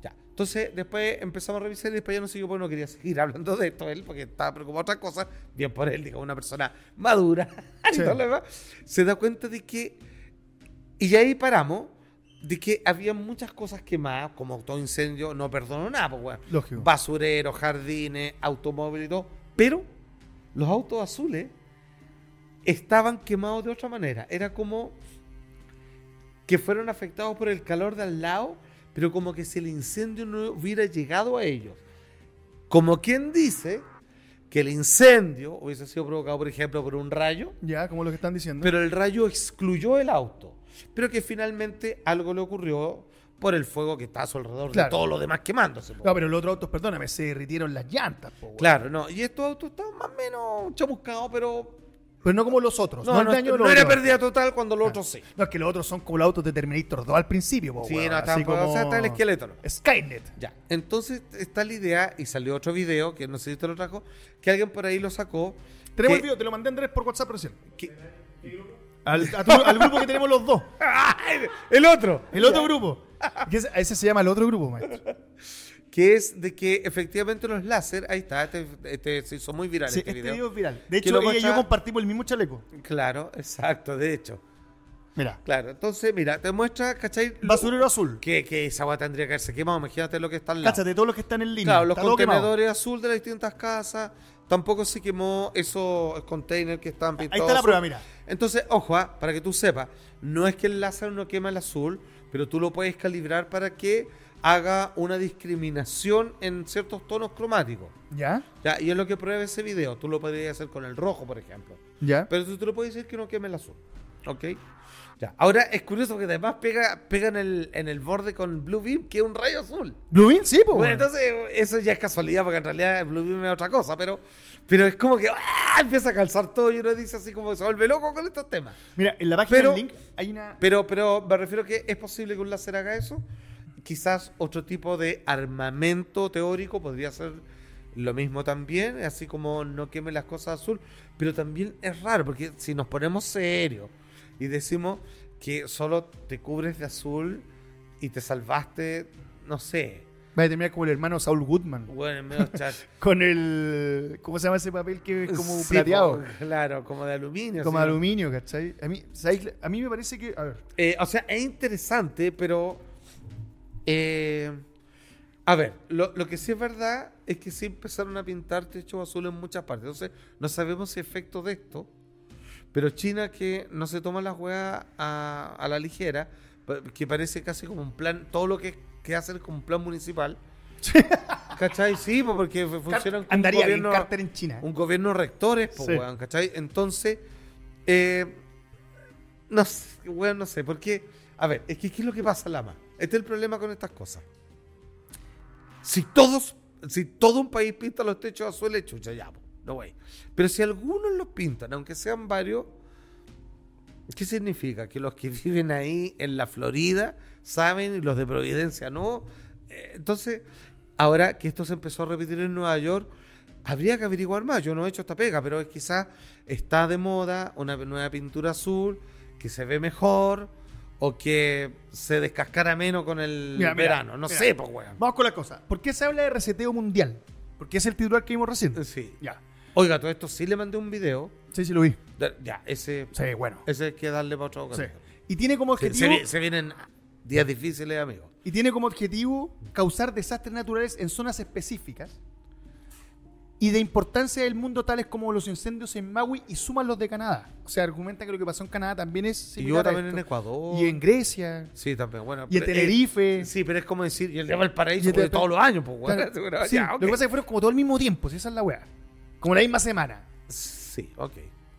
[SPEAKER 3] Ya. Entonces, después empezamos a revisar y después ya no siguió porque no quería seguir [LAUGHS] hablando de esto él, porque estaba preocupado por otras cosas. Bien por él, digamos, una persona madura. [LAUGHS] y
[SPEAKER 2] Sí.
[SPEAKER 3] todo lo demás. Se da cuenta de que. Y ahí paramos, de que había muchas cosas quemadas, como todo incendio, no perdonó nada, pues, weón.
[SPEAKER 2] Lógico.
[SPEAKER 3] Basureros, jardines, automóviles y todo. Pero los autos azules estaban quemados de otra manera. Era como que fueron afectados por el calor de al lado, pero como que si el incendio no hubiera llegado a ellos. Como quien dice que el incendio hubiese sido provocado, por ejemplo, por un rayo,
[SPEAKER 2] Ya, como lo que están diciendo.
[SPEAKER 3] pero el rayo excluyó el auto. Pero que finalmente algo le ocurrió por el fuego que está a su alrededor
[SPEAKER 2] Claro.
[SPEAKER 3] de todo lo demás quemándose. pues. po.
[SPEAKER 2] no, pero los otros autos, perdóname, se derritieron las llantas. po, weón.
[SPEAKER 3] Claro, no. Y estos autos estaban más o menos chamuscados, pero
[SPEAKER 2] Pero no como los otros.
[SPEAKER 3] no,
[SPEAKER 2] No, el
[SPEAKER 3] no,
[SPEAKER 2] daño de
[SPEAKER 3] no
[SPEAKER 2] los
[SPEAKER 3] era
[SPEAKER 2] otros. Ah.
[SPEAKER 3] pérdida total cuando los otros sí.
[SPEAKER 2] No, es que los otros son como los autos de Terminator 2 al principio. po,
[SPEAKER 3] Sí,
[SPEAKER 2] weón,
[SPEAKER 3] no,
[SPEAKER 2] así
[SPEAKER 3] estaban-
[SPEAKER 2] como
[SPEAKER 3] o sea, está el esqueleto. ¿no?
[SPEAKER 2] Skynet.
[SPEAKER 3] Ya, entonces está la idea y salió otro video que no sé si te lo trajo, que alguien por ahí lo sacó.
[SPEAKER 2] Tenemos
[SPEAKER 3] que-
[SPEAKER 2] el video, te lo mandé Andrés por WhatsApp recién.
[SPEAKER 3] que-
[SPEAKER 2] Al, a tu-
[SPEAKER 3] [LAUGHS]
[SPEAKER 2] al grupo que tenemos los dos.
[SPEAKER 3] ¡Ay! el otro,
[SPEAKER 2] El otro grupo. Que ese, ese se llama el otro grupo, maestro.
[SPEAKER 3] que es de que efectivamente los láser, ahí está, este, este se hizo muy viral
[SPEAKER 2] Sí,
[SPEAKER 3] este video.
[SPEAKER 2] es viral. De
[SPEAKER 3] Que
[SPEAKER 2] hecho,
[SPEAKER 3] lo
[SPEAKER 2] ella y yo
[SPEAKER 3] muestra-
[SPEAKER 2] compartimos el mismo chaleco.
[SPEAKER 3] Claro, exacto, de hecho.
[SPEAKER 2] Mira.
[SPEAKER 3] Claro, entonces, mira, te muestra, ¿cachai? Lo-
[SPEAKER 2] Basurero azul.
[SPEAKER 3] Que, que esa agua tendría que haberse quemado, imagínate lo que está al lado.
[SPEAKER 2] Cáchate, todos los que están en línea.
[SPEAKER 3] Claro, los
[SPEAKER 2] está todo quemado.
[SPEAKER 3] contenedores azul de las distintas casas. Tampoco se quemó esos containers que estaban pintados.
[SPEAKER 2] Ahí está la
[SPEAKER 3] azul.
[SPEAKER 2] prueba, mira.
[SPEAKER 3] Entonces, ojo, ah, para que tú sepas, no es que el láser no quema el azul, pero tú lo puedes calibrar para que haga una discriminación en ciertos tonos cromáticos.
[SPEAKER 2] ¿Ya?
[SPEAKER 3] Ya, y es lo que prueba ese video. Tú lo podrías hacer con el rojo, por ejemplo.
[SPEAKER 2] ¿Ya?
[SPEAKER 3] Pero tú te lo puedes decir que no queme el azul. ¿Ok? Ya. Ahora es curioso porque además pega, pega en, el, en el borde con Blue Beam, que es un rayo azul.
[SPEAKER 2] ¿Bluebeam? Sí, pues.
[SPEAKER 3] Bueno, entonces eso ya es casualidad porque en realidad el Blue Beam es otra cosa, pero, pero es como que ¡ah! empieza a calzar todo y uno dice así como que se vuelve loco con estos temas.
[SPEAKER 2] Mira, en la página
[SPEAKER 3] Pero-
[SPEAKER 2] del link hay una.
[SPEAKER 3] Pero, pero me refiero que es posible que un láser haga eso. Quizás otro tipo de armamento teórico podría ser lo mismo también, así como no queme las cosas azul. Pero también es raro, porque si nos ponemos serios y decimos que solo te cubres de azul y te salvaste, no sé,
[SPEAKER 2] Va a terminar como el hermano Saul Goodman.
[SPEAKER 3] bueno, en [LAUGHS] medio chat.
[SPEAKER 2] Con el. ¿Cómo se llama ese papel que es como
[SPEAKER 3] Sí,
[SPEAKER 2] plateado?
[SPEAKER 3] po, Claro, como de aluminio.
[SPEAKER 2] Como
[SPEAKER 3] sí.
[SPEAKER 2] aluminio, ¿cachai? A mí, ¿sabéis? a mí me parece que. A ver.
[SPEAKER 3] Eh, o sea, es interesante, pero. eh, a ver, lo, lo que sí es verdad es que sí empezaron a pintar techos azules en muchas partes. Entonces, no sabemos si efecto de esto. Pero China que no se toma las weas a, a la ligera, pa- que parece casi como un plan, todo lo que, que hacen es como un plan municipal. ¿Cachai? Sí, po, porque fu- funcionan como un
[SPEAKER 2] Andaría bien
[SPEAKER 3] gobierno-
[SPEAKER 2] Carter en China.
[SPEAKER 3] un gobierno rectores, po,
[SPEAKER 2] Sí.
[SPEAKER 3] weón, ¿cachai? Entonces, eh, no sé, weón, no sé, porque, a ver, es que ¿qué es lo que pasa, Lama? Este es el problema con estas cosas. Si todos, si todo un país pinta los techos azules, chucha, ya, po, no güey. Pero si algunos los pintan, aunque sean varios, ¿qué significa? Que los que [LAUGHS] viven ahí en la Florida saben y los de Providencia no. Eh, Entonces, ahora que esto se empezó a repetir en Nueva York, habría que averiguar más. Yo no he hecho esta pega, pero es quizás está de moda una nueva pintura azul que se ve mejor o que se descascara menos con el
[SPEAKER 2] Mira, mira,
[SPEAKER 3] verano. no
[SPEAKER 2] mira.
[SPEAKER 3] sé, pues, weón.
[SPEAKER 2] Vamos con la cosa. ¿Por qué se habla de reseteo mundial? Porque es el titular que vimos recién.
[SPEAKER 3] Eh, Sí.
[SPEAKER 2] Ya.
[SPEAKER 3] Oiga, todo esto sí le mandé un video.
[SPEAKER 2] Sí, sí, lo vi.
[SPEAKER 3] Da- Ya, ese,
[SPEAKER 2] Sí, bueno.
[SPEAKER 3] ese hay que darle para otra
[SPEAKER 2] Sí.
[SPEAKER 3] ocasión.
[SPEAKER 2] Y tiene como
[SPEAKER 3] Se,
[SPEAKER 2] objetivo.
[SPEAKER 3] se vi- se vienen días difíciles, amigos.
[SPEAKER 2] Y tiene como objetivo causar desastres naturales en zonas específicas y de importancia del mundo tales como los incendios en Maui y suman los de Canadá. O sea, argumentan que lo que pasó en Canadá también es
[SPEAKER 3] Y
[SPEAKER 2] similar
[SPEAKER 3] yo
[SPEAKER 2] a
[SPEAKER 3] también en
[SPEAKER 2] esto.
[SPEAKER 3] Ecuador.
[SPEAKER 2] Y en Grecia.
[SPEAKER 3] Sí, también. Bueno,
[SPEAKER 2] Y en
[SPEAKER 3] pero-
[SPEAKER 2] Tenerife.
[SPEAKER 3] eh, sí, pero es como decir, y el de Valparaíso
[SPEAKER 2] Y el de-
[SPEAKER 3] de todos los años, pues, weón.
[SPEAKER 2] Claro,
[SPEAKER 3] [LAUGHS] Bueno,
[SPEAKER 2] sí,
[SPEAKER 3] ya,
[SPEAKER 2] Lo
[SPEAKER 3] ok.
[SPEAKER 2] que pasa es que fueron como todo el mismo tiempo, si esa es la weá. Como la misma semana.
[SPEAKER 3] Sí, ok.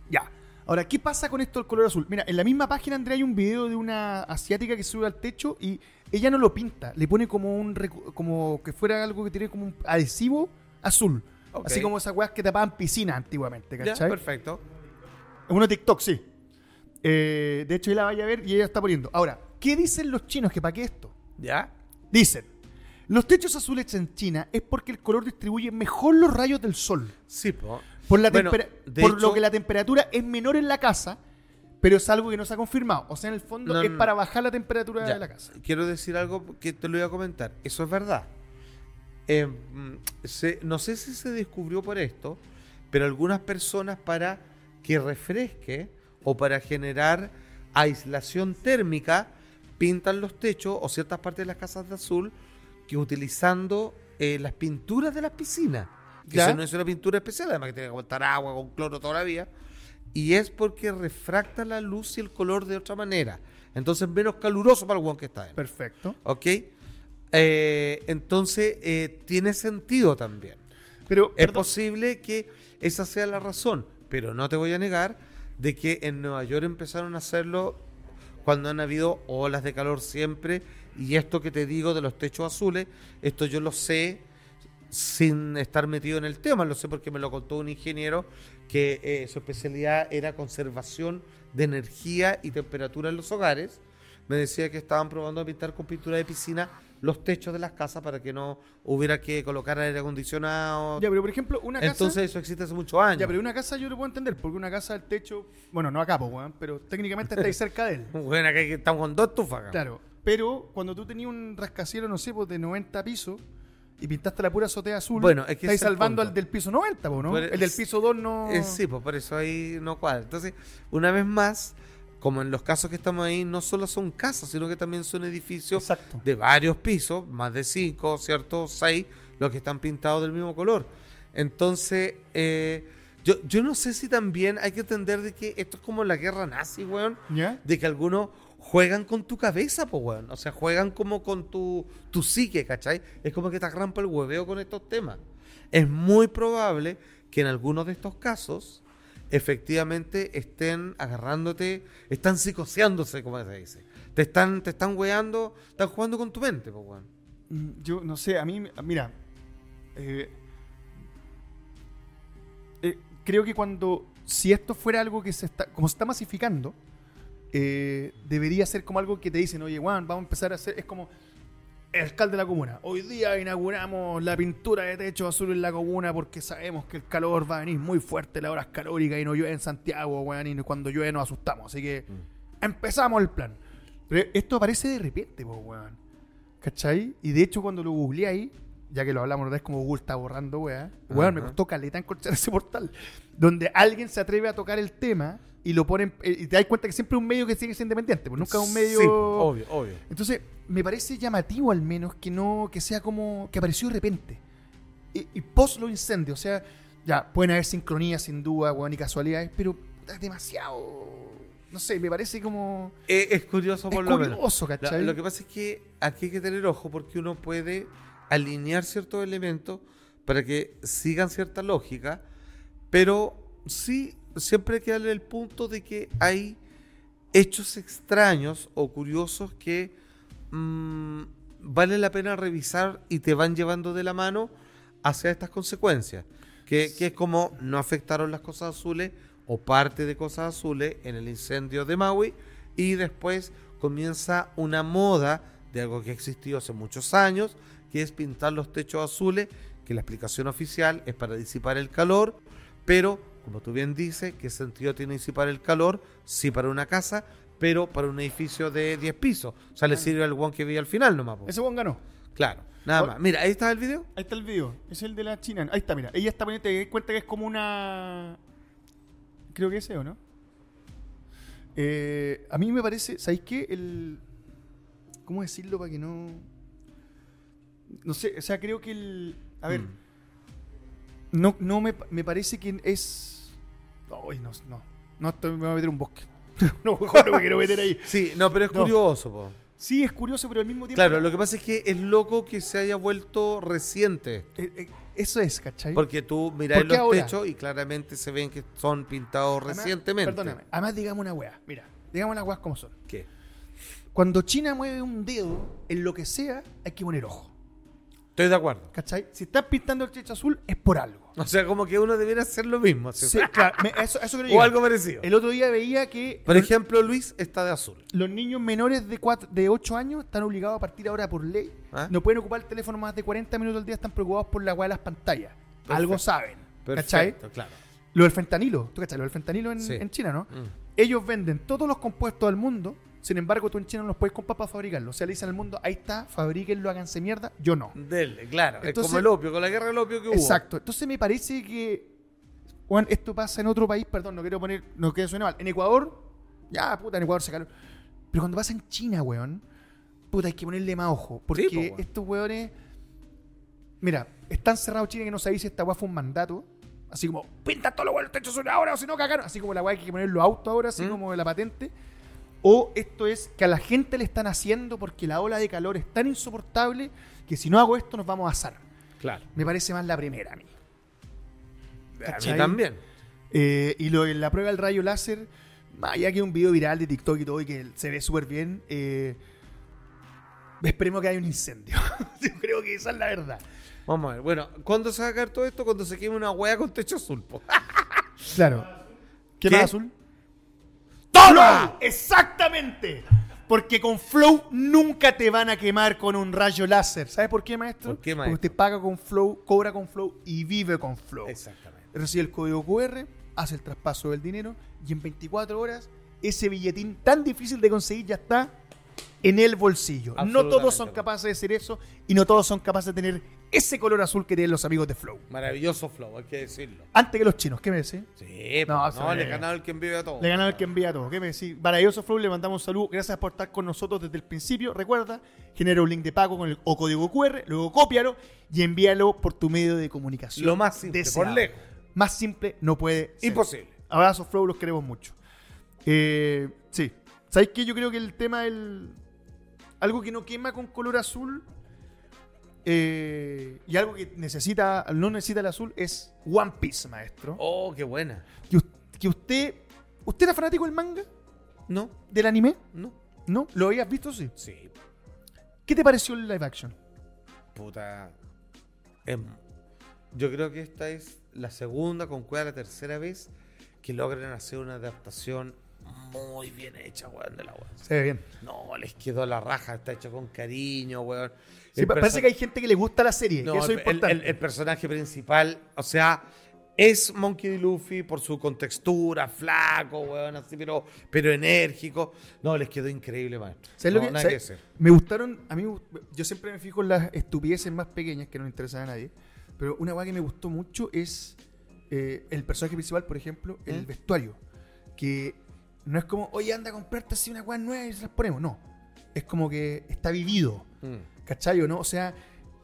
[SPEAKER 2] Ya. Ahora, ¿qué pasa con esto del color azul? Mira, en la misma página, Andrea, hay un video de una asiática que sube al techo y ella no lo pinta, le pone como un recu- como que fuera algo que tiene como un adhesivo azul.
[SPEAKER 3] Ok.
[SPEAKER 2] Así como esas weas que tapaban piscinas antiguamente,
[SPEAKER 3] Ya,
[SPEAKER 2] ¿cachai?
[SPEAKER 3] perfecto.
[SPEAKER 2] Es uno TikTok, sí. Eh, de hecho, yo la vaya a ver y ella está poniendo. Ahora, ¿qué dicen los chinos que para qué esto?
[SPEAKER 3] Ya.
[SPEAKER 2] Dicen, los techos azules en China es porque el color distribuye mejor los rayos del sol.
[SPEAKER 3] Sí, pues.
[SPEAKER 2] Por, la
[SPEAKER 3] Bueno,
[SPEAKER 2] tempera-
[SPEAKER 3] de
[SPEAKER 2] por
[SPEAKER 3] hecho-
[SPEAKER 2] lo que la temperatura es menor en la casa, pero es algo que no se ha confirmado. O sea, en el fondo
[SPEAKER 3] No,
[SPEAKER 2] es
[SPEAKER 3] no,
[SPEAKER 2] para bajar la temperatura
[SPEAKER 3] Ya,
[SPEAKER 2] de la casa.
[SPEAKER 3] Quiero decir algo que te lo iba a comentar. Eso es verdad. Eh, mm, se- no sé si se descubrió por esto, pero algunas personas para que refresque o para generar aislación térmica pintan los techos o ciertas partes de las casas de azul que utilizando eh, las pinturas de las piscinas. Que
[SPEAKER 2] Ya.
[SPEAKER 3] eso no es una pintura especial, además que tiene que aguantar agua con cloro todavía. Y es porque refracta la luz y el color de otra manera. Entonces menos caluroso para el guan que está dentro.
[SPEAKER 2] Perfecto.
[SPEAKER 3] ¿Ok? Eh, entonces eh, tiene sentido también.
[SPEAKER 2] Pero,
[SPEAKER 3] Es
[SPEAKER 2] perdón,
[SPEAKER 3] posible que esa sea la razón, pero no te voy a negar de que en Nueva York empezaron a hacerlo cuando han habido olas de calor siempre. Y esto que te digo de los techos azules, esto yo lo sé sin estar metido en el tema, lo sé porque me lo contó un ingeniero que eh, su especialidad era conservación de energía y temperatura en los hogares. Me decía que estaban probando a pintar con pintura de piscina los techos de las casas para que no hubiera que colocar aire acondicionado,
[SPEAKER 2] ya, pero por ejemplo, una casa...
[SPEAKER 3] entonces eso existe hace muchos años.
[SPEAKER 2] Ya, pero una casa yo lo puedo entender, porque una casa del techo... Bueno, no acá, po, weón, pero técnicamente
[SPEAKER 3] [LAUGHS]
[SPEAKER 2] está ahí cerca de él.
[SPEAKER 3] Bueno, acá que estamos con dos estufas. acá.
[SPEAKER 2] Claro. Pero cuando tú tenías un rascacielos, no sé, pues, de 90 pisos y pintaste la pura azotea azul,
[SPEAKER 3] Bueno, es que
[SPEAKER 2] estáis
[SPEAKER 3] ese es el
[SPEAKER 2] salvando
[SPEAKER 3] punto.
[SPEAKER 2] al del piso 90, po, ¿no?
[SPEAKER 3] Pero
[SPEAKER 2] el del
[SPEAKER 3] es-
[SPEAKER 2] piso 2 no...
[SPEAKER 3] Eh, sí, pues por eso ahí no cuadra. Entonces, una vez más, como en los casos que estamos ahí, no solo son casas, sino que también son edificios
[SPEAKER 2] Exacto.
[SPEAKER 3] de varios pisos, más de cinco, ¿cierto? Seis, los que están pintados del mismo color. Entonces, eh, yo, yo no sé si también hay que entender de que esto es como la guerra nazi, weón
[SPEAKER 2] ¿Ya?
[SPEAKER 3] de que algunos juegan con tu cabeza, pues, weón. O sea, juegan como con tu, tu psique, ¿cachai? Es como que te rampa el hueveo con estos temas. Es muy probable que en algunos de estos casos efectivamente estén agarrándote, están psicoseándose, como se dice. Te están, te están weando, están jugando con tu mente, pues, weón.
[SPEAKER 2] Mm, Yo no sé, a mí, mira. eh, eh, creo que cuando. Si esto fuera algo que se está. Como se está masificando, eh, debería ser como algo que te dicen, oye, Juan, vamos a empezar a hacer. Es como. El alcalde de la comuna. Hoy día inauguramos la pintura de techo azul en la comuna porque sabemos que el calor va a venir muy fuerte, la hora es calórica y no llueve en Santiago, weón, y cuando llueve nos asustamos. Así que empezamos el plan. Pero esto aparece de repente, po, weón. ¿Cachai? Y de hecho, cuando lo googleé ahí, ya que lo hablamos, ¿verdad? Es como Google está borrando, weá. Weón, me
[SPEAKER 3] Ajá.
[SPEAKER 2] costó caleta encontrar ese portal. Donde alguien se atreve a tocar el tema y lo ponen. eh, Y te das cuenta que siempre es un medio que sigue siendo independiente, pues nunca es un medio.
[SPEAKER 3] Sí, obvio, obvio.
[SPEAKER 2] Entonces, me parece llamativo al menos que no, que sea como que apareció de repente. Y, y post los incendios, o sea, ya, pueden haber sincronías sin duda, weón, y casualidades, pero puta, es demasiado. No sé, me parece como.
[SPEAKER 3] Eh, es curioso
[SPEAKER 2] Es
[SPEAKER 3] por lo menos.
[SPEAKER 2] curioso,
[SPEAKER 3] La-
[SPEAKER 2] ¿cachai?
[SPEAKER 3] lo que pasa es que aquí hay que tener ojo porque uno puede alinear ciertos elementos para que sigan cierta lógica, pero sí, siempre hay que darle el punto de que hay hechos extraños o curiosos que mm, vale la pena revisar y te van llevando de la mano hacia estas consecuencias, que, que es como no afectaron las cosas azules o parte de cosas azules en el incendio de Maui y después comienza una moda de algo que existió hace muchos años, que es pintar los techos azules, que la explicación oficial es para disipar el calor, pero como tú bien dices, ¿qué sentido tiene disipar el calor? Sí para una casa, pero para un edificio de 10 pisos. O sea, le sirve al one que vi al final nomás. po.
[SPEAKER 2] Ese weón ganó.
[SPEAKER 3] Claro, nada
[SPEAKER 2] Ahora-
[SPEAKER 3] más. Mira, ahí está el video.
[SPEAKER 2] Ahí está el video. Es el de la China. Ahí está, mira. Ella está poniendo, te das cuenta que es como una. Creo que ese, ¿o no? Eh, a mí me parece, ¿sabéis qué? El. ¿Cómo decirlo para que no. No sé, o sea, creo que el. A ver.
[SPEAKER 3] Mm.
[SPEAKER 2] No, no me, me parece que es. Ay, no, no. No, esto me voy a meter en un bosque. [LAUGHS] no, mejor no me quiero meter ahí.
[SPEAKER 3] Sí, no, pero es
[SPEAKER 2] No.
[SPEAKER 3] curioso. po.
[SPEAKER 2] Sí, es curioso, pero al mismo tiempo.
[SPEAKER 3] Claro, lo que pasa es que es loco que se haya vuelto reciente.
[SPEAKER 2] Eh, eh, eso es, ¿cachai?
[SPEAKER 3] Porque tú miráis
[SPEAKER 2] ¿Por qué
[SPEAKER 3] los
[SPEAKER 2] ahora?
[SPEAKER 3] techos y claramente se ven que son pintados
[SPEAKER 2] Además,
[SPEAKER 3] recientemente.
[SPEAKER 2] Perdóname. Además, digamos una weá. Mira, digamos las weas como son.
[SPEAKER 3] ¿Qué?
[SPEAKER 2] Cuando China mueve un dedo en lo que sea, hay que poner ojo.
[SPEAKER 3] Estoy de acuerdo.
[SPEAKER 2] ¿Cachai? Si estás pintando el techo azul, es por algo.
[SPEAKER 3] O sea, como que uno debiera hacer lo mismo. así.
[SPEAKER 2] Sí, claro, me- eso, eso creo yo.
[SPEAKER 3] [LAUGHS] o algo parecido.
[SPEAKER 2] El otro día veía que
[SPEAKER 3] Por ejemplo, Luis está de azul.
[SPEAKER 2] los niños menores de, cuatro, de 8 años están obligados a partir ahora por ley.
[SPEAKER 3] ¿Ah?
[SPEAKER 2] No pueden ocupar el teléfono más de 40 minutos al día, están preocupados por la weá de las pantallas.
[SPEAKER 3] Perfecto.
[SPEAKER 2] Algo saben. ¿Cachai?
[SPEAKER 3] Perfecto, claro.
[SPEAKER 2] Lo del fentanilo. ¿Tú cachai? Lo del fentanilo en,
[SPEAKER 3] Sí.
[SPEAKER 2] en China, ¿no?
[SPEAKER 3] Mm.
[SPEAKER 2] Ellos venden todos los compuestos del mundo, sin embargo, tú en China no los puedes comprar para fabricarlo. O sea, le dicen al mundo, ahí está, fabríquenlo, háganse mierda. Yo no.
[SPEAKER 3] Dele, claro. es
[SPEAKER 2] Entonces-
[SPEAKER 3] como el opio, con la guerra del opio que hubo.
[SPEAKER 2] Exacto. Entonces me parece que. Juan, esto pasa en otro país, perdón, no quiero poner. No quiero suene mal. En Ecuador, ya, puta, en Ecuador se caló. Pero cuando pasa en China, weón, puta, hay que ponerle más ojo. Porque
[SPEAKER 3] po, weón.
[SPEAKER 2] estos weones. Mira, están cerrados China que no sabéis si esta weá fue un mandato. Así como, pinta todos los weones techos azules ahora, o si no, cagaron. Así como la weá que hay que poner en los autos ahora, así
[SPEAKER 3] ¿Mm?
[SPEAKER 2] como la patente. O esto es que a la gente le están haciendo porque la ola de calor es tan insoportable que si no hago esto nos vamos a asar.
[SPEAKER 3] Claro.
[SPEAKER 2] Me parece más la primera a mí.
[SPEAKER 3] A
[SPEAKER 2] ¿Cachai?
[SPEAKER 3] mí también.
[SPEAKER 2] Eh, y lo, la prueba del rayo láser, más allá que un video viral de TikTok y todo, y que se ve súper bien, eh, esperemos que haya un incendio. [LAUGHS] Yo creo que esa es la verdad.
[SPEAKER 3] Vamos a ver. Bueno, ¿cuándo se va a caer todo esto? Cuando se queme una hueá con techo azul. po.
[SPEAKER 2] Claro. ¿Qué,
[SPEAKER 3] ¿Qué?
[SPEAKER 2] más azul?
[SPEAKER 3] ¡Toma!
[SPEAKER 2] ¡Flow! ¡Exactamente! Porque con Flow nunca te van a quemar con un rayo láser. ¿Sabes por qué, maestro?
[SPEAKER 3] ¿Por qué,
[SPEAKER 2] Porque
[SPEAKER 3] maestro?
[SPEAKER 2] usted paga con Flow, cobra con Flow y vive con Flow.
[SPEAKER 3] [LAUGHS] Exactamente.
[SPEAKER 2] recibe el código QR, hace el traspaso del dinero y en 24 horas ese billetín tan difícil de conseguir ya está en el bolsillo. No
[SPEAKER 3] Absolutamente,
[SPEAKER 2] todos son
[SPEAKER 3] bueno.
[SPEAKER 2] capaces de hacer eso y no todos son capaces de tener Ese color azul que tienen los amigos de Flow.
[SPEAKER 3] Maravilloso flow, hay que decirlo.
[SPEAKER 2] Antes que los chinos, ¿qué me decís?
[SPEAKER 3] Sí, pues,
[SPEAKER 2] No,
[SPEAKER 3] no,
[SPEAKER 2] sí.
[SPEAKER 3] le ganaba el que envió a todos.
[SPEAKER 2] Le ganaba el que envía a todos. ¿Qué me decís? Maravilloso Flow, le mandamos un saludo. Gracias por estar con nosotros desde el principio. Recuerda, genera un link de pago con el o código QR, luego cópialo y envíalo por tu medio de comunicación.
[SPEAKER 3] Lo más simple, por lejos.
[SPEAKER 2] Más simple no puede ser.
[SPEAKER 3] Imposible.
[SPEAKER 2] Abrazos, Flow, los queremos mucho. Eh, sí. ¿Sabéis qué? Yo creo que el tema del. Algo que no quema con color azul. eh, y algo que necesita. No necesita el azul es One Piece, maestro.
[SPEAKER 3] Oh, qué buena.
[SPEAKER 2] Que, us- que usted. ¿Usted era fanático del manga?
[SPEAKER 3] No,
[SPEAKER 2] ¿Del anime?
[SPEAKER 3] no.
[SPEAKER 2] ¿No? ¿Lo habías visto? Sí.
[SPEAKER 3] Sí,
[SPEAKER 2] ¿Qué te pareció el live action?
[SPEAKER 3] puta. Em, yo creo que esta es la segunda, con cuidado la tercera vez que logran hacer una adaptación muy bien hecha, weón, de la weón.
[SPEAKER 2] Se ve bien.
[SPEAKER 3] No, les quedó la raja, está hecho con cariño, weón.
[SPEAKER 2] Sí,
[SPEAKER 3] El
[SPEAKER 2] pa- parece
[SPEAKER 3] perso-
[SPEAKER 2] que hay gente que le gusta la serie.
[SPEAKER 3] No,
[SPEAKER 2] que eso es
[SPEAKER 3] el- el,
[SPEAKER 2] importante.
[SPEAKER 3] el- el personaje principal, o sea, es Monkey D. Luffy por su contextura, flaco, weón, así, pero, pero enérgico. No, les quedó increíble, maestro.
[SPEAKER 2] ¿Sabes
[SPEAKER 3] no,
[SPEAKER 2] lo que,
[SPEAKER 3] nada que
[SPEAKER 2] sabes?
[SPEAKER 3] hacer.
[SPEAKER 2] Me gustaron, a mí me gust- yo siempre me fijo en las estupideces más pequeñas que no le interesan a nadie, pero una cosa que me gustó mucho es eh, el personaje principal, por ejemplo, el
[SPEAKER 3] ¿Mm?
[SPEAKER 2] vestuario, que no es como, oye, anda a comprarte así una weá nueva y se las ponemos, no, es como que está vivido,
[SPEAKER 3] Mm.
[SPEAKER 2] ¿cachai o no? O sea,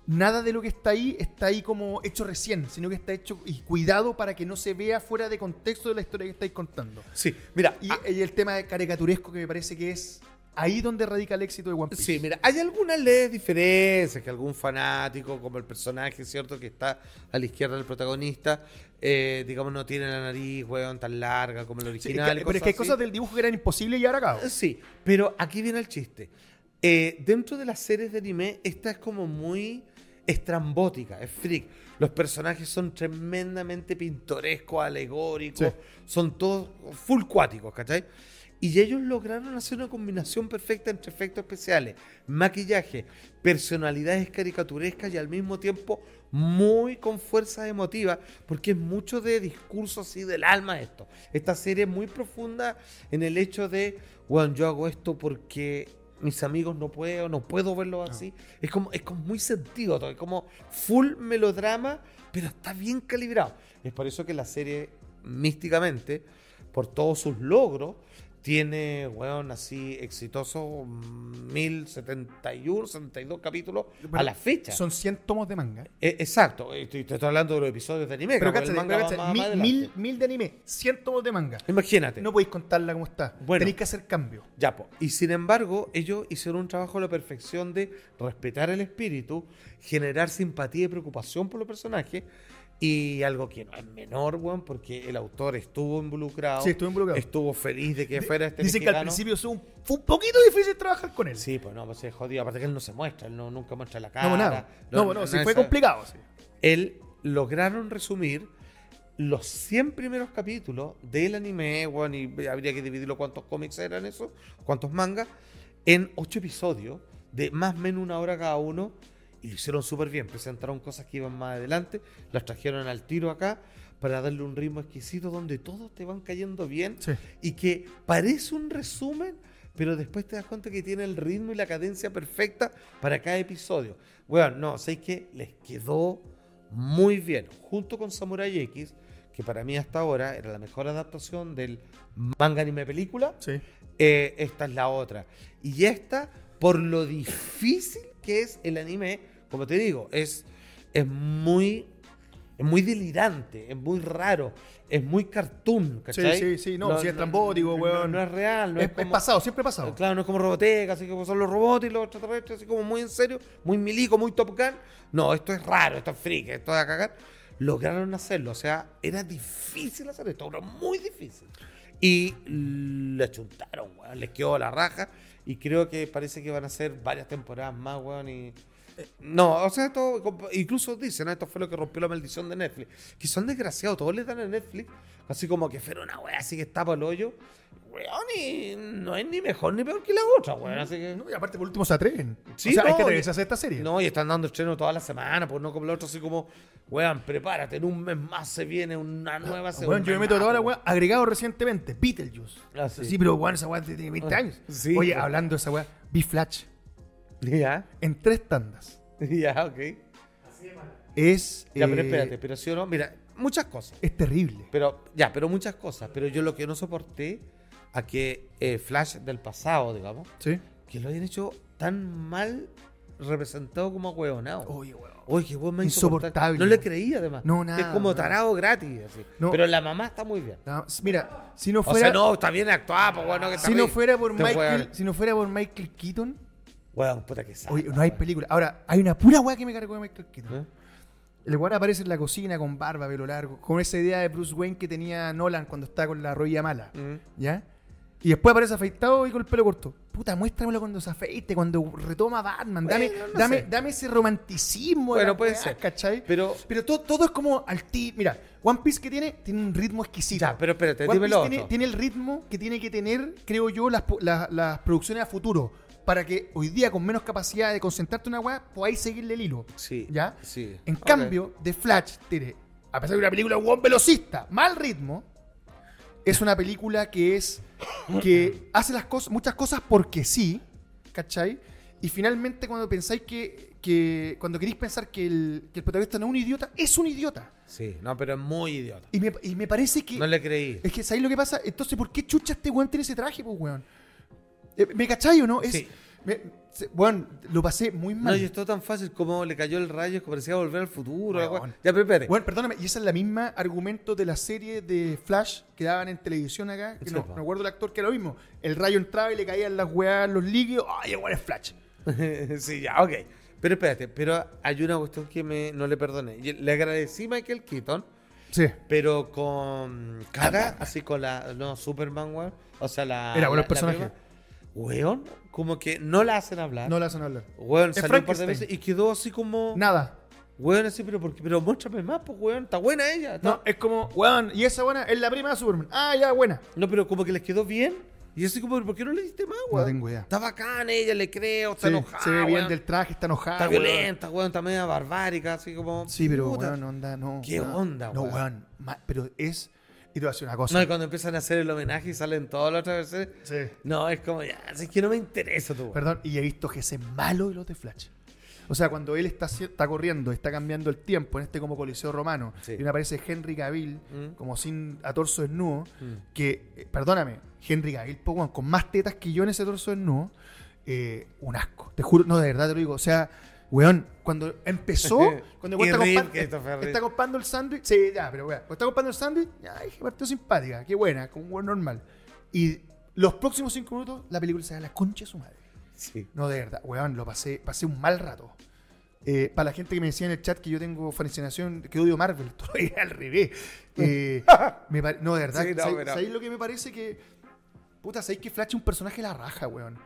[SPEAKER 2] nada de lo que está ahí está ahí como hecho recién, sino que está hecho y cuidado para que no se vea fuera de contexto de la historia que estáis contando.
[SPEAKER 3] Sí, mira,
[SPEAKER 2] Y,
[SPEAKER 3] ah,
[SPEAKER 2] y el tema de caricaturesco que me parece que es ahí donde radica el éxito de One Piece.
[SPEAKER 3] sí, mira, hay algunas leves diferencias que algún fanático, como el personaje, ¿cierto? Que está a la izquierda del protagonista, eh, digamos, no tiene la nariz, weón, tan larga como el
[SPEAKER 2] Sí,
[SPEAKER 3] original.
[SPEAKER 2] es que-
[SPEAKER 3] y
[SPEAKER 2] pero es que hay
[SPEAKER 3] así.
[SPEAKER 2] cosas del dibujo que eran imposibles y ahora acabo.
[SPEAKER 3] Eh, Sí, pero aquí viene el chiste. Eh, dentro de las series de anime, esta es como muy estrambótica, es freak. Los personajes son tremendamente pintorescos, alegóricos,
[SPEAKER 2] Sí.
[SPEAKER 3] son todos full cuáticos, ¿cachai? Y ellos lograron hacer una combinación perfecta entre efectos especiales, maquillaje, personalidades caricaturescas y al mismo tiempo muy con fuerza emotiva, porque es mucho de discurso así del alma esto. Esta serie es muy profunda en el hecho de, bueno, yo hago esto porque mis amigos no puedo, no puedo verlo así. Es como es como muy sentido, todo, es como full melodrama, pero está bien calibrado. Es por eso que la serie místicamente, por todos sus logros, tiene, weón, así exitoso mm, 1071, 72 capítulos a la fecha.
[SPEAKER 2] Son 100 tomos de manga.
[SPEAKER 3] Eh, exacto, eh, te, te estoy hablando de los episodios de anime.
[SPEAKER 2] Pero
[SPEAKER 3] cabrón, el
[SPEAKER 2] cáchate,
[SPEAKER 3] manga
[SPEAKER 2] pero
[SPEAKER 3] va
[SPEAKER 2] cáchate,
[SPEAKER 3] más- más
[SPEAKER 2] mil,
[SPEAKER 3] adelante.
[SPEAKER 2] mil- mil de anime, 100 tomos de manga.
[SPEAKER 3] Imagínate.
[SPEAKER 2] No podéis contarla como está.
[SPEAKER 3] Bueno.
[SPEAKER 2] Tenéis que hacer cambio.
[SPEAKER 3] Ya, po. Y sin embargo, ellos hicieron un trabajo a la perfección de respetar el espíritu, generar simpatía y preocupación por los personajes. Y algo que no es menor, weón, porque el autor estuvo involucrado.
[SPEAKER 2] Sí, estuvo involucrado.
[SPEAKER 3] Estuvo feliz de que
[SPEAKER 2] Di-
[SPEAKER 3] fuera este
[SPEAKER 2] Dicen que al
[SPEAKER 3] mexicano.
[SPEAKER 2] principio es un- fue un poquito difícil trabajar con él.
[SPEAKER 3] Sí, pues no, pues es jodido. Aparte que él no se muestra, él no, nunca muestra la cara.
[SPEAKER 2] no, nada. No, no, sí, fue
[SPEAKER 3] esa-
[SPEAKER 2] complicado. sí.
[SPEAKER 3] él lograron resumir los 100 primeros capítulos del anime, weón, y habría que dividirlo cuántos cómics eran eso, cuántos mangas, en 8 episodios de más o menos una hora cada uno, y lo hicieron súper bien, presentaron cosas que iban más adelante, las trajeron al tiro acá para darle un ritmo exquisito donde todos te van cayendo bien
[SPEAKER 2] Sí.
[SPEAKER 3] y que parece un resumen, pero después te das cuenta que tiene el ritmo y la cadencia perfecta para cada episodio. Bueno, no, sé que les quedó muy bien, junto con Samurai X, que para mí hasta ahora era la mejor adaptación del manga anime película.
[SPEAKER 2] Sí.
[SPEAKER 3] Eh, esta es la otra. Y esta, por lo difícil que es el anime, como te digo, es, es muy. Es muy delirante, es muy raro, es muy cartoon, ¿cachai?
[SPEAKER 2] sí, sí, no, sí, es trambótico, weón.
[SPEAKER 3] No, no es real, no
[SPEAKER 2] es,
[SPEAKER 3] es,
[SPEAKER 2] es
[SPEAKER 3] como-
[SPEAKER 2] pasado, siempre ha pasado.
[SPEAKER 3] Eh, Claro, no es como Robotech, así que son los robots y los extraterrestres, así como muy en serio, muy milico, muy Top Gun. No, esto es raro, esto es freak, esto es a cagar. Lograron hacerlo, o sea, era difícil hacer esto, era muy difícil. Y le chuntaron, weón, les quedó la raja. Y creo que parece que van a ser varias temporadas más, weón, y... No, o sea, esto, comp- incluso dicen, ah, esto fue lo que rompió la maldición de Netflix. Que son desgraciados, todos les dan a Netflix, así como que fuera una wea, así que está para el hoyo. Weón, y no es ni mejor ni peor que la otra, weón, así que...
[SPEAKER 2] No, y aparte, por último, se atreven.
[SPEAKER 3] Sí,
[SPEAKER 2] o sea, hay
[SPEAKER 3] no,
[SPEAKER 2] que
[SPEAKER 3] y-
[SPEAKER 2] atreverse a hacer esta serie.
[SPEAKER 3] No, y están dando estreno toda la semana, pues no como la otra, así como, weón, prepárate, en un mes más se viene una nueva
[SPEAKER 2] Ah,
[SPEAKER 3] segunda.
[SPEAKER 2] Bueno, yo me meto toda la weá, agregado recientemente, Beetlejuice.
[SPEAKER 3] Ah, sí. Ah,
[SPEAKER 2] sí. pero bueno, esa weá tiene 20 años.
[SPEAKER 3] sí. pues.
[SPEAKER 2] Oye, hablando de esa weá, vi Flash
[SPEAKER 3] [LAUGHS] Ya,
[SPEAKER 2] en tres tandas.
[SPEAKER 3] ya, ok.
[SPEAKER 2] es.
[SPEAKER 3] Ya, pero
[SPEAKER 2] eh,
[SPEAKER 3] espérate, pero sí o no, mira, muchas cosas.
[SPEAKER 2] Es terrible.
[SPEAKER 3] Pero, ya, pero muchas cosas. Pero yo lo que no soporté a que eh, Flash del pasado, digamos,
[SPEAKER 2] Sí.
[SPEAKER 3] que lo hayan hecho tan mal representado como huevonao.
[SPEAKER 2] Oye, weón.
[SPEAKER 3] Oye, qué buen más
[SPEAKER 2] Insoportable.
[SPEAKER 3] insoportable. No le creía además.
[SPEAKER 2] No,
[SPEAKER 3] Que Es
[SPEAKER 2] nada,
[SPEAKER 3] como
[SPEAKER 2] nada.
[SPEAKER 3] tarado gratis. así.
[SPEAKER 2] No.
[SPEAKER 3] Pero la mamá está muy bien.
[SPEAKER 2] Nada más- Mira, si no
[SPEAKER 3] O
[SPEAKER 2] fuera.
[SPEAKER 3] sea, no, está bien actuada, pues bueno, que está
[SPEAKER 2] si no
[SPEAKER 3] bien.
[SPEAKER 2] fuera por
[SPEAKER 3] Este
[SPEAKER 2] Michael.
[SPEAKER 3] weón-
[SPEAKER 2] Si no fuera por Michael Keaton.
[SPEAKER 3] Weón, puta que sabe.
[SPEAKER 2] Oye, no hay película. Ahora, hay una pura weá que me cargó de Michael Keaton.
[SPEAKER 3] ¿Eh?
[SPEAKER 2] El weón aparece en la cocina con barba, pelo largo, con esa idea de Bruce Wayne que tenía Nolan cuando estaba con la rodilla mala.
[SPEAKER 3] Mm.
[SPEAKER 2] ¿Ya? Y después aparece afeitado y con el pelo corto. Puta, muéstramelo cuando se afeite, cuando retoma Batman. Dame,
[SPEAKER 3] Bueno, no
[SPEAKER 2] dame,
[SPEAKER 3] sé.
[SPEAKER 2] dame ese romanticismo. de
[SPEAKER 3] Bueno,
[SPEAKER 2] la
[SPEAKER 3] puede
[SPEAKER 2] weá,
[SPEAKER 3] ser.
[SPEAKER 2] ¿Cachai?
[SPEAKER 3] Pero-
[SPEAKER 2] pero todo, todo es como al ti. Mira, One Piece que tiene, tiene un ritmo exquisito.
[SPEAKER 3] Ya, pero espérate,
[SPEAKER 2] One
[SPEAKER 3] dímelo
[SPEAKER 2] Piece tiene,
[SPEAKER 3] otro.
[SPEAKER 2] tiene el ritmo que tiene que tener, creo yo, las, po- las- las producciones a futuro. Para que hoy día, con menos capacidad de concentrarte en una weá, podáis seguirle el hilo.
[SPEAKER 3] Sí,
[SPEAKER 2] ¿Ya?
[SPEAKER 3] sí.
[SPEAKER 2] En
[SPEAKER 3] Ok.
[SPEAKER 2] cambio, The Flash tiene, a pesar de una película de un velocista, mal ritmo, es una película que es.
[SPEAKER 3] [CLEARS THROAT]
[SPEAKER 2] que hace las cosas, muchas cosas porque sí, ¿cachai? Y finalmente, cuando pensáis que. que- cuando queréis pensar que el, que el protagonista no es un idiota, es un idiota.
[SPEAKER 3] Sí, no, pero es muy idiota.
[SPEAKER 2] Y me, y me parece que.
[SPEAKER 3] No le creí.
[SPEAKER 2] Es que, ¿sabéis lo que pasa? Entonces, ¿por qué chucha este weón tiene ese traje, pues, weón? Eh, ¿Me cachai o no? Es,
[SPEAKER 3] Sí.
[SPEAKER 2] me- se- weón, lo pasé muy
[SPEAKER 3] No,
[SPEAKER 2] mal.
[SPEAKER 3] y esto tan fácil como le cayó el rayo, es que parecía volver al futuro. la
[SPEAKER 2] Weón.
[SPEAKER 3] weá. Ya, pero espérate.
[SPEAKER 2] Bueno, perdóname, y esa es la misma argumento de la serie de Flash que daban en televisión acá, que
[SPEAKER 3] Sí,
[SPEAKER 2] no,
[SPEAKER 3] po.
[SPEAKER 2] no recuerdo el actor que era lo mismo. El rayo entraba y le caían las weas, los líquidos, ¡ay, igual es Flash!
[SPEAKER 3] [LAUGHS] sí, ya, ok. Pero espérate, pero hay una cuestión que me, no le perdoné. Y Le agradecí a Michael Keaton,
[SPEAKER 2] Sí.
[SPEAKER 3] pero con cara, así con la. No, Superman, weón. O sea, la.
[SPEAKER 2] Era bueno el
[SPEAKER 3] la- la
[SPEAKER 2] personaje.
[SPEAKER 3] prima. Weón, como que no la hacen hablar.
[SPEAKER 2] No la hacen hablar.
[SPEAKER 3] Weón,
[SPEAKER 2] Es
[SPEAKER 3] salió un par de
[SPEAKER 2] Frankenstein.
[SPEAKER 3] veces y quedó así como.
[SPEAKER 2] Nada.
[SPEAKER 3] Weón, así, pero porque, pero muéstrame más, pues, weón. Está buena ella. está-
[SPEAKER 2] No, es como, weón, y esa buena es la prima de Superman. ¡Ah, ya, buena!
[SPEAKER 3] No, pero como que les quedó bien. Y yo así como, ¿por qué no le diste más, weón?
[SPEAKER 2] tengo idea.
[SPEAKER 3] Está bacán ella, le creo, está
[SPEAKER 2] Sí,
[SPEAKER 3] enojada.
[SPEAKER 2] se ve bien
[SPEAKER 3] weón.
[SPEAKER 2] del traje, está enojada.
[SPEAKER 3] Está
[SPEAKER 2] weón.
[SPEAKER 3] violenta, weón, está media barbárica, así como.
[SPEAKER 2] Sí, pero,
[SPEAKER 3] puta.
[SPEAKER 2] weón, onda, no.
[SPEAKER 3] ¿Qué
[SPEAKER 2] no,
[SPEAKER 3] onda,
[SPEAKER 2] No,
[SPEAKER 3] weón?
[SPEAKER 2] weón, ma- pero es. Y te voy a decir una cosa.
[SPEAKER 3] No, y cuando empiezan a hacer el homenaje y salen todas las otras veces.
[SPEAKER 2] Sí.
[SPEAKER 3] No, es como, ya, si es que no me interesa tu weón.
[SPEAKER 2] Perdón, y he visto que ese es malo de los de Flash. O sea, cuando él está, haci- está corriendo, está cambiando el tiempo en este como coliseo romano,
[SPEAKER 3] Sí.
[SPEAKER 2] y me aparece Henry Cavill,
[SPEAKER 3] Mm.
[SPEAKER 2] como sin a torso desnudo, que, eh, perdóname, Henry Cavill, po, weón, con más tetas que yo en ese torso desnudo, eh, un asco. Te juro, no, de verdad te lo digo. O sea, weón, cuando
[SPEAKER 3] [LAUGHS]
[SPEAKER 2] empezó, cuando
[SPEAKER 3] Y
[SPEAKER 2] weón está,
[SPEAKER 3] Reed,
[SPEAKER 2] compa- eh,
[SPEAKER 3] Christopher Reed.
[SPEAKER 2] está comprando el sándwich, sí, ya, pero weón, cuando está comprando el sándwich, ay, qué partido simpática, qué buena, con un weón normal. Y los próximos cinco minutos, la película se da la concha de su madre.
[SPEAKER 3] Sí.
[SPEAKER 2] No, de verdad, weón, lo pasé, pasé un mal rato. Eh, para la gente que me decía en el chat que yo tengo fascinación, que odio Marvel, [LAUGHS] todo es al revés. Eh, me pare- no, de verdad,
[SPEAKER 3] Mm. [LAUGHS] Sí, no,
[SPEAKER 2] ¿sabéis-
[SPEAKER 3] pero-
[SPEAKER 2] ¿sabéis lo que me parece que. Puta, ¿sabéis que Flash es un personaje de la raja, weón?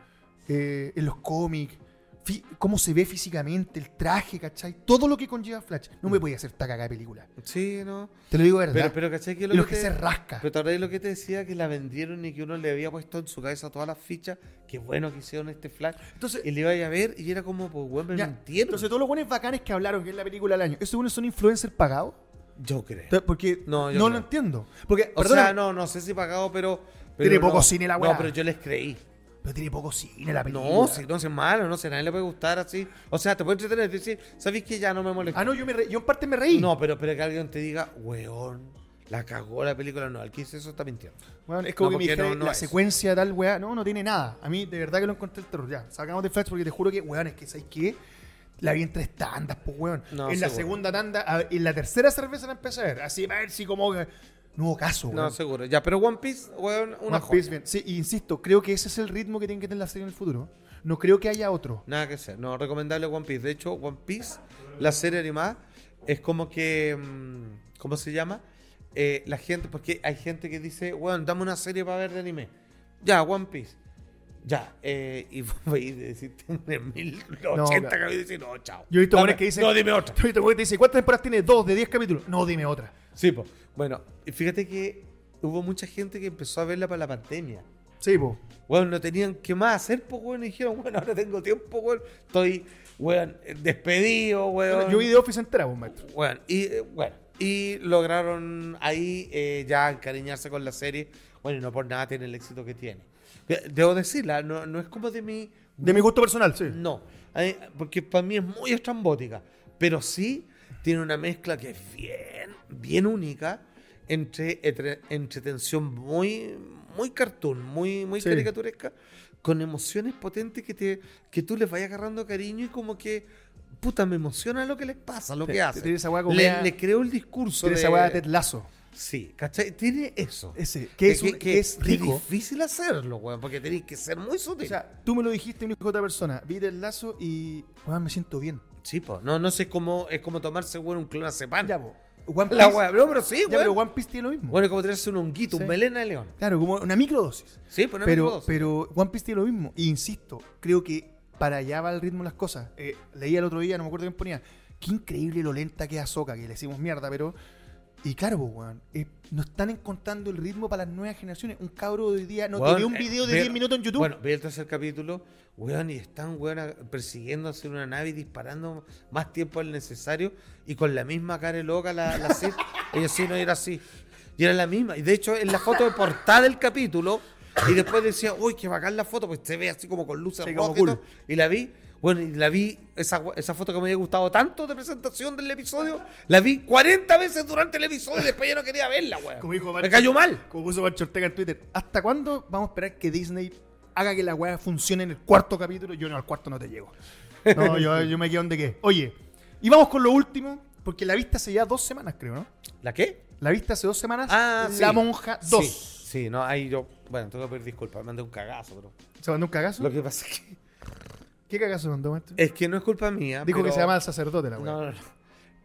[SPEAKER 2] Eh, en los cómics, fi- cómo se ve físicamente, el traje, ¿cachai? Todo lo que conlleva Flash. No me podía hacer esta cagada de película.
[SPEAKER 3] Sí, no.
[SPEAKER 2] Te lo digo de verdad.
[SPEAKER 3] Mm. Pero, pero, ¿cachai? Que
[SPEAKER 2] Y los que se rasca.
[SPEAKER 3] Pero te acordás lo que te decía que la vendieron y que uno le había puesto en su cabeza todas las fichas. Qué bueno que hicieron este flash.
[SPEAKER 2] Entonces-
[SPEAKER 3] y le iba a ir a ver y era como, pues, weón, me
[SPEAKER 2] Ya,
[SPEAKER 3] mintieron.
[SPEAKER 2] entonces, todos los buenos bacanes que hablaron que es la película del año, ¿esos buenos son influencers pagados?
[SPEAKER 3] yo creo.
[SPEAKER 2] Entonces, Porque
[SPEAKER 3] Eh, No,
[SPEAKER 2] no,
[SPEAKER 3] yo
[SPEAKER 2] lo
[SPEAKER 3] creo.
[SPEAKER 2] entiendo. Porque,
[SPEAKER 3] O
[SPEAKER 2] perdóname,
[SPEAKER 3] sea, no, no sé si pagado, pero. pero
[SPEAKER 2] Tiene poco
[SPEAKER 3] no.
[SPEAKER 2] cine la
[SPEAKER 3] No,
[SPEAKER 2] weá.
[SPEAKER 3] pero yo les creí.
[SPEAKER 2] Pero tiene poco cine la película.
[SPEAKER 3] No, si no, si es malo, no sé, a nadie le puede gustar así. O sea, te puede entretener, decir, ¿sabéis que ya no me molesta?
[SPEAKER 2] Ah, no, yo, me re- yo en parte me reí.
[SPEAKER 3] No, pero, pero que alguien te diga, weón, la cagó la película. No, el que hizo eso está mintiendo.
[SPEAKER 2] Weón, es como
[SPEAKER 3] No,
[SPEAKER 2] que me
[SPEAKER 3] porque no-
[SPEAKER 2] dijeron,
[SPEAKER 3] no
[SPEAKER 2] la
[SPEAKER 3] es.
[SPEAKER 2] secuencia tal, weá, no, no tiene nada. A mí, de verdad que lo encontré el terror. Ya, sacamos de Flash porque te juro que, weón, es que, ¿sabes qué? La vi en tres tandas, pues, weón.
[SPEAKER 3] No,
[SPEAKER 2] en la
[SPEAKER 3] seguro.
[SPEAKER 2] segunda tanda, a- en la tercera cerveza la empecé a ver. Así, a ver si como... que- No hubo caso, weón.
[SPEAKER 3] No, seguro. Ya, pero One Piece, weón,
[SPEAKER 2] One
[SPEAKER 3] una
[SPEAKER 2] Piece,
[SPEAKER 3] joya.
[SPEAKER 2] bien. Sí, y insisto, creo que ese es el ritmo que tiene que tener la serie en el futuro. No creo que haya otro.
[SPEAKER 3] Nada que hacer. No, recomendable One Piece. De hecho, One Piece, la serie animada, es como que. mm, ¿Cómo se llama? Eh, la gente, porque hay gente que dice, weón, dame una serie para ver de anime. Ya, One Piece. Ya, eh, y [LAUGHS] vos veis de decir, tiene mil
[SPEAKER 2] No,
[SPEAKER 3] ochenta
[SPEAKER 2] claro.
[SPEAKER 3] capítulos y decís, no, chao.
[SPEAKER 2] Yo he visto
[SPEAKER 3] Dame-
[SPEAKER 2] buenos que dicen...
[SPEAKER 3] No, dime otra.
[SPEAKER 2] [LAUGHS] Yo he visto buenos que dicen, ¿cuántas temporadas tiene? Dos, de diez capítulos. No, dime otra.
[SPEAKER 3] Sí, pues. Bueno, y fíjate que hubo mucha gente que empezó a verla para la pandemia.
[SPEAKER 2] Sí, po.
[SPEAKER 3] Bueno, no tenían qué más hacer, pues, weón. Y dijeron, bueno, ahora tengo tiempo, weón. Estoy, weón, despedido, weón.
[SPEAKER 2] Yo vi de Office entera, pues, maestro.
[SPEAKER 3] Weón, y, eh, bueno, y lograron ahí eh, ya encariñarse con la serie. Bueno, y no por nada tiene el éxito que tiene. Eh, Debo decirla, no, no es como de mi...
[SPEAKER 2] De mi gusto personal, sí.
[SPEAKER 3] No, eh, porque para mí es muy estrambótica. Pero sí tiene una mezcla que es bien, bien única entre, entre, tensión muy, muy cartoon, muy, muy
[SPEAKER 2] Sí.
[SPEAKER 3] caricaturesca, con emociones potentes que, te, que tú les vayas agarrando cariño y como que, puta, me emociona lo que les pasa, lo
[SPEAKER 2] Sí,
[SPEAKER 3] que hacen.
[SPEAKER 2] tiene esa weá como
[SPEAKER 3] le,
[SPEAKER 2] media-
[SPEAKER 3] le creo el discurso.
[SPEAKER 2] Tiene
[SPEAKER 3] de,
[SPEAKER 2] esa weá de Ted Lasso.
[SPEAKER 3] Sí, ¿cachai? Tiene eso.
[SPEAKER 2] Ese,
[SPEAKER 3] De
[SPEAKER 2] que es, un- que es rico.
[SPEAKER 3] difícil hacerlo, weón, porque tenéis que ser muy sutil.
[SPEAKER 2] O sea, tú me lo dijiste, me dijo otra persona. Vi Ted Lasso y, weón, me siento bien.
[SPEAKER 3] sí, po. No, no sé cómo es como tomarse, weón, un clonazepam.
[SPEAKER 2] Ya, po. One
[SPEAKER 3] La
[SPEAKER 2] Piece-
[SPEAKER 3] weá, no, pero sí,
[SPEAKER 2] ya,
[SPEAKER 3] weón.
[SPEAKER 2] pero One Piece tiene lo mismo.
[SPEAKER 3] Bueno, es como tirarse un honguito,
[SPEAKER 2] Sí.
[SPEAKER 3] un melena de león.
[SPEAKER 2] Claro, como una microdosis.
[SPEAKER 3] Sí, pero no
[SPEAKER 2] pero,
[SPEAKER 3] me puedo.
[SPEAKER 2] pero One Piece tiene lo mismo. E insisto, creo que para allá va el ritmo de las cosas. Eh, leía el otro día, no me acuerdo quién ponía. Qué increíble lo lenta que es Ahsoka, que le hicimos mierda, pero. Y claro, pues, weón. eh, no están encontrando el ritmo para las nuevas generaciones. Un cabro de hoy día no
[SPEAKER 3] Weón,
[SPEAKER 2] te ve un
[SPEAKER 3] eh,
[SPEAKER 2] video de
[SPEAKER 3] ve-
[SPEAKER 2] 10 minutos en YouTube.
[SPEAKER 3] Bueno, ve el tercer capítulo, weón, y están, weón, a- persiguiendo hacer una nave y disparando más tiempo al necesario. Y con la misma cara de loca, la,
[SPEAKER 2] [LAUGHS]
[SPEAKER 3] la Sith. Ella sí no era así. Y era la misma. Y de hecho, en la foto de portada del capítulo, y después decía, uy, qué bacán la foto, pues se ve así como con luces
[SPEAKER 2] Sí, como
[SPEAKER 3] rojas y
[SPEAKER 2] cool.
[SPEAKER 3] todo. Y la vi. Bueno, y la vi, esa, gua- esa foto que me había gustado tanto de presentación del episodio, la vi 40 veces durante el episodio y después ya no quería verla, weón.
[SPEAKER 2] Como dijo
[SPEAKER 3] me
[SPEAKER 2] Marco-
[SPEAKER 3] cayó mal.
[SPEAKER 2] Como puso Pancho Ortega en Twitter. ¿Hasta cuándo vamos a esperar que Disney haga que la weá funcione en el cuarto capítulo? Yo no, al cuarto no te llego.
[SPEAKER 3] [LAUGHS]
[SPEAKER 2] No, yo, yo me quedo donde qué. Oye, y vamos con lo último, porque la vista hace ya dos semanas, creo, ¿no?
[SPEAKER 3] ¿La qué?
[SPEAKER 2] La vista hace dos semanas.
[SPEAKER 3] Ah,
[SPEAKER 2] La
[SPEAKER 3] sí.
[SPEAKER 2] Monja 2.
[SPEAKER 3] Sí, sí, no, ahí yo. Bueno, tengo que pedir disculpas, mandé un cagazo, bro.
[SPEAKER 2] ¿Se mandó un cagazo?
[SPEAKER 3] Lo que pasa es que.
[SPEAKER 2] ¿Qué cagazo mandó, maestro?
[SPEAKER 3] Es que no es culpa mía.
[SPEAKER 2] Dijo que
[SPEAKER 3] Ah, pero-
[SPEAKER 2] se llama el sacerdote la weá.
[SPEAKER 3] No, no, no.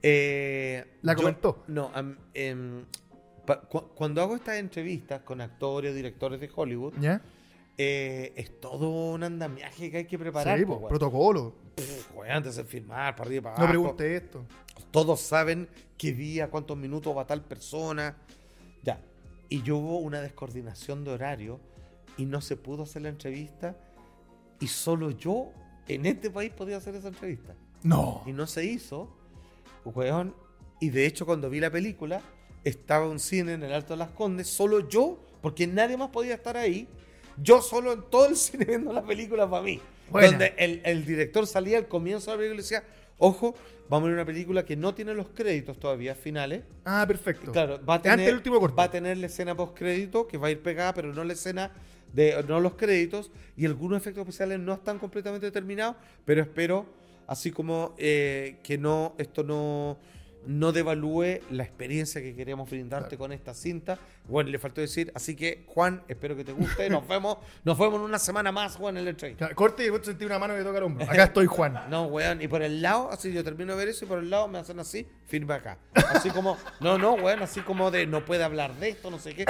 [SPEAKER 3] Eh,
[SPEAKER 2] ¿La
[SPEAKER 3] yo-
[SPEAKER 2] comentó?
[SPEAKER 3] no, am- em, pa- cu- cuando hago estas entrevistas con actores, directores de Hollywood,
[SPEAKER 2] ¿Ya?
[SPEAKER 3] eh, es todo un andamiaje que hay que preparar.
[SPEAKER 2] sí,
[SPEAKER 3] po,
[SPEAKER 2] po,
[SPEAKER 3] weón.
[SPEAKER 2] protocolo.
[SPEAKER 3] Pff, weón, antes de firmar, para arriba y para
[SPEAKER 2] No
[SPEAKER 3] abajo.
[SPEAKER 2] pregunte esto.
[SPEAKER 3] Todos saben qué día, cuántos minutos va tal persona. Ya. Y yo hubo una descoordinación de horario y no se pudo hacer la entrevista. Y solo yo en este país podía hacer esa entrevista.
[SPEAKER 2] No.
[SPEAKER 3] Y no se hizo. Weón. Y de hecho, cuando vi la película, estaba un cine en el Alto de las Condes, solo yo, porque nadie más podía estar ahí. Yo solo en todo el [LAUGHS] cine viendo la película para mí.
[SPEAKER 2] Buena.
[SPEAKER 3] Donde el, el director salía al comienzo de la película y decía: Ojo, vamos a ver una película que no tiene los créditos todavía finales.
[SPEAKER 2] Ah, perfecto.
[SPEAKER 3] Claro, va a tener,
[SPEAKER 2] Antes el último corte.
[SPEAKER 3] va a tener la escena post crédito que va a ir pegada, pero no la escena de no los créditos y algunos efectos especiales no están completamente terminados, pero espero así como eh, que no esto no no devalúe la experiencia que queremos brindarte con esta cinta. Bueno, le faltó decir, así que Juan, espero que te guste, nos vemos, nos vemos en una semana más, Juan, en el entrevista.
[SPEAKER 2] Claro, Corte y después sentí una mano que toca el hombro. Acá estoy, Juan.
[SPEAKER 3] [LAUGHS] No, weón, y por el lado, así yo termino de ver eso y por el lado me hacen así, firma acá. Así como, no, no, weón, así como de no puede hablar de esto, no sé qué.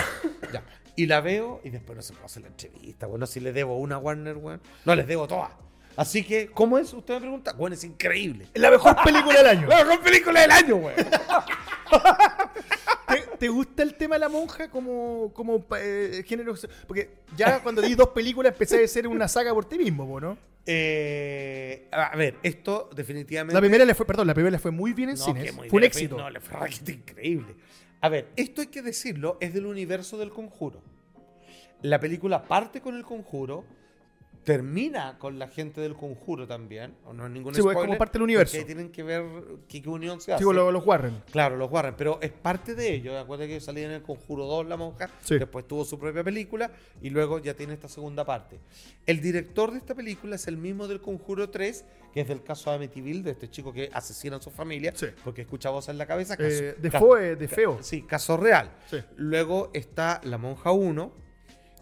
[SPEAKER 3] Ya. Y la veo y después no se puede hacer la entrevista, weón. No, si le debo una a Warner, weón. No, les debo todas. Así que, ¿cómo es? Usted me pregunta, weón, es increíble.
[SPEAKER 2] La mejor película del
[SPEAKER 3] [LAUGHS]
[SPEAKER 2] año.
[SPEAKER 3] La mejor película del año, weón.
[SPEAKER 2] ¿Te, te gusta el tema de la monja como, como eh, género? Porque ya cuando di dos películas empecé a ser una saga por ti mismo, po, ¿no?
[SPEAKER 3] Eh, a ver, esto definitivamente.
[SPEAKER 2] La primera le fue, perdón, la primera le fue muy bien en
[SPEAKER 3] No,
[SPEAKER 2] cines.
[SPEAKER 3] que muy
[SPEAKER 2] Fue un
[SPEAKER 3] bien,
[SPEAKER 2] éxito.
[SPEAKER 3] No, le fue raquete increíble. A ver, esto hay que decirlo, es del universo del conjuro. La película parte con el conjuro, termina con la gente del conjuro también. o No es ningún
[SPEAKER 2] Sí, pues, es como parte del universo.
[SPEAKER 3] porque ahí tienen que ver qué, qué unión se hace.
[SPEAKER 2] Digo, lo- los Warren.
[SPEAKER 3] Claro, los Warren, pero es parte de ello. Acuérdate que salía en el Conjuro 2 La Monja,
[SPEAKER 2] Sí.
[SPEAKER 3] después tuvo su propia película y luego ya tiene esta segunda parte. El director de esta película es el mismo del Conjuro 3, que es del caso de Amityville, de este chico que asesina a su familia
[SPEAKER 2] Sí.
[SPEAKER 3] porque escucha voz en la cabeza. caso-
[SPEAKER 2] Eh, de
[SPEAKER 3] ca-
[SPEAKER 2] Foe, de Feo.
[SPEAKER 3] Sí, caso real.
[SPEAKER 2] Sí.
[SPEAKER 3] Luego está La Monja 1,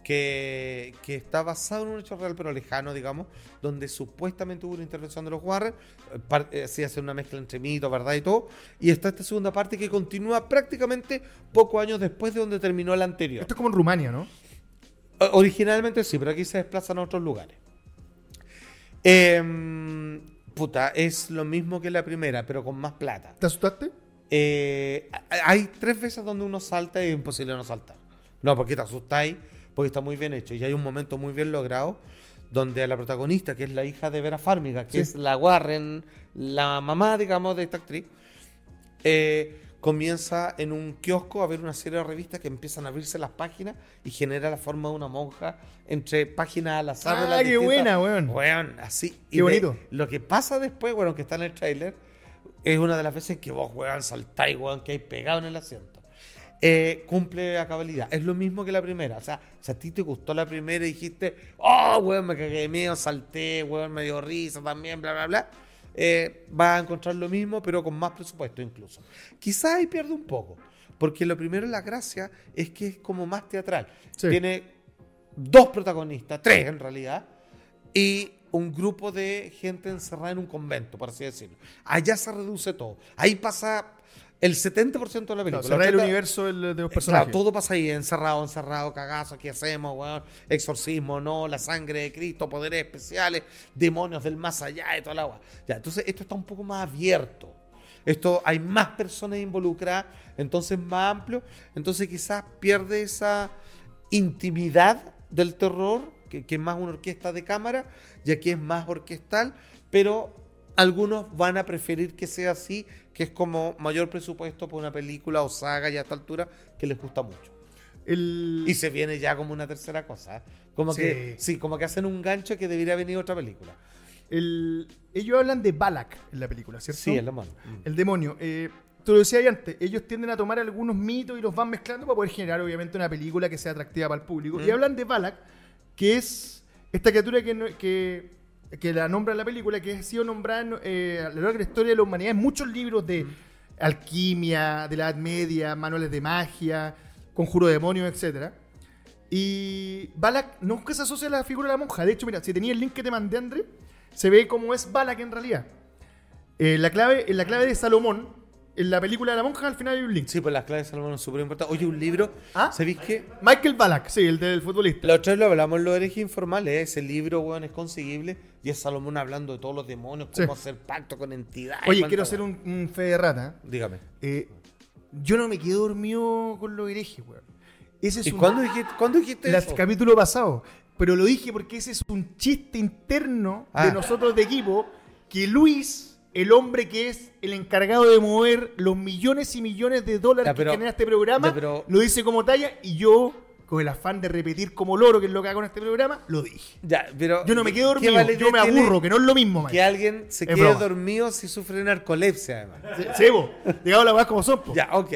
[SPEAKER 3] que, que está basado en un hecho real pero lejano, digamos, donde supuestamente hubo una intervención de los Warren, eh, par- eh, así hace una mezcla entre mito, verdad y todo. Y está esta segunda parte que continúa prácticamente pocos años después de donde terminó la anterior.
[SPEAKER 2] Esto es como en Rumania, ¿no?
[SPEAKER 3] O- Originalmente sí, pero aquí se desplazan a otros lugares. Em, puta, es lo mismo que la primera, pero con más plata.
[SPEAKER 2] ¿Te asustaste?
[SPEAKER 3] Eh, a- hay tres veces donde uno salta y es imposible no saltar. No, porque te asustáis, porque está muy bien hecho. Y hay un momento muy bien logrado donde a la protagonista, que es la hija de Vera Farmiga, que
[SPEAKER 2] Sí.
[SPEAKER 3] es la Warren, la mamá, digamos, de esta actriz, eh, comienza en un kiosco a ver una serie de revistas que empiezan a abrirse las páginas y genera la forma de una monja entre páginas al azar. de
[SPEAKER 2] Ah,
[SPEAKER 3] las
[SPEAKER 2] qué
[SPEAKER 3] distintas-
[SPEAKER 2] buena, weón.
[SPEAKER 3] Weón, así.
[SPEAKER 2] Qué
[SPEAKER 3] de-
[SPEAKER 2] bonito.
[SPEAKER 3] lo que pasa después, bueno, que está en el tráiler, es una de las veces que vos, weón, saltáis, weón, que hay pegado en el asiento. Eh, cumple a cabalidad. Es lo mismo que la primera. O sea, si a ti te gustó la primera y dijiste, oh, weón, me cagué de miedo, salté, weón, me dio risa también, bla, bla, bla. eh, vas a encontrar lo mismo, pero con más presupuesto incluso. Quizás ahí pierde un poco. Porque lo primero, la gracia, es que es como más teatral.
[SPEAKER 2] Sí.
[SPEAKER 3] Tiene dos protagonistas, tres en realidad, y un grupo de gente encerrada en un convento, por así decirlo. Allá se reduce todo. Ahí pasa el 70% de la película.
[SPEAKER 2] Claro, cerrar el
[SPEAKER 3] 80
[SPEAKER 2] universo del- de los
[SPEAKER 3] eh,
[SPEAKER 2] personajes.
[SPEAKER 3] Claro, todo pasa ahí, encerrado, encerrado, cagazo, ¿qué hacemos, weón? Exorcismo, no, la sangre de Cristo, poderes especiales, demonios del más allá de toda la agua. Ya, entonces esto está un poco más abierto. Esto hay más personas involucradas, entonces más amplio, entonces quizás pierde esa intimidad del terror, que, que es más una orquesta de cámara, y aquí es más orquestal, pero algunos van a preferir que sea así, que es como mayor presupuesto para una película o saga ya a esta altura que les gusta mucho.
[SPEAKER 2] El-
[SPEAKER 3] Y se viene ya como una tercera cosa. ¿eh? Como
[SPEAKER 2] Sí.
[SPEAKER 3] que sí, como que hacen un gancho que debería venir otra película.
[SPEAKER 2] el- ellos hablan de Balak en la película, ¿cierto?
[SPEAKER 3] Sí, es lo malo. Mm.
[SPEAKER 2] El demonio. Eh, te lo decía ahí antes, ellos tienden a tomar algunos mitos y los van mezclando para poder generar, obviamente, una película que sea atractiva para el público. Y hablan de Balak, que es esta criatura que, no- que, que la nombra en la película, que ha sido nombrada en, eh, a lo largo de la historia de la humanidad en muchos libros de alquimia, de la Edad Media, manuales de magia, conjuro de demonios, etcétera. Y Balak nunca se asocia a la figura de la monja. De hecho, mira, si tenía el link que te mandé, André, se ve cómo es Balak en realidad. Eh, la, clave, en la clave de Salomón, en la película de la monja, al final hay un link.
[SPEAKER 3] Sí, pues las claves de Salomón son súper importantes. Oye, un libro,
[SPEAKER 2] ¿Ah?
[SPEAKER 3] ¿sabéis qué?
[SPEAKER 2] Michael Balak, sí, el del futbolista.
[SPEAKER 3] La otra vez lo hablamos en los herejes informales, ¿eh? ese libro, weón, es conseguible. Y es Salomón hablando de todos los demonios,
[SPEAKER 2] Sí.
[SPEAKER 3] cómo hacer pacto con entidades.
[SPEAKER 2] Oye,
[SPEAKER 3] cuánta
[SPEAKER 2] quiero hacer
[SPEAKER 3] weá.
[SPEAKER 2] un, un fe de rata.
[SPEAKER 3] Dígame.
[SPEAKER 2] Eh, yo no me quedé dormido con los herejes, weón. Ese es
[SPEAKER 3] ¿Y
[SPEAKER 2] un-
[SPEAKER 3] cuándo dijiste, cuándo dijiste
[SPEAKER 2] las-
[SPEAKER 3] eso?
[SPEAKER 2] capítulo pasado. Pero lo dije porque ese es un chiste interno
[SPEAKER 3] Ah.
[SPEAKER 2] de nosotros de equipo que Luis, el hombre que es el encargado de mover los millones y millones de dólares
[SPEAKER 3] Ya, pero-
[SPEAKER 2] que genera este programa,
[SPEAKER 3] ya, pero-
[SPEAKER 2] lo dice como talla y yo, con el afán de repetir como loro que es lo que hago en este programa, lo dije.
[SPEAKER 3] Ya, pero,
[SPEAKER 2] Yo no me
[SPEAKER 3] ¿qué
[SPEAKER 2] quedo dormido,
[SPEAKER 3] validez
[SPEAKER 2] yo me
[SPEAKER 3] tiene
[SPEAKER 2] aburro, que no es lo mismo, man.
[SPEAKER 3] Que alguien se
[SPEAKER 2] Es
[SPEAKER 3] quede
[SPEAKER 2] broma.
[SPEAKER 3] dormido si sufre narcolepsia, además.
[SPEAKER 2] Se- Sebo, digamos las cosas como son. po.
[SPEAKER 3] Ya, ok.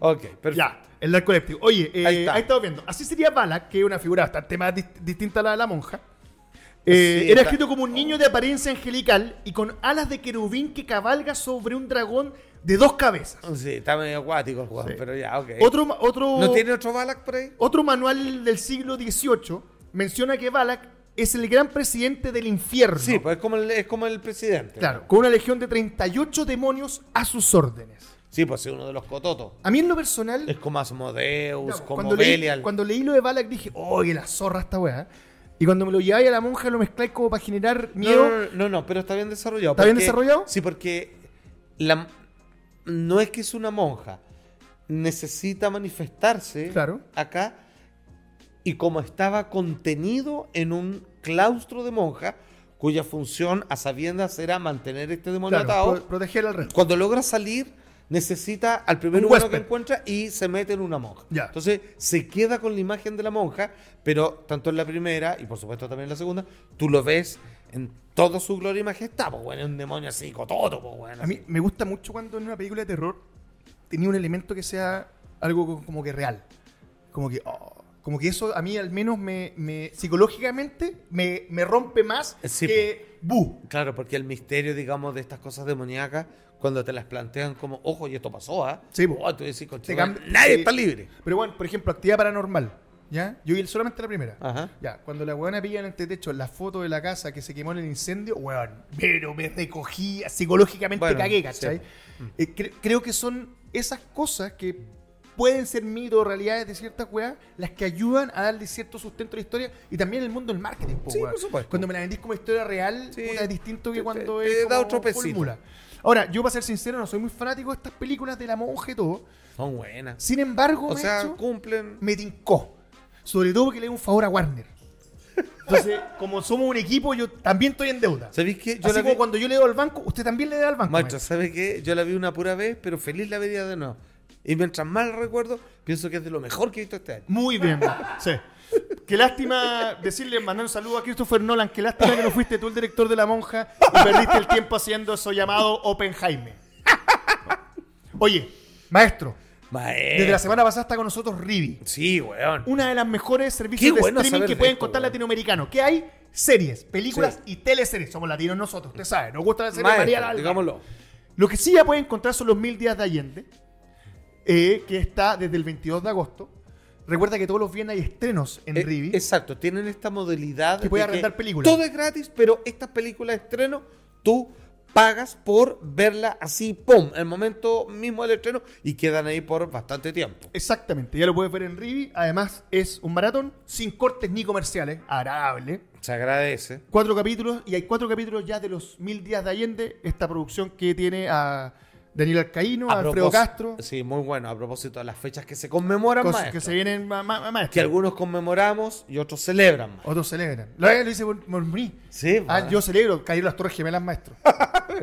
[SPEAKER 3] Ok, perfecto.
[SPEAKER 2] Ya, el Dark Collective. Oye, eh,
[SPEAKER 3] Ahí
[SPEAKER 2] ahí,
[SPEAKER 3] está.
[SPEAKER 2] estamos viendo. Así sería Balak, que es una figura bastante más dis- distinta a la de la monja. Eh,
[SPEAKER 3] Sí,
[SPEAKER 2] era
[SPEAKER 3] está-
[SPEAKER 2] escrito como un niño de apariencia angelical y con alas de querubín que cabalga sobre un dragón de dos cabezas.
[SPEAKER 3] Sí, está medio acuático el juego, pero ya, ok.
[SPEAKER 2] Otro, ma- otro,
[SPEAKER 3] ¿No tiene otro Balak por ahí?
[SPEAKER 2] otro manual del siglo XVIII menciona que Balak es el gran presidente del infierno.
[SPEAKER 3] Sí, pues es como el, es como el presidente.
[SPEAKER 2] claro, con una legión de 38 demonios a sus órdenes.
[SPEAKER 3] Sí, pues es uno de los cototos.
[SPEAKER 2] A mí en lo personal...
[SPEAKER 3] Es como Asmodeus,
[SPEAKER 2] Claro,
[SPEAKER 3] Pues, como
[SPEAKER 2] pues, cuando, leí,
[SPEAKER 3] Belial.
[SPEAKER 2] cuando leí lo de Balak dije, oye, la zorra esta weá. Y cuando me lo lleváis a la monja lo mezcláis como para generar
[SPEAKER 3] No,
[SPEAKER 2] miedo.
[SPEAKER 3] No, no, no, no, pero está bien desarrollado.
[SPEAKER 2] ¿Está bien desarrollado?
[SPEAKER 3] Sí, porque la, no es que es una monja. Necesita manifestarse
[SPEAKER 2] Claro.
[SPEAKER 3] acá. Y como estaba contenido en un claustro de monja, cuya función a sabiendas era mantener este demonio
[SPEAKER 2] Claro, pues,
[SPEAKER 3] atado,
[SPEAKER 2] pro- proteger al resto.
[SPEAKER 3] cuando logra salir, necesita al primer
[SPEAKER 2] Un
[SPEAKER 3] humano que
[SPEAKER 2] huésped.
[SPEAKER 3] encuentra y se mete en una monja.
[SPEAKER 2] Ya.
[SPEAKER 3] Entonces se queda con la imagen de la monja, pero tanto en la primera y por supuesto también en la segunda, tú lo ves en todo su gloria y majestad, pues bueno, es un demonio así, cototo, pues bueno.
[SPEAKER 2] A mí me gusta mucho cuando en una película de terror tenía un elemento que sea algo co- como que real. Como que, oh, como que eso a mí al menos me, me- psicológicamente me, me rompe más
[SPEAKER 3] Eh, Sí,
[SPEAKER 2] que bu.
[SPEAKER 3] Claro, porque el misterio, digamos, de estas cosas demoníacas, cuando te las plantean como, ojo, y esto pasó, ¿ah?
[SPEAKER 2] Sí, po.
[SPEAKER 3] Oh, tú decís,
[SPEAKER 2] Te
[SPEAKER 3] "Conchetumare,
[SPEAKER 2] cambia-
[SPEAKER 3] nadie
[SPEAKER 2] sí.
[SPEAKER 3] está libre.
[SPEAKER 2] Pero bueno, por ejemplo, actividad paranormal. ¿Ya? Yo vi solamente la primera.
[SPEAKER 3] Ajá.
[SPEAKER 2] Ya, cuando la weona pilla en este techo la foto de la casa que se quemó en el incendio, weón, pero me recogí, psicológicamente
[SPEAKER 3] Bueno,
[SPEAKER 2] cagué, ¿cachai?
[SPEAKER 3] sí.
[SPEAKER 2] Eh, cre- creo que son esas cosas que pueden ser mitos o realidades de ciertas weas las que ayudan a darle cierto sustento a la historia y también el mundo del marketing, po,
[SPEAKER 3] Sí,
[SPEAKER 2] weón.
[SPEAKER 3] por supuesto.
[SPEAKER 2] Cuando me la vendís como historia real,
[SPEAKER 3] Sí.
[SPEAKER 2] puta, es distinto que
[SPEAKER 3] Te-
[SPEAKER 2] cuando
[SPEAKER 3] te-
[SPEAKER 2] es
[SPEAKER 3] te da
[SPEAKER 2] como
[SPEAKER 3] otro pesito.
[SPEAKER 2] fórmula. Ahora, yo para ser sincero, no soy muy fanático de estas películas de la monja y todo.
[SPEAKER 3] Son buenas.
[SPEAKER 2] Sin embargo,
[SPEAKER 3] O
[SPEAKER 2] me
[SPEAKER 3] sea,
[SPEAKER 2] ha hecho-
[SPEAKER 3] cumplen.
[SPEAKER 2] me tincó. Sobre todo porque le di un favor a Warner. Entonces, como somos un equipo, yo también estoy en deuda.
[SPEAKER 3] ¿Sabéis qué?
[SPEAKER 2] Así
[SPEAKER 3] la
[SPEAKER 2] como
[SPEAKER 3] vi-
[SPEAKER 2] cuando yo le doy al banco, usted también le da al banco.
[SPEAKER 3] Maestro,
[SPEAKER 2] maestro.
[SPEAKER 3] ¿sabe qué? Yo la vi una pura vez, pero feliz la vería de nuevo. Y mientras más la recuerdo, pienso que es de lo mejor que he visto este año.
[SPEAKER 2] Muy bien, maestro. sí. Qué lástima decirle, mandar un saludo a Christopher Nolan, qué lástima que no fuiste tú el director de La Monja y perdiste el tiempo haciendo eso llamado Oppenheimer. Oye, maestro,
[SPEAKER 3] Maestro.
[SPEAKER 2] desde la semana pasada está con nosotros Rivi.
[SPEAKER 3] Sí, weón.
[SPEAKER 2] Una de las mejores
[SPEAKER 3] Qué
[SPEAKER 2] servicios de
[SPEAKER 3] bueno
[SPEAKER 2] streaming
[SPEAKER 3] saber
[SPEAKER 2] que
[SPEAKER 3] de
[SPEAKER 2] pueden
[SPEAKER 3] esto,
[SPEAKER 2] contar
[SPEAKER 3] weón.
[SPEAKER 2] latinoamericanos. ¿Qué hay? Series, películas
[SPEAKER 3] Sí.
[SPEAKER 2] y teleseries. Somos latinos nosotros, usted sabe. Nos gusta la serie
[SPEAKER 3] Maestro,
[SPEAKER 2] María la Alba.
[SPEAKER 3] digámoslo.
[SPEAKER 2] Lo que sí ya pueden encontrar son los mil días de Allende, eh, que está desde el 22 de agosto. Recuerda que todos los viernes hay estrenos en
[SPEAKER 3] Eh,
[SPEAKER 2] Rivi.
[SPEAKER 3] Exacto, tienen esta modalidad.
[SPEAKER 2] Que puede
[SPEAKER 3] de
[SPEAKER 2] arrendar películas.
[SPEAKER 3] Todo es gratis, pero estas películas de estreno, tú pagas por verla así, ¡pum! El momento mismo del estreno y quedan ahí por bastante tiempo.
[SPEAKER 2] Exactamente, ya lo puedes ver en Rivi. Además, es un maratón sin cortes ni comerciales. Agradable.
[SPEAKER 3] Se agradece.
[SPEAKER 2] Cuatro capítulos, y hay cuatro capítulos ya de los mil días de Allende. Esta producción que tiene a Daniel Alcaíno, a Alfredo
[SPEAKER 3] propós-
[SPEAKER 2] Castro.
[SPEAKER 3] Sí, muy bueno. A propósito de las fechas que se conmemoran
[SPEAKER 2] Cosas
[SPEAKER 3] más.
[SPEAKER 2] que se vienen ma- ma- ma- maestro.
[SPEAKER 3] que algunos conmemoramos y otros celebran más.
[SPEAKER 2] Otros celebran. Lo, lo dice por, por mí.
[SPEAKER 3] Sí,
[SPEAKER 2] Ah,
[SPEAKER 3] ma.
[SPEAKER 2] yo celebro. Cayeron las Torres Gemelas,
[SPEAKER 3] [LAUGHS]
[SPEAKER 2] maestro.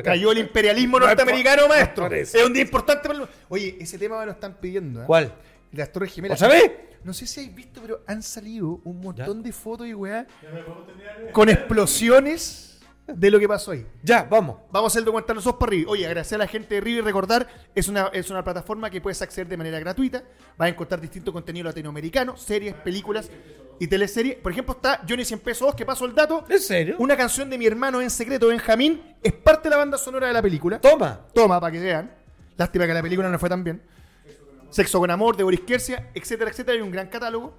[SPEAKER 2] Cayó el imperialismo norteamericano, maestro.
[SPEAKER 3] por
[SPEAKER 2] Es
[SPEAKER 3] eso.
[SPEAKER 2] un día importante para el... Oye, ese tema me lo están pidiendo. ¿eh?
[SPEAKER 3] ¿Cuál?
[SPEAKER 2] Las Torres Gemelas.
[SPEAKER 3] ¿Otra vez?
[SPEAKER 2] No sé si habéis visto, pero han salido un montón de fotos y weá con explosiones de lo que pasó ahí.
[SPEAKER 3] Ya, vamos.
[SPEAKER 2] Vamos a hacer el documental Los Dos para Rivi. Oye, agradecer a la gente de Rivi. Recordar, es una, es una plataforma que puedes acceder de manera gratuita. Vas a encontrar distinto contenido latinoamericano, series, películas y teleseries. Por ejemplo, está Johnny 100 pesos 2, que paso el dato.
[SPEAKER 3] ¿En serio?
[SPEAKER 2] Una canción de mi hermano en secreto, Benjamín, es parte de la banda sonora de la película.
[SPEAKER 3] Toma.
[SPEAKER 2] Toma, para que vean. Lástima que la película no le fue tan bien. Sexo con amor, de Boris Kersia, etcétera, etcétera. Hay un gran catálogo.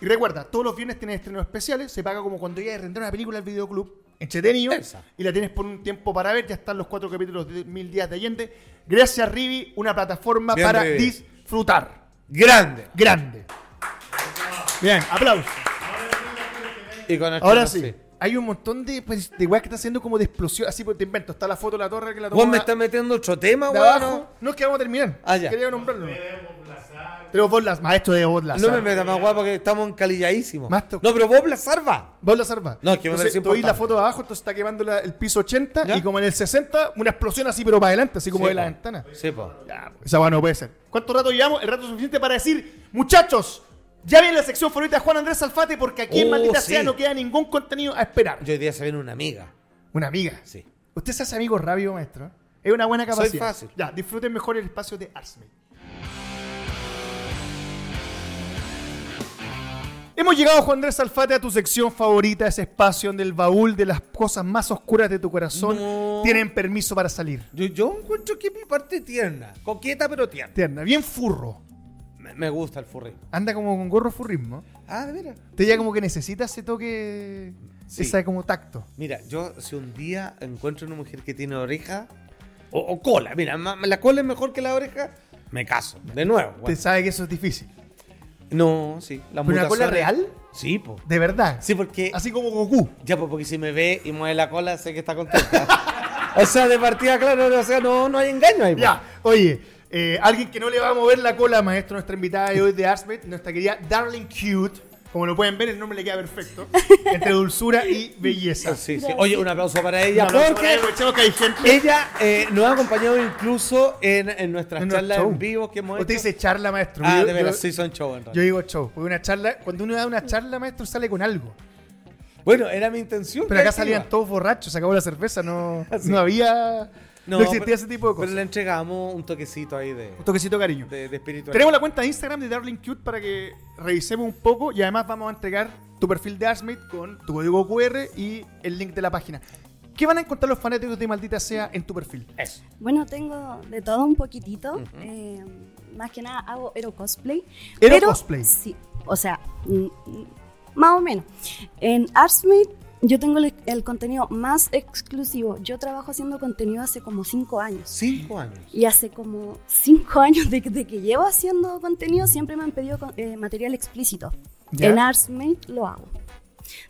[SPEAKER 2] Y recuerda, todos los viernes tienes estrenos especiales. Se paga como cuando ya a rentar una película al videoclub. Entretenido.
[SPEAKER 3] Exacto.
[SPEAKER 2] Y la tienes por un tiempo para ver. Ya están los cuatro capítulos de Mil Días de Allende. Gracias, Rivi. Una plataforma
[SPEAKER 3] Bien,
[SPEAKER 2] para
[SPEAKER 3] Rivi.
[SPEAKER 2] disfrutar.
[SPEAKER 3] Grande.
[SPEAKER 2] Grande. Bien, aplausos.
[SPEAKER 3] Y con esto
[SPEAKER 2] Ahora
[SPEAKER 3] no
[SPEAKER 2] sí.
[SPEAKER 3] sé.
[SPEAKER 2] Hay un montón de, pues, de weas que está haciendo como de explosión. Así por te invento. Está la foto de la torre que la
[SPEAKER 3] Vos
[SPEAKER 2] toma
[SPEAKER 3] me estás metiendo otro tema,
[SPEAKER 2] de
[SPEAKER 3] weón.
[SPEAKER 2] abajo. No es que vamos a terminar.
[SPEAKER 3] Ah, ya.
[SPEAKER 2] Quería nombrarlo. Tenemos Bob Lazar. Maestro de Bob Lazar.
[SPEAKER 3] No me metas más guapo que estamos encalilladísimos.
[SPEAKER 2] Más to-
[SPEAKER 3] No, pero Bob la salva.
[SPEAKER 2] Bob Lazar va.
[SPEAKER 3] No, es que me
[SPEAKER 2] Entonces,
[SPEAKER 3] parece
[SPEAKER 2] tú oís la
[SPEAKER 3] importante.
[SPEAKER 2] foto de abajo, entonces está quemando la- el piso 80
[SPEAKER 3] Ya.
[SPEAKER 2] y como en el 60, una explosión así, pero para adelante, así como
[SPEAKER 3] Sí,
[SPEAKER 2] de la
[SPEAKER 3] po.
[SPEAKER 2] ventana.
[SPEAKER 3] Sí, po.
[SPEAKER 2] Ya, po, esa wea no puede ser. ¿Cuánto rato llevamos? El rato suficiente para decir, muchachos, ya viene la sección favorita de Juan Andrés Alfate porque aquí en
[SPEAKER 3] Oh,
[SPEAKER 2] Maldita
[SPEAKER 3] sí.
[SPEAKER 2] Sea no queda ningún contenido a esperar.
[SPEAKER 3] Yo hoy día se viene una amiga.
[SPEAKER 2] Una amiga.
[SPEAKER 3] Sí.
[SPEAKER 2] Usted se hace amigo rápido, maestro. ¿eh? Es una buena
[SPEAKER 3] Soy
[SPEAKER 2] capacidad.
[SPEAKER 3] fácil.
[SPEAKER 2] Ya, disfruten mejor el espacio de Arsme. Hemos llegado, Juan Andrés Alfate, a tu sección favorita, ese espacio donde el baúl de las cosas más oscuras de tu corazón
[SPEAKER 3] No.
[SPEAKER 2] tienen permiso para salir.
[SPEAKER 3] Yo, yo encuentro que es mi parte tierna. Coqueta, pero tierna.
[SPEAKER 2] Tierna, bien furro.
[SPEAKER 3] Me, me gusta el furry.
[SPEAKER 2] Anda como con gorro furrismo.
[SPEAKER 3] Ah, de veras.
[SPEAKER 2] Te ya como que necesita ese toque,
[SPEAKER 3] Sí.
[SPEAKER 2] esa como tacto.
[SPEAKER 3] Mira, yo si un día encuentro una mujer que tiene oreja o, o cola, mira, ma- la cola es mejor que la oreja, me caso. De nuevo.
[SPEAKER 2] Te
[SPEAKER 3] bueno.
[SPEAKER 2] sabe que eso es difícil.
[SPEAKER 3] No, sí. La
[SPEAKER 2] ¿Pero una cola
[SPEAKER 3] mutación-
[SPEAKER 2] real?
[SPEAKER 3] Sí, po.
[SPEAKER 2] De verdad.
[SPEAKER 3] Sí, porque
[SPEAKER 2] Así como Goku.
[SPEAKER 3] Ya, pues porque si me ve y mueve la cola, sé que está contenta. [LAUGHS] o sea, de partida, claro, no, o sea, no, no hay engaño ahí. pues.
[SPEAKER 2] Ya, oye, eh, alguien que no le va a mover la cola, maestro, nuestra invitada de hoy de Arsmet, nuestra querida Darling Cute. Como lo pueden ver, el nombre le queda perfecto. Entre dulzura y belleza.
[SPEAKER 3] Ah, Sí, sí. Oye, un aplauso para ella,
[SPEAKER 2] Un aplauso para
[SPEAKER 3] porque
[SPEAKER 2] ella, aprovechemos que hay gente.
[SPEAKER 3] ella eh, nos ha acompañado incluso en, en nuestras
[SPEAKER 2] en los
[SPEAKER 3] charlas
[SPEAKER 2] shows.
[SPEAKER 3] en vivo que hemos hecho.
[SPEAKER 2] Usted dice charla, maestro.
[SPEAKER 3] ah,
[SPEAKER 2] Yo-
[SPEAKER 3] de veras,
[SPEAKER 2] yo-
[SPEAKER 3] sí, son show en realidad.
[SPEAKER 2] Yo digo show. Porque una charla, cuando uno da una charla, maestro, sale con algo.
[SPEAKER 3] Bueno, era mi intención.
[SPEAKER 2] Pero acá
[SPEAKER 3] que
[SPEAKER 2] salían
[SPEAKER 3] iba.
[SPEAKER 2] todos borrachos, se acabó la cerveza,
[SPEAKER 3] [LAUGHS]
[SPEAKER 2] no, no había. No, existía
[SPEAKER 3] pero-
[SPEAKER 2] ese tipo de
[SPEAKER 3] Pero
[SPEAKER 2] cosas.
[SPEAKER 3] le entregamos un toquecito ahí de,
[SPEAKER 2] Un toquecito de cariño.
[SPEAKER 3] de, de espiritualidad.
[SPEAKER 2] Tenemos la cuenta de Instagram de Darling Cute para que revisemos un poco y además vamos a entregar tu perfil de Arsmate con tu código QR y el link de la página. ¿Qué van a encontrar los fanáticos de Maldita Sea en tu perfil?
[SPEAKER 3] Eso.
[SPEAKER 4] Bueno, tengo de todo un poquitito. Eh, más que nada hago hero cosplay.
[SPEAKER 2] ¿Hero
[SPEAKER 4] Pero-
[SPEAKER 2] cosplay?
[SPEAKER 4] Sí, o sea, mm, mm, más o menos. En Artsmith yo tengo el, el contenido más exclusivo. Yo trabajo haciendo contenido hace como cinco años.
[SPEAKER 3] Cinco años.
[SPEAKER 4] Y hace como cinco [LAUGHS] años de, que- de que llevo haciendo contenido, siempre me han pedido con- eh, material explícito.
[SPEAKER 2] ¿Ya?
[SPEAKER 4] En Artsmate lo hago.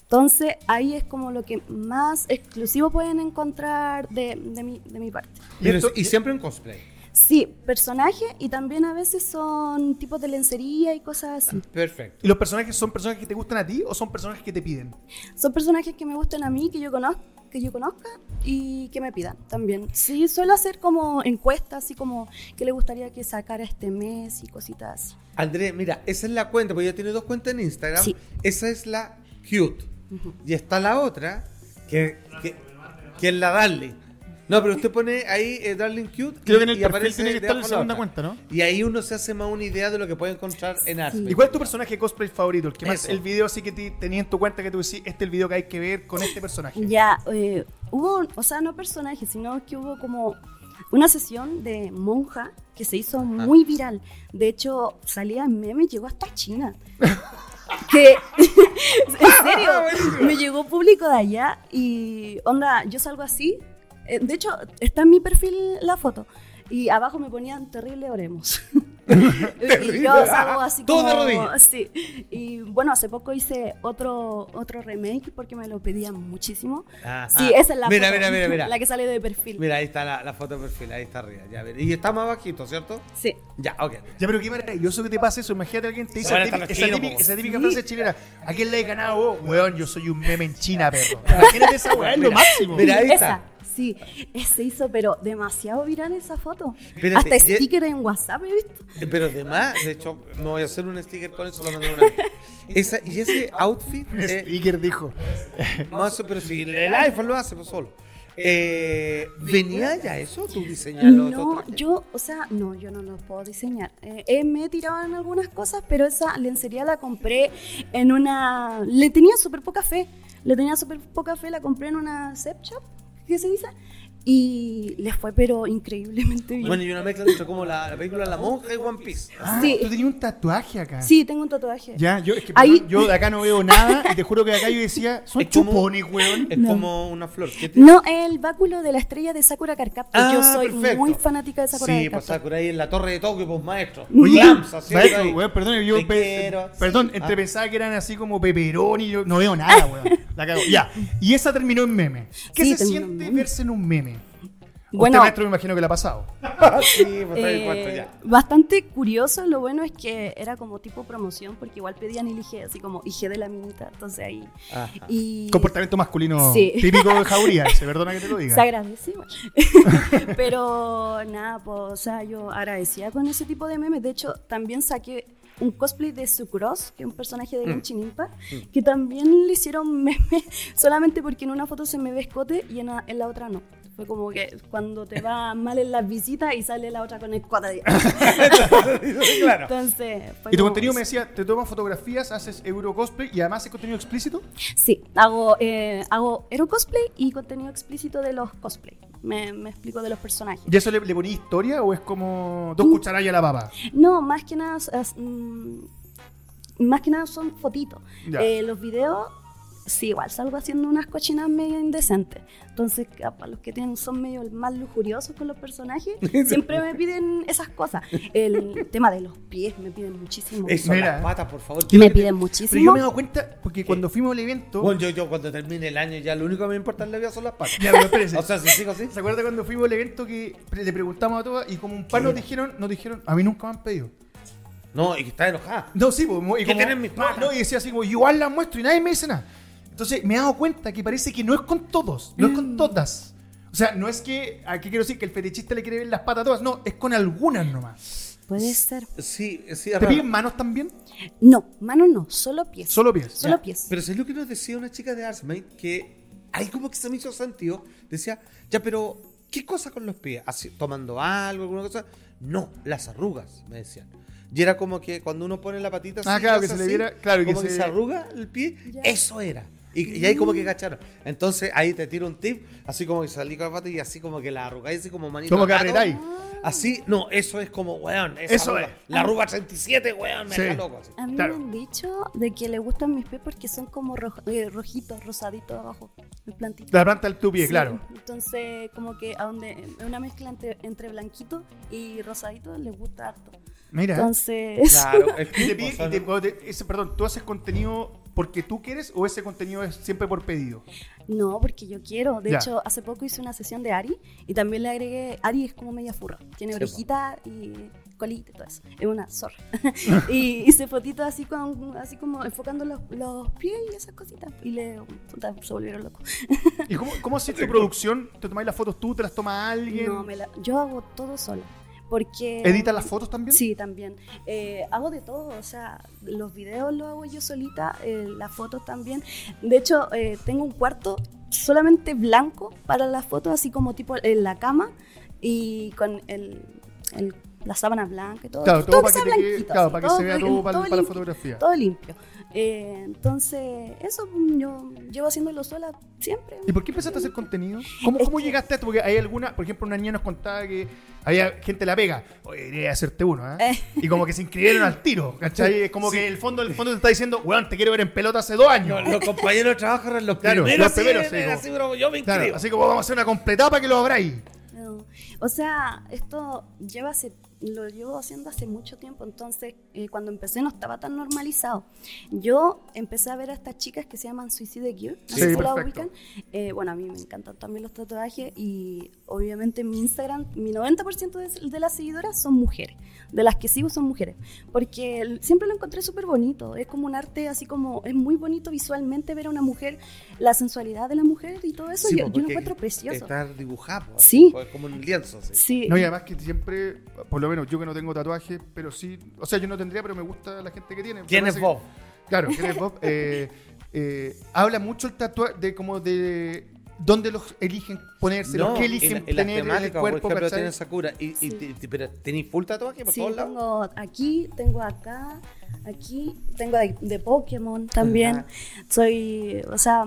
[SPEAKER 4] Entonces ahí es como lo que más exclusivo pueden encontrar de- de mi- de mi parte.
[SPEAKER 2] Y esto-
[SPEAKER 3] y siempre en cosplay.
[SPEAKER 4] Sí, personaje y también a veces son tipos de lencería y cosas así.
[SPEAKER 3] Perfecto.
[SPEAKER 2] ¿Y los personajes son personajes que te gustan a ti o son personajes que te piden?
[SPEAKER 4] Son personajes que me gustan a mí, que yo conozca, que yo conozca y que me pidan también. Sí, suelo hacer como encuestas, así como que le gustaría que sacara este mes y cositas así.
[SPEAKER 3] André, mira, esa es la cuenta, porque ella tiene dos cuentas en Instagram.
[SPEAKER 4] Sí.
[SPEAKER 3] Esa es la cute. Y está la otra, que, que, que es la darle. No, pero usted pone ahí eh, Darling Cute.
[SPEAKER 2] Creo que en el perfil
[SPEAKER 3] aparece
[SPEAKER 2] tiene que estar
[SPEAKER 3] debajo
[SPEAKER 2] la segunda
[SPEAKER 3] otra.
[SPEAKER 2] cuenta, ¿no?
[SPEAKER 3] Y ahí uno se hace más una idea de lo que puede encontrar en Aspect.
[SPEAKER 2] ¿Y cuál es tu personaje cosplay favorito? El que más
[SPEAKER 3] Eso.
[SPEAKER 2] el video así que te, tenía en tu cuenta que tú decís, este es el video que hay que ver con este personaje.
[SPEAKER 4] Ya, eh, hubo, o sea, no personajes, sino que hubo como una sesión de monja que se hizo muy viral. De hecho, salía en meme y llegó hasta China. [LAUGHS] que, [LAUGHS] en serio, me llegó público de allá y, onda, yo salgo así. eh, de hecho, está en mi perfil la foto. Y abajo me ponían terrible oremos. [LAUGHS] y yo salgo así
[SPEAKER 3] Todo de
[SPEAKER 4] como-
[SPEAKER 3] rodillas.
[SPEAKER 4] Sí. Y bueno, hace poco hice otro, otro remake porque me lo pedían muchísimo.
[SPEAKER 3] Ajá.
[SPEAKER 4] Sí, esa es la
[SPEAKER 3] Mira,
[SPEAKER 4] foto,
[SPEAKER 3] mira, mira, mira.
[SPEAKER 4] [LAUGHS] La que sale de perfil.
[SPEAKER 3] Mira, ahí está la, la foto de perfil, ahí está arriba. Ya, a ver. y está más bajito, ¿cierto?
[SPEAKER 4] Sí.
[SPEAKER 3] Ya, ok.
[SPEAKER 2] Ya, pero qué maravilloso que te pase eso. Imagínate alguien te dice
[SPEAKER 3] Ahora
[SPEAKER 2] esa típica,
[SPEAKER 3] están
[SPEAKER 2] esa
[SPEAKER 3] los chinos,
[SPEAKER 2] típica-
[SPEAKER 3] po.
[SPEAKER 2] esa típica frase chilena. ¿A quién le he ganado vos? Weón, yo soy un meme en China,
[SPEAKER 3] [LAUGHS]
[SPEAKER 2] perro. Imagínate esa weá, es lo máximo.
[SPEAKER 3] Mira, ahí
[SPEAKER 4] Esa,
[SPEAKER 3] está.
[SPEAKER 4] sí. Es- Se hizo, pero demasiado viral esa foto.
[SPEAKER 3] Espérate,
[SPEAKER 4] Hasta
[SPEAKER 3] ya-
[SPEAKER 4] sticker en WhatsApp he visto.
[SPEAKER 3] Eh, Pero además, de hecho, me voy a hacer un sticker con eso, lo mandé
[SPEAKER 2] [LAUGHS]
[SPEAKER 3] una vez. Esa, y ese outfit, eh,
[SPEAKER 2] Iker dijo.
[SPEAKER 3] no hace- pero si el iPhone lo hace, pues solo. Eh, ¿Venía ya eso? ¿Tú diseñalo?
[SPEAKER 4] No, yo, o sea, no, yo no lo puedo diseñar. Eh, eh, me tiraban algunas cosas, pero esa lencería la compré en una. Le tenía súper poca fe. Le tenía súper poca fe, la compré en una Zep Shop, ¿qué se dice? Y les fue, pero increíblemente bien.
[SPEAKER 3] Bueno, y una mezcla entre como la, la película La Monja y One Piece.
[SPEAKER 2] Ah,
[SPEAKER 4] Sí.
[SPEAKER 2] tú tenías un tatuaje acá.
[SPEAKER 4] Sí, tengo un tatuaje.
[SPEAKER 2] Ya, yo, es que
[SPEAKER 4] Ahí-
[SPEAKER 2] perdón, yo de acá no veo nada y te juro que de acá yo decía, son
[SPEAKER 3] Es como-
[SPEAKER 2] chupones, weón.
[SPEAKER 3] Es
[SPEAKER 4] No.
[SPEAKER 3] como una flor. ¿Qué te-
[SPEAKER 4] No, el báculo de la estrella de Sakura Carcaptor.
[SPEAKER 3] Ah,
[SPEAKER 4] Yo soy
[SPEAKER 3] perfecto.
[SPEAKER 4] muy fanática de Sakura
[SPEAKER 3] Sí, pues
[SPEAKER 4] Card Captor.
[SPEAKER 3] Sakura ahí en la torre de Tokio, pues maestro.
[SPEAKER 2] Oye,
[SPEAKER 3] Clamps, así,
[SPEAKER 2] maestro,
[SPEAKER 3] ahí.
[SPEAKER 2] weón, perdón, yo
[SPEAKER 3] Te
[SPEAKER 2] pe-
[SPEAKER 3] quiero.
[SPEAKER 2] perdón,
[SPEAKER 3] Sí.
[SPEAKER 2] entre
[SPEAKER 3] Ah.
[SPEAKER 2] pensaba que eran así como peperoni, yo no veo nada, weón. La cago. Ya. Y esa terminó en meme. ¿Qué
[SPEAKER 4] Sí,
[SPEAKER 2] se
[SPEAKER 4] terminó en
[SPEAKER 2] siente
[SPEAKER 4] meme.
[SPEAKER 2] verse en un meme? Usted,
[SPEAKER 4] Bueno,
[SPEAKER 2] maestro, me imagino que la ha pasado.
[SPEAKER 3] [LAUGHS] Sí, pues ahí, cuatro,
[SPEAKER 4] eh,
[SPEAKER 3] ya. [LAUGHS]
[SPEAKER 4] bastante curioso. Lo bueno es que era como tipo promoción, porque igual pedían el IG, así como IG de la minita. Entonces ahí.
[SPEAKER 3] Ajá.
[SPEAKER 4] Y
[SPEAKER 2] Comportamiento masculino
[SPEAKER 4] Sí.
[SPEAKER 2] [LAUGHS] típico de
[SPEAKER 4] [LAUGHS]
[SPEAKER 2] Jauría, se perdona que te lo diga.
[SPEAKER 4] se agradece igual. [LAUGHS] Pero nada, pues, o sea, yo agradecía con ese tipo de memes. De hecho, también saqué un cosplay de Sucross, que es un personaje
[SPEAKER 3] Mm.
[SPEAKER 4] de Genshin Impact, que también le hicieron [LAUGHS] meme solamente porque en una foto se me ve escote y en la, en la otra no. Fue como que cuando te va mal en las visitas y sale la otra con
[SPEAKER 3] [LAUGHS]
[SPEAKER 4] escote.
[SPEAKER 3] claro.
[SPEAKER 4] Entonces, fue
[SPEAKER 2] Y tu
[SPEAKER 4] como
[SPEAKER 2] contenido me
[SPEAKER 4] eso.
[SPEAKER 2] decía, te tomas fotografías, haces euro cosplay y además es contenido explícito.
[SPEAKER 4] Sí, hago, eh, hago ero cosplay y contenido explícito de los cosplay. Me, me explico de los personajes.
[SPEAKER 2] ¿Y eso le, le ponía historia o es como
[SPEAKER 4] Mm.
[SPEAKER 2] dos cucharas y a la papa?
[SPEAKER 4] No, más que nada, as- mm, más que nada son fotitos.
[SPEAKER 2] Ya.
[SPEAKER 4] Eh, los videos, sí, igual salgo haciendo unas cochinas medio indecentes. Entonces, para los que tienen, son medio más lujuriosos con los
[SPEAKER 2] [LAUGHS]
[SPEAKER 4] personajes, siempre me piden esas cosas. El tema de los pies me piden muchísimo.
[SPEAKER 3] Eso,
[SPEAKER 2] Mira.
[SPEAKER 3] las patas, por favor.
[SPEAKER 4] me piden
[SPEAKER 2] Pero yo
[SPEAKER 4] muchísimo.
[SPEAKER 2] me he dado cuenta, porque
[SPEAKER 4] Eh.
[SPEAKER 2] cuando fuimos al evento.
[SPEAKER 3] Bueno, yo, yo cuando termine el año ya lo único que me importa en la vida son las patas.
[SPEAKER 2] [LAUGHS] Ya, pero espérese.
[SPEAKER 3] O sea, si sigo así.
[SPEAKER 2] ¿Se acuerda cuando fuimos al evento que pre- le preguntamos a todas y como un par nos dijeron, nos dijeron, a mí nunca me han pedido?
[SPEAKER 3] No, y que está enojada.
[SPEAKER 2] No, sí, pues, y
[SPEAKER 3] ¿Qué
[SPEAKER 2] como,
[SPEAKER 3] tienen mis
[SPEAKER 2] no,
[SPEAKER 3] patas?
[SPEAKER 2] No, y decía así como, igual las muestro y nadie me dice nada. Entonces me he dado cuenta que parece que no es con todos, no es
[SPEAKER 4] Mm.
[SPEAKER 2] con todas. O sea, no es que, aquí quiero decir que el fetichista le quiere ver las patas a todas, no, es con algunas nomás.
[SPEAKER 4] Puede ser.
[SPEAKER 3] Sí, sí,
[SPEAKER 2] ¿Te
[SPEAKER 3] raro.
[SPEAKER 2] piden manos también?
[SPEAKER 4] No, mano no, solo pies.
[SPEAKER 2] Solo pies.
[SPEAKER 4] Solo
[SPEAKER 2] Ya.
[SPEAKER 4] pies.
[SPEAKER 3] Pero es lo que nos decía una chica de Artsmate que ahí como que se me hizo sentido. Decía, ya, pero ¿qué cosa con los pies? Así, ¿Tomando algo, alguna cosa? No, las arrugas, me decían. Y era como que cuando uno pone la patita
[SPEAKER 2] Ah, claro,
[SPEAKER 3] hace
[SPEAKER 2] que se le viera- claro, que
[SPEAKER 3] como que
[SPEAKER 2] se-
[SPEAKER 3] se arruga el pie, eso era. Y, y ahí como que cacharon. Entonces ahí te tiro un tip, así como que salí con la pata y así como que la arrugáis, así como manito.
[SPEAKER 2] Como que
[SPEAKER 3] al gato.
[SPEAKER 2] apretáis.
[SPEAKER 3] Así, no, eso es como, weón, esa
[SPEAKER 2] Eso
[SPEAKER 3] arruga.
[SPEAKER 2] es.
[SPEAKER 3] La arruga 37, weón, me
[SPEAKER 2] Sí.
[SPEAKER 3] deja loco. así.
[SPEAKER 4] A mí
[SPEAKER 2] Claro.
[SPEAKER 4] me han dicho de que le gustan mis pies porque son como rojo- eh, rojitos, rosaditos abajo, los plantitos.
[SPEAKER 2] La planta del tu pie,
[SPEAKER 4] Sí,
[SPEAKER 2] claro.
[SPEAKER 4] Entonces, como que a donde es una mezcla entre, entre blanquito y rosadito les gusta harto.
[SPEAKER 2] Mira.
[SPEAKER 4] Entonces,
[SPEAKER 3] Claro, es
[SPEAKER 2] Y te
[SPEAKER 3] que
[SPEAKER 2] piden- y te- cuando te- ese- perdón, ¿tú haces contenido porque tú quieres o ese contenido es siempre por pedido?
[SPEAKER 4] [LAUGHS] no, porque yo quiero. De
[SPEAKER 2] Ya.
[SPEAKER 4] hecho, hace poco hice una sesión de Ari y también le agregué. Ari es como media furra, tiene
[SPEAKER 3] Sí, po.
[SPEAKER 4] orejita y colita y todo eso. Es una zorra. [LAUGHS] y hice fotitos así, con, así como enfocando los, los pies y esas cositas. Y le puta, se volvieron locos.
[SPEAKER 2] ¿Y cómo, cómo haces tu producción? ¿Te tomáis las fotos tú? ¿Te las toma alguien?
[SPEAKER 4] No, me la- yo hago todo sola. Porque.
[SPEAKER 2] ¿Editas las fotos también?
[SPEAKER 4] Sí, también. Eh, hago de todo, o sea, los videos los hago yo solita, eh, las fotos también. De hecho, eh, tengo un cuarto solamente blanco para las fotos, así como tipo en la cama y con el, el- la sábana blanca y todo.
[SPEAKER 2] Claro, todo
[SPEAKER 4] que
[SPEAKER 2] para
[SPEAKER 4] sea
[SPEAKER 2] que te quede-
[SPEAKER 4] blanquito,
[SPEAKER 2] claro,
[SPEAKER 4] así,
[SPEAKER 2] para que se vea todo para- para la
[SPEAKER 4] limpio,
[SPEAKER 2] fotografía.
[SPEAKER 4] Todo limpio. Eh, entonces, eso mm, yo llevo haciéndolo sola siempre.
[SPEAKER 2] ¿Y por qué empezaste a hacer contenido? ¿Cómo,
[SPEAKER 4] Es
[SPEAKER 2] cómo
[SPEAKER 4] que-
[SPEAKER 2] llegaste a esto? Porque hay alguna, por ejemplo, una niña nos contaba que había gente de la pega. Oye, iré a hacerte uno, ¿eh?
[SPEAKER 4] Eh.
[SPEAKER 2] Y como que se inscribieron al tiro, ¿cachai? Es como que el fondo, el fondo te está diciendo, weón, te quiero ver en pelota hace dos años.
[SPEAKER 3] Los, los compañeros de trabajo eran los
[SPEAKER 2] Claro,
[SPEAKER 3] primeros.
[SPEAKER 2] los primeros,
[SPEAKER 3] sí,
[SPEAKER 2] sí,
[SPEAKER 3] era
[SPEAKER 2] como-
[SPEAKER 3] así, bro, yo me inscribo.
[SPEAKER 2] Claro, así como vamos a hacer una completada para que lo abráis.
[SPEAKER 4] No. Oh. O sea, esto lleva hace- lo llevo haciendo hace mucho tiempo, entonces eh, cuando empecé no estaba tan normalizado. Yo empecé a ver a estas chicas que se llaman Suicide Gear, no
[SPEAKER 2] Sí,
[SPEAKER 4] sé si las
[SPEAKER 2] perfecto.
[SPEAKER 4] ubican. Eh, bueno, a mí me encantan también los tatuajes y obviamente en mi Instagram, mi 90% de, de las seguidoras son mujeres, de las que sigo son mujeres, porque el- siempre lo encontré súper bonito, es como un arte así como, es muy bonito visualmente ver a una mujer, la sensualidad de la mujer y todo eso,
[SPEAKER 3] Sí,
[SPEAKER 4] yo,
[SPEAKER 3] pues,
[SPEAKER 4] yo lo
[SPEAKER 3] porque
[SPEAKER 4] encuentro precioso.
[SPEAKER 3] Está dibujado. pues,
[SPEAKER 4] Sí.
[SPEAKER 3] pues, Como en un lienzo. así.
[SPEAKER 4] Sí.
[SPEAKER 2] No, y además que siempre, por lo menos yo que no tengo tatuaje, pero sí, o sea, yo no tendría, pero me gusta la gente que tiene. Me
[SPEAKER 3] ¿Quién es
[SPEAKER 2] parece que-
[SPEAKER 3] Bob?
[SPEAKER 2] Claro, ¿quién es
[SPEAKER 3] [LAUGHS]
[SPEAKER 2] Bob? Eh, eh, habla mucho el tatuaje de como de dónde los eligen ponerse, los que
[SPEAKER 3] en,
[SPEAKER 2] eligen
[SPEAKER 3] en las
[SPEAKER 2] tener en el
[SPEAKER 3] temáticas,
[SPEAKER 2] cuerpo,
[SPEAKER 3] por ejemplo,
[SPEAKER 2] ¿cachai?
[SPEAKER 3] tienen Sakura. Y, y
[SPEAKER 4] Sí.
[SPEAKER 3] te- te- pero tenéis full tatuaje por
[SPEAKER 4] Sí,
[SPEAKER 3] todos lados.
[SPEAKER 4] tengo aquí, tengo acá, aquí, tengo de, de Pokémon también.
[SPEAKER 3] Ajá.
[SPEAKER 4] Soy, o sea,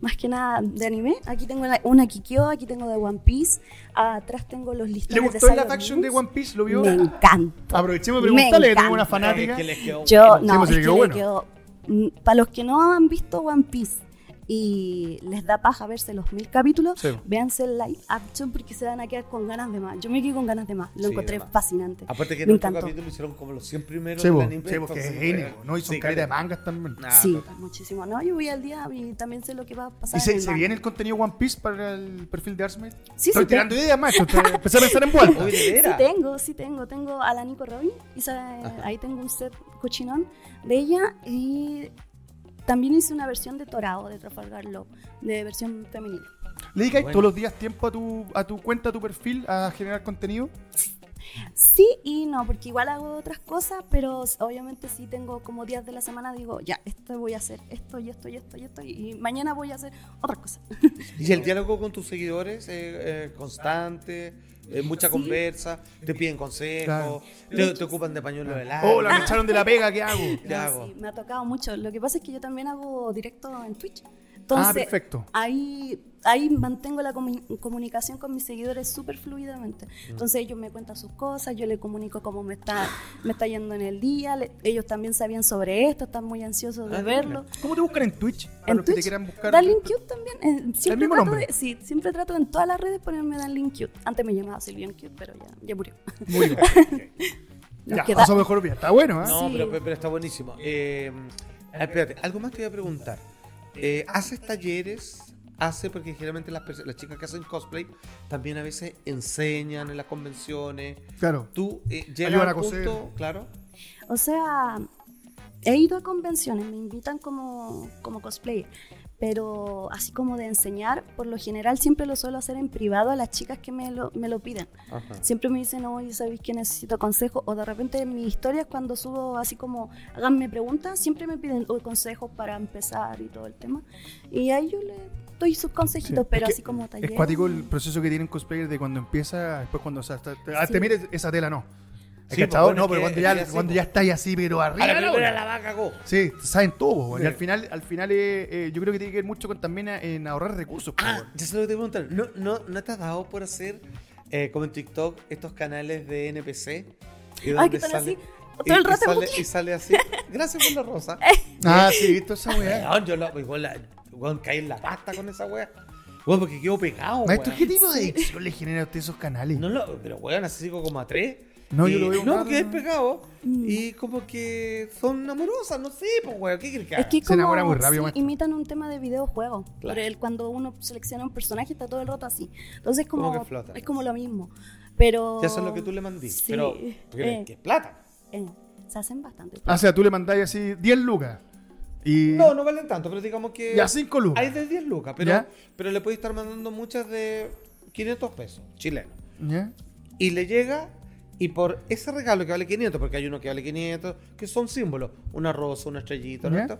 [SPEAKER 4] más que nada de anime. Aquí tengo la- una Kikyo, aquí tengo de One Piece. Atrás tengo los listones
[SPEAKER 2] ¿Le
[SPEAKER 4] de
[SPEAKER 2] gustó el
[SPEAKER 4] Sailor
[SPEAKER 2] live action de
[SPEAKER 4] Moons.
[SPEAKER 2] One Piece? ¿Lo vio?
[SPEAKER 4] Me encanta.
[SPEAKER 2] Aprovechemos de
[SPEAKER 4] Me
[SPEAKER 2] preguntarle, que tengo
[SPEAKER 4] encanta.
[SPEAKER 2] una
[SPEAKER 3] Es
[SPEAKER 2] fanática.
[SPEAKER 3] que les quedó
[SPEAKER 4] Yo,
[SPEAKER 2] Sí,
[SPEAKER 4] no,
[SPEAKER 2] pues
[SPEAKER 4] es
[SPEAKER 2] se
[SPEAKER 4] que
[SPEAKER 2] quedó
[SPEAKER 4] le
[SPEAKER 2] bueno.
[SPEAKER 4] quedó- mm, para los que no han visto One Piece y les da paja verse los mil capítulos,
[SPEAKER 2] Sí.
[SPEAKER 4] véanse el live action porque se van a quedar con ganas de más. Yo me quedé con ganas de más, lo
[SPEAKER 3] Sí,
[SPEAKER 4] encontré
[SPEAKER 3] de más.
[SPEAKER 4] fascinante.
[SPEAKER 3] Aparte que en
[SPEAKER 4] me
[SPEAKER 3] otro
[SPEAKER 4] encantó.
[SPEAKER 3] capítulo hicieron como los 100 primeros
[SPEAKER 2] Sí,
[SPEAKER 3] del
[SPEAKER 2] bo,
[SPEAKER 3] anime,
[SPEAKER 2] sí, porque
[SPEAKER 3] entonces, eh,
[SPEAKER 2] es N, ¿no? Y
[SPEAKER 3] sí,
[SPEAKER 2] son careta de
[SPEAKER 3] caleta.
[SPEAKER 2] mangas también.
[SPEAKER 3] Nah,
[SPEAKER 4] Sí,
[SPEAKER 3] total.
[SPEAKER 4] muchísimo. No, yo voy al día y también sé lo que va a
[SPEAKER 2] ¿Y
[SPEAKER 4] pasar. en
[SPEAKER 2] se,
[SPEAKER 4] el
[SPEAKER 2] se
[SPEAKER 4] manga.
[SPEAKER 2] viene el contenido One Piece para el perfil de Artsmith?
[SPEAKER 4] Sí,
[SPEAKER 2] Estoy
[SPEAKER 4] sí,
[SPEAKER 2] tirando ideas, macho. Estoy- Empecé a pensar en vuelta.
[SPEAKER 3] Uy, de
[SPEAKER 4] Sí
[SPEAKER 3] veras.
[SPEAKER 4] tengo, sí tengo. Tengo a la Nico Robin y sa- ahí tengo un set cochinón de ella y también hice una versión de Torao de Trafalgar Law, de versión femenina.
[SPEAKER 2] ¿Le dedicáis
[SPEAKER 3] Bueno.
[SPEAKER 2] todos los días tiempo a tu, a tu cuenta, a tu perfil, a generar contenido?
[SPEAKER 4] Sí y no, porque igual hago otras cosas, pero s- obviamente sí tengo como días de la semana digo, ya, esto voy a hacer, esto y esto y esto y esto y mañana voy a hacer otra cosa. [LAUGHS]
[SPEAKER 3] Y el diálogo con tus seguidores eh, eh, constante, eh, mucha conversa, te piden
[SPEAKER 2] Claro.
[SPEAKER 3] consejos, te, te ocupan de pañuelo de lado.
[SPEAKER 2] Hola, me echaron de Oh, la pega, ¿qué hago?
[SPEAKER 3] ¿Qué
[SPEAKER 4] No,
[SPEAKER 3] hago?
[SPEAKER 4] Ah, sí, me ha tocado mucho. Lo que pasa es que yo también hago directo en Twitch. Entonces,
[SPEAKER 2] Ah, perfecto.
[SPEAKER 4] Ahí, ahí mantengo la comu- comunicación con mis seguidores súper fluidamente.
[SPEAKER 2] Mm.
[SPEAKER 4] Entonces ellos me cuentan sus cosas, yo les comunico cómo me está, me está yendo en el día. le- ellos también sabían sobre esto, están muy ansiosos de
[SPEAKER 3] Ah,
[SPEAKER 4] verlo.
[SPEAKER 2] ¿Cómo te buscan en Twitch? Para
[SPEAKER 4] En
[SPEAKER 2] los que te
[SPEAKER 4] Twitch,
[SPEAKER 2] quieran buscar.
[SPEAKER 4] Darling Cute también. eh, siempre,
[SPEAKER 2] mismo
[SPEAKER 4] trato
[SPEAKER 2] nombre.
[SPEAKER 4] de, sí, siempre trato en todas las redes ponerme Darling Cute. Antes me llamaba Silvian Cute, pero ya, ya murió.
[SPEAKER 2] Muy bien.
[SPEAKER 4] [LAUGHS] Nos [LAUGHS]
[SPEAKER 2] Ya,
[SPEAKER 4] queda-
[SPEAKER 2] pasó mejor bien. Está bueno, ¿eh?
[SPEAKER 3] No,
[SPEAKER 4] Sí.
[SPEAKER 3] pero, pero está buenísimo. Eh, ah, espérate, algo más te voy a preguntar. Eh, ¿Haces talleres? ¿Hace? Porque generalmente las, perso- las chicas que hacen cosplay también a veces enseñan en las convenciones.
[SPEAKER 2] Claro.
[SPEAKER 3] Tú eh, llegas
[SPEAKER 2] Ayudan
[SPEAKER 3] a
[SPEAKER 2] a coser.
[SPEAKER 3] punto, claro.
[SPEAKER 4] O sea, he ido a convenciones, me invitan como, como cosplayer, pero así como de enseñar, por lo general siempre lo suelo hacer en privado a las chicas que me lo, me lo piden.
[SPEAKER 3] Ajá.
[SPEAKER 4] Siempre me dicen, oye, ¿sabéis que necesito consejo? O de repente en mis historias cuando subo así como, háganme preguntas, siempre me piden "Oye, consejos para empezar y todo el tema. Y ahí yo le doy sus
[SPEAKER 2] Sí.
[SPEAKER 4] consejitos, pero
[SPEAKER 2] Es que
[SPEAKER 4] así como taller.
[SPEAKER 2] Es cuático el proceso que tienen cosplayers de cuando empieza, después cuando. O sea, hasta- hasta- ah,
[SPEAKER 4] Sí.
[SPEAKER 2] te mires esa tela, no.
[SPEAKER 3] Sí,
[SPEAKER 2] ¿Cachado?
[SPEAKER 3] pues, bueno,
[SPEAKER 2] no,
[SPEAKER 3] es
[SPEAKER 2] pero
[SPEAKER 3] que-
[SPEAKER 2] cuando
[SPEAKER 3] es
[SPEAKER 2] ya,
[SPEAKER 3] que así,
[SPEAKER 2] cuando
[SPEAKER 3] pues.
[SPEAKER 2] ya estáis así, pero arriba.
[SPEAKER 3] A la
[SPEAKER 2] ¿no?
[SPEAKER 3] primera la vaca go. Ah,
[SPEAKER 2] Sí, saben todo, po,
[SPEAKER 3] Sí.
[SPEAKER 2] Y al final, al final eh, eh, yo creo que tiene que ver mucho con, también a- en ahorrar recursos, po,
[SPEAKER 3] Ah,
[SPEAKER 2] weón.
[SPEAKER 3] ya sé lo que te voy a preguntar. ¿No, no, ¿No te has dado por hacer, eh, como en TikTok, estos canales de NPC? Y
[SPEAKER 4] Ay,
[SPEAKER 3] donde
[SPEAKER 4] que están
[SPEAKER 3] sale-
[SPEAKER 4] así, todo
[SPEAKER 3] y-
[SPEAKER 4] el
[SPEAKER 3] y
[SPEAKER 4] rato en
[SPEAKER 3] sale,
[SPEAKER 4] bucle.
[SPEAKER 3] y sale
[SPEAKER 4] [LAUGHS]
[SPEAKER 3] así. Gracias por la rosa.
[SPEAKER 2] Ah, sí, visto esa
[SPEAKER 3] [LAUGHS]
[SPEAKER 2] weá.
[SPEAKER 3] Weón, yo lo, igual, la, weón, caí en la pasta con esa wea. Weón, porque quedo pegado,
[SPEAKER 2] Maestro,
[SPEAKER 3] weón.
[SPEAKER 2] ¿qué tipo de adicción le genera a usted esos canales?
[SPEAKER 3] No lo, pero weón, así como a tres.
[SPEAKER 2] No,
[SPEAKER 3] Y-
[SPEAKER 2] yo lo veo
[SPEAKER 3] No,
[SPEAKER 2] raro,
[SPEAKER 3] porque es
[SPEAKER 2] ¿no?
[SPEAKER 3] pegado.
[SPEAKER 4] Mm.
[SPEAKER 3] Y como que son amorosas, no sé, pues weón, ¿qué quieres que
[SPEAKER 4] Es
[SPEAKER 3] haga?
[SPEAKER 4] que
[SPEAKER 2] Se enamora
[SPEAKER 4] como-
[SPEAKER 2] muy rápido,
[SPEAKER 4] sí,
[SPEAKER 2] maestro.
[SPEAKER 4] imitan un tema de videojuego.
[SPEAKER 3] Claro.
[SPEAKER 4] Por el, cuando uno selecciona un personaje está todo el rato así. Entonces
[SPEAKER 3] Como
[SPEAKER 4] como,
[SPEAKER 3] que flota.
[SPEAKER 4] es como lo mismo. Pero
[SPEAKER 3] Ya eso es lo que tú le mandís.
[SPEAKER 4] Sí,
[SPEAKER 3] Pero, ¿tú crees
[SPEAKER 4] eh,
[SPEAKER 3] que es plata?
[SPEAKER 4] eh, se hacen bastante.
[SPEAKER 2] Ah, o sea, tú le mandáis así 10 lucas. Y.
[SPEAKER 3] No, no valen tanto, pero digamos que.
[SPEAKER 2] Ya, cinco lucas.
[SPEAKER 3] Hay de 10 lucas, pero,
[SPEAKER 2] Ya.
[SPEAKER 3] pero le puedes estar mandando muchas de 500 pesos chilenos.
[SPEAKER 2] ¿Ya?
[SPEAKER 3] Y le llega, y por ese regalo que vale 500, porque hay uno que vale 500, que son símbolos: una rosa, una estrellita, ¿no?
[SPEAKER 2] ¿Ya?
[SPEAKER 3] Esto,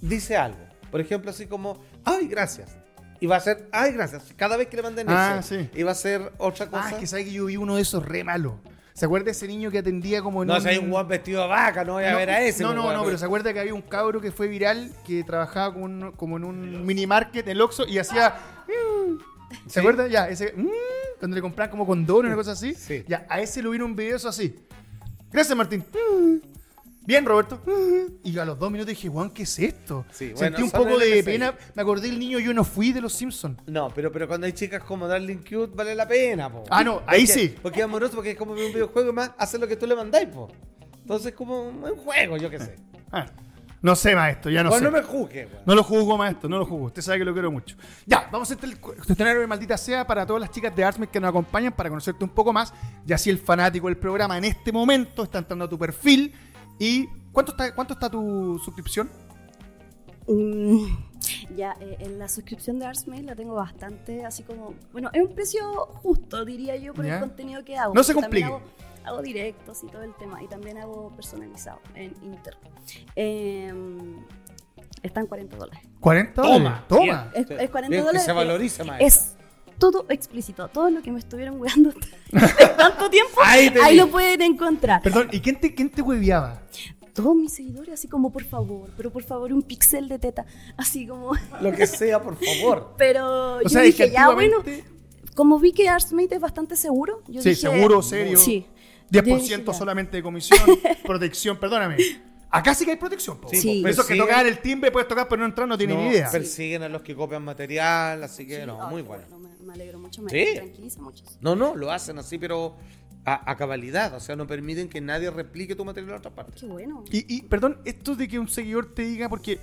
[SPEAKER 3] dice algo. Por ejemplo, así como, ¡ay, gracias! y va a ser. Ay, gracias. Cada vez que le manden
[SPEAKER 2] Ah,
[SPEAKER 3] ese.
[SPEAKER 2] sí.
[SPEAKER 3] Y va a ser otra cosa.
[SPEAKER 2] Ah, es que sabe que yo vi uno de esos re malo. ¿Se acuerda de ese niño que atendía como en
[SPEAKER 3] no, si hay un guan vestido de vaca, no voy a
[SPEAKER 2] No,
[SPEAKER 3] ver a ese.
[SPEAKER 2] No,
[SPEAKER 3] pues,
[SPEAKER 2] no,
[SPEAKER 3] weón.
[SPEAKER 2] no, pero se acuerda que había un cabro que fue viral que trabajaba como, un- como en un mini market, el Oxxo, y hacía. mm. ¿Se
[SPEAKER 3] Sí.
[SPEAKER 2] acuerda? Ya, ese. mm, Cuando le compraban como condones, una cosa así.
[SPEAKER 3] Sí.
[SPEAKER 2] Ya, a ese lo vino un video eso así. Gracias, Martín. Mm. Bien, Roberto. Mm. Y yo a los dos minutos dije, Juan, ¿qué es esto?
[SPEAKER 3] Sí,
[SPEAKER 2] Sentí
[SPEAKER 3] bueno,
[SPEAKER 2] un
[SPEAKER 3] solo
[SPEAKER 2] poco
[SPEAKER 3] el
[SPEAKER 2] de
[SPEAKER 3] MSI.
[SPEAKER 2] pena. Me acordé del niño Yo no fui de los Simpsons.
[SPEAKER 3] No, pero, pero cuando hay chicas como Darling Cute, vale la pena, po.
[SPEAKER 2] Ah, no, ahí
[SPEAKER 3] Porque-
[SPEAKER 2] sí.
[SPEAKER 3] Porque es amoroso, porque es como un videojuego y más, hace lo que tú le mandáis, po. Entonces, como un un juego, yo qué sé.
[SPEAKER 2] Ah, no sé, maestro, ya no
[SPEAKER 3] No,
[SPEAKER 2] sé.
[SPEAKER 3] no me juzgues, weón.
[SPEAKER 2] No lo juzgo, maestro, no lo juzgo. Usted sabe que lo quiero mucho. Ya, vamos a estrenar el escenario de Maldita Sea para todas las chicas de Artsmith que nos acompañan para conocerte un poco más. Y así el fanático del programa en este momento está entrando a tu perfil. ¿Y cuánto está, cuánto está tu suscripción?
[SPEAKER 4] Mm, ya, eh, en la suscripción de Artsmail la tengo bastante, así como, bueno, es un precio justo, diría yo, por
[SPEAKER 2] Ya.
[SPEAKER 4] el contenido que hago.
[SPEAKER 2] No se
[SPEAKER 4] porque también
[SPEAKER 2] complique.
[SPEAKER 4] Hago, hago directos y todo el tema, y también hago personalizado en Inter. Em, está en 40 dólares.
[SPEAKER 2] 40
[SPEAKER 3] Toma,
[SPEAKER 2] Toma.
[SPEAKER 4] Es, es 40
[SPEAKER 3] Bien, que
[SPEAKER 4] dólares.
[SPEAKER 3] se valoriza,
[SPEAKER 4] pero
[SPEAKER 3] maestra.
[SPEAKER 4] Es todo explícito, todo lo que me estuvieron weando [LAUGHS] en tanto
[SPEAKER 2] [LAUGHS]
[SPEAKER 4] tiempo,
[SPEAKER 3] Ahí
[SPEAKER 4] ahí,
[SPEAKER 3] te vi.
[SPEAKER 4] lo pueden encontrar.
[SPEAKER 2] Perdón, ¿y quién te, quién te hueviaba?
[SPEAKER 4] Todos mis seguidores, así como, por favor, pero por favor, un pixel de teta, así como... [LAUGHS]
[SPEAKER 3] Lo que sea, por favor.
[SPEAKER 4] Pero yo
[SPEAKER 2] sea, es que
[SPEAKER 4] dije, ya bueno,
[SPEAKER 2] antiguamente-
[SPEAKER 4] como vi que Artsmate es bastante seguro, yo
[SPEAKER 2] Sí,
[SPEAKER 4] dije,
[SPEAKER 2] seguro, serio.
[SPEAKER 4] Sí. Yo
[SPEAKER 2] 10%
[SPEAKER 4] dije, ya.
[SPEAKER 2] solamente de comisión, protección, perdóname. Acá sí que hay protección. po.
[SPEAKER 4] Sí.
[SPEAKER 3] po,
[SPEAKER 2] Por Eso que
[SPEAKER 3] persiguen-
[SPEAKER 2] tocar el timbre, puedes tocar, pero no entrar, no tiene
[SPEAKER 3] no,
[SPEAKER 2] ni idea.
[SPEAKER 3] Persiguen a los que copian material, así que no,
[SPEAKER 4] Ay,
[SPEAKER 3] muy
[SPEAKER 4] qué
[SPEAKER 3] bueno.
[SPEAKER 4] Me, me alegro mucho, me
[SPEAKER 3] Sí.
[SPEAKER 4] tranquiliza mucho.
[SPEAKER 3] No, no, lo hacen así, pero a, a cabalidad. O sea, no permiten que nadie replique tu material a otra parte.
[SPEAKER 4] Qué bueno.
[SPEAKER 2] Y, y, perdón, esto de que un seguidor te diga, porque.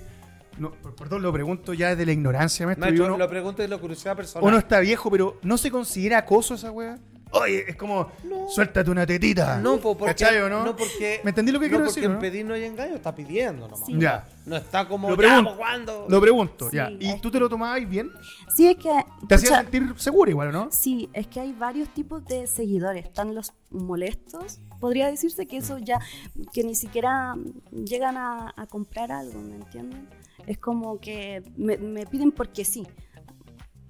[SPEAKER 2] No, per- perdón, lo pregunto ya desde la ignorancia, maestro.
[SPEAKER 3] Maestro,
[SPEAKER 2] y uno,
[SPEAKER 3] lo pregunto de la curiosidad personal.
[SPEAKER 2] uno está viejo, pero ¿no se considera acoso esa weá? Oye, es como, suéltate una tetita.
[SPEAKER 3] No, po, porque,
[SPEAKER 2] ¿Cachai o no?
[SPEAKER 3] porque.
[SPEAKER 2] ¿Me entendí lo que
[SPEAKER 3] no,
[SPEAKER 2] quiero
[SPEAKER 3] porque
[SPEAKER 2] decir,
[SPEAKER 3] en
[SPEAKER 2] no?
[SPEAKER 3] pedir no hay engaño, está pidiendo nomás.
[SPEAKER 4] Sí.
[SPEAKER 2] Ya.
[SPEAKER 3] No está como.
[SPEAKER 2] Lo
[SPEAKER 3] "Ya,
[SPEAKER 2] pregunto.
[SPEAKER 3] po, ¿Cuándo?
[SPEAKER 2] Lo pregunto,
[SPEAKER 4] Sí,
[SPEAKER 2] ya. ¿Y
[SPEAKER 4] es
[SPEAKER 2] tú te lo tomabas bien?
[SPEAKER 4] Sí, es que...
[SPEAKER 2] Te hacía
[SPEAKER 4] pucha,
[SPEAKER 2] sentir seguro igual, ¿o
[SPEAKER 4] [LAUGHS]
[SPEAKER 2] ¿no?
[SPEAKER 4] Sí, es que hay varios tipos de seguidores. Están los molestos. Podría decirse que eso ya, que ni siquiera llegan a, a comprar algo, ¿me entienden? Es como que me, me piden porque sí.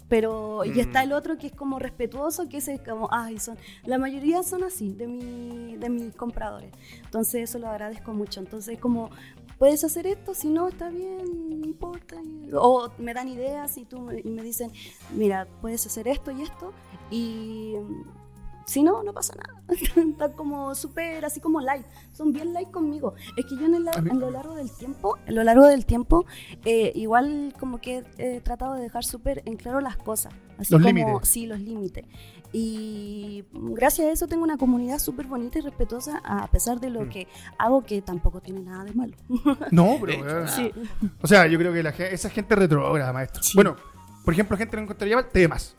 [SPEAKER 4] Pero, y está el otro que es como respetuoso, que ese es como, ay, son, la mayoría son así, de, mi, de mis compradores. Entonces, eso lo agradezco mucho. Entonces, como, puedes hacer esto, si no, está bien, no importa. O me dan ideas y, tú, me- y me dicen, mira, puedes hacer esto y esto, y mm, si no, no pasa nada. [LAUGHS] Están como súper, así como light. Son bien light conmigo. Es que yo en, el la-
[SPEAKER 2] A mí-
[SPEAKER 4] en lo largo del tiempo, a lo largo del tiempo, eh, igual como que he he tratado de dejar súper en claro las cosas. Así
[SPEAKER 2] Los
[SPEAKER 4] como-
[SPEAKER 2] límites.
[SPEAKER 4] Sí, los límites. Y mm, gracias a eso tengo una comunidad súper bonita y respetuosa, a pesar de lo
[SPEAKER 2] Mm.
[SPEAKER 4] que hago, que tampoco tiene nada de malo.
[SPEAKER 2] No,
[SPEAKER 3] De
[SPEAKER 2] pero.
[SPEAKER 3] hecho,
[SPEAKER 2] weón.
[SPEAKER 4] Sí.
[SPEAKER 2] O sea, yo creo que la, ge- esa gente retrógrada, maestro.
[SPEAKER 4] Sí.
[SPEAKER 2] Bueno, por ejemplo, gente que no encontraría mal, temas.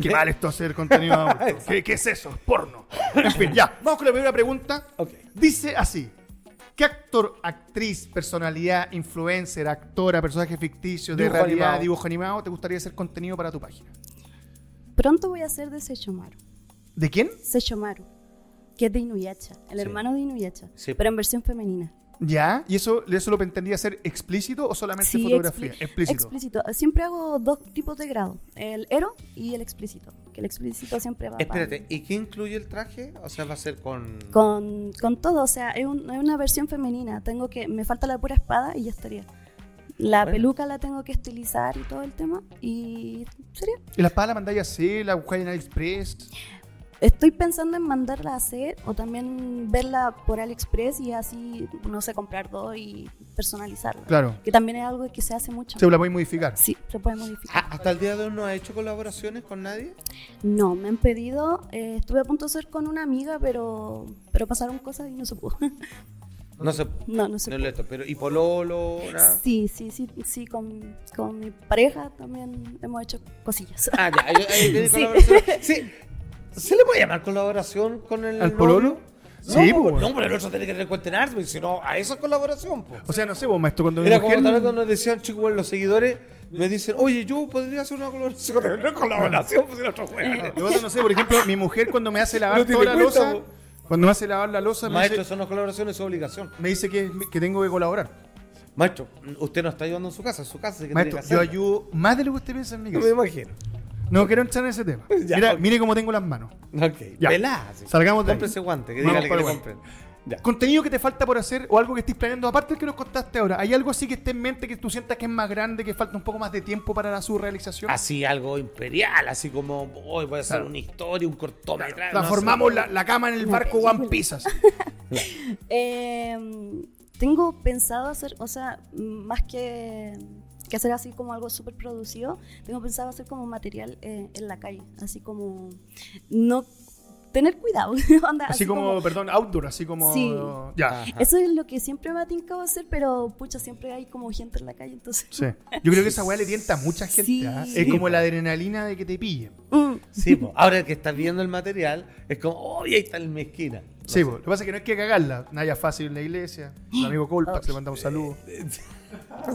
[SPEAKER 2] Qué
[SPEAKER 3] ¿Eh?
[SPEAKER 2] mal esto hacer
[SPEAKER 3] [LAUGHS]
[SPEAKER 2] contenido adulto. ¿Qué, qué es eso? Es Porno. En fin, ya. Vamos con la primera pregunta.
[SPEAKER 3] Ok.
[SPEAKER 2] Dice así. ¿Qué actor, actriz, personalidad, influencer, actora, personaje ficticio, de
[SPEAKER 3] Dibujo
[SPEAKER 2] realidad,
[SPEAKER 3] animado.
[SPEAKER 2] dibujo animado, te gustaría hacer contenido para tu página?
[SPEAKER 4] Pronto voy a hacer de Sechomaru.
[SPEAKER 2] ¿De quién?
[SPEAKER 4] Sechomaru, que es de Inuyacha, el hermano de Inuyacha,
[SPEAKER 3] Sí.
[SPEAKER 4] pero en versión femenina.
[SPEAKER 2] ¿Ya? ¿Y eso, eso lo entendía hacer explícito o solamente
[SPEAKER 4] Sí,
[SPEAKER 2] fotografía?
[SPEAKER 4] expli-
[SPEAKER 2] Explícito.
[SPEAKER 4] Siempre hago dos tipos de grado, el ero y el explícito, que el explícito siempre va para-
[SPEAKER 3] Espérate, ¿y qué incluye el traje? O sea, va a ser con.
[SPEAKER 4] Con, con todo, o sea, es, un- es una versión femenina. Tengo que, me falta la pura espada y ya estaría. La
[SPEAKER 3] Bueno.
[SPEAKER 4] peluca la tengo que estilizar y todo el tema y sería.
[SPEAKER 2] ¿Y la espada la mandáis a hacer? ¿La buscáis en AliExpress?
[SPEAKER 4] Estoy pensando en mandarla a hacer o también verla por AliExpress y así, no sé, comprar dos y personalizarla.
[SPEAKER 2] Claro.
[SPEAKER 4] Que también es algo que se hace mucho.
[SPEAKER 2] ¿Se la podéis modificar?
[SPEAKER 4] Sí, se puede modificar.
[SPEAKER 3] Ah, ¿Hasta el día de hoy no ha hecho colaboraciones con nadie?
[SPEAKER 4] No, me han pedido, eh, estuve a punto de hacer con una amiga, pero, pero pasaron cosas y no se pudo. [LAUGHS]
[SPEAKER 3] No se.
[SPEAKER 4] no, no se
[SPEAKER 3] No
[SPEAKER 4] pudo.
[SPEAKER 3] le esto, pero. ¿Y Pololo? nada?
[SPEAKER 4] Sí, sí, sí, sí, con, con mi pareja también hemos hecho cosillas. [LAUGHS]
[SPEAKER 3] Ah, ya. ahí- ahí tiene
[SPEAKER 4] Sí.
[SPEAKER 3] colaboración. Sí. ¿Se le puede llamar colaboración con el.
[SPEAKER 2] ¿Al
[SPEAKER 3] novio?
[SPEAKER 2] pololo?
[SPEAKER 3] No,
[SPEAKER 2] Sí,
[SPEAKER 3] po,
[SPEAKER 2] pues,
[SPEAKER 3] no, pero el otro tiene que recuentenar, si no, a eso es colaboración, pues.
[SPEAKER 2] O sea, no sé, vos, maestro, cuando mi
[SPEAKER 3] Era como
[SPEAKER 2] mujer- [LAUGHS]
[SPEAKER 3] también cuando decían, chicos, bueno, los seguidores me dicen, oye, yo podría hacer una colaboración. [LAUGHS] No es colaboración, pues era otro juego.
[SPEAKER 2] Yo no sé, por ejemplo, mi mujer cuando me hace lavar
[SPEAKER 3] [LAUGHS] No tiene
[SPEAKER 2] toda la
[SPEAKER 3] cuenta,
[SPEAKER 2] losa,
[SPEAKER 3] po.
[SPEAKER 2] cuando me hace lavar la losa, me
[SPEAKER 3] Maestro,
[SPEAKER 2] dice,
[SPEAKER 3] son las colaboraciones, es su obligación.
[SPEAKER 2] me dice que, que tengo que colaborar.
[SPEAKER 3] Maestro, usted no está ayudando en su casa, en su casa. así que
[SPEAKER 2] Maestro,
[SPEAKER 3] tiene que
[SPEAKER 2] yo
[SPEAKER 3] hacerlo.
[SPEAKER 2] ayudo más de lo que usted piensa en mi
[SPEAKER 3] Me
[SPEAKER 2] casa.
[SPEAKER 3] imagino.
[SPEAKER 2] No quiero entrar en ese tema.
[SPEAKER 3] [LAUGHS] Ya,
[SPEAKER 2] Mira,
[SPEAKER 3] ok.
[SPEAKER 2] mire cómo tengo las manos.
[SPEAKER 3] Ok,
[SPEAKER 2] Ya.
[SPEAKER 3] pelá. sí.
[SPEAKER 2] Salgamos de ahí.
[SPEAKER 3] Compre ese guante, que
[SPEAKER 2] Vamos
[SPEAKER 3] dígale que
[SPEAKER 2] para
[SPEAKER 3] le
[SPEAKER 2] el
[SPEAKER 3] compren. Ya.
[SPEAKER 2] Contenido que te falta por hacer o algo que estés planeando, aparte del que nos contaste ahora, ¿hay algo así que esté en mente que tú sientas que es más grande, que falta un poco más de tiempo para la- su realización?
[SPEAKER 3] Así algo imperial, así como hoy voy a hacer una historia, un cortometraje.
[SPEAKER 2] Transformamos
[SPEAKER 3] no sé.
[SPEAKER 2] la, la cama en el barco
[SPEAKER 4] película.
[SPEAKER 2] One Piece. [LAUGHS] así.
[SPEAKER 4] Eh, tengo pensado hacer, o sea, más que, que hacer así como algo súper producido, tengo pensado hacer como material eh, en la calle, así como no tener cuidado. [LAUGHS] onda,
[SPEAKER 2] Así como, perdón, outdoor, así como.
[SPEAKER 4] Sí.
[SPEAKER 2] Ya.
[SPEAKER 3] Ajá.
[SPEAKER 4] Eso es lo que siempre me ha tincado hacer, pero pucha, siempre hay como gente en la calle, entonces...
[SPEAKER 2] Sí. Yo creo que esa weá le tienta a mucha gente.
[SPEAKER 4] Sí.
[SPEAKER 2] ¿ah?
[SPEAKER 4] Sí,
[SPEAKER 2] Es como la adrenalina de que te pillen.
[SPEAKER 4] [LAUGHS] Mm.
[SPEAKER 3] Sí, po. ahora el que está viendo el material es como, oh, y ahí está en mi esquina.
[SPEAKER 2] Sí, po. lo que pasa es que no hay que cagarla. Naya fácil en la iglesia. El amigo [GASPS] Colpa, se manda un saludo.
[SPEAKER 3] Sí,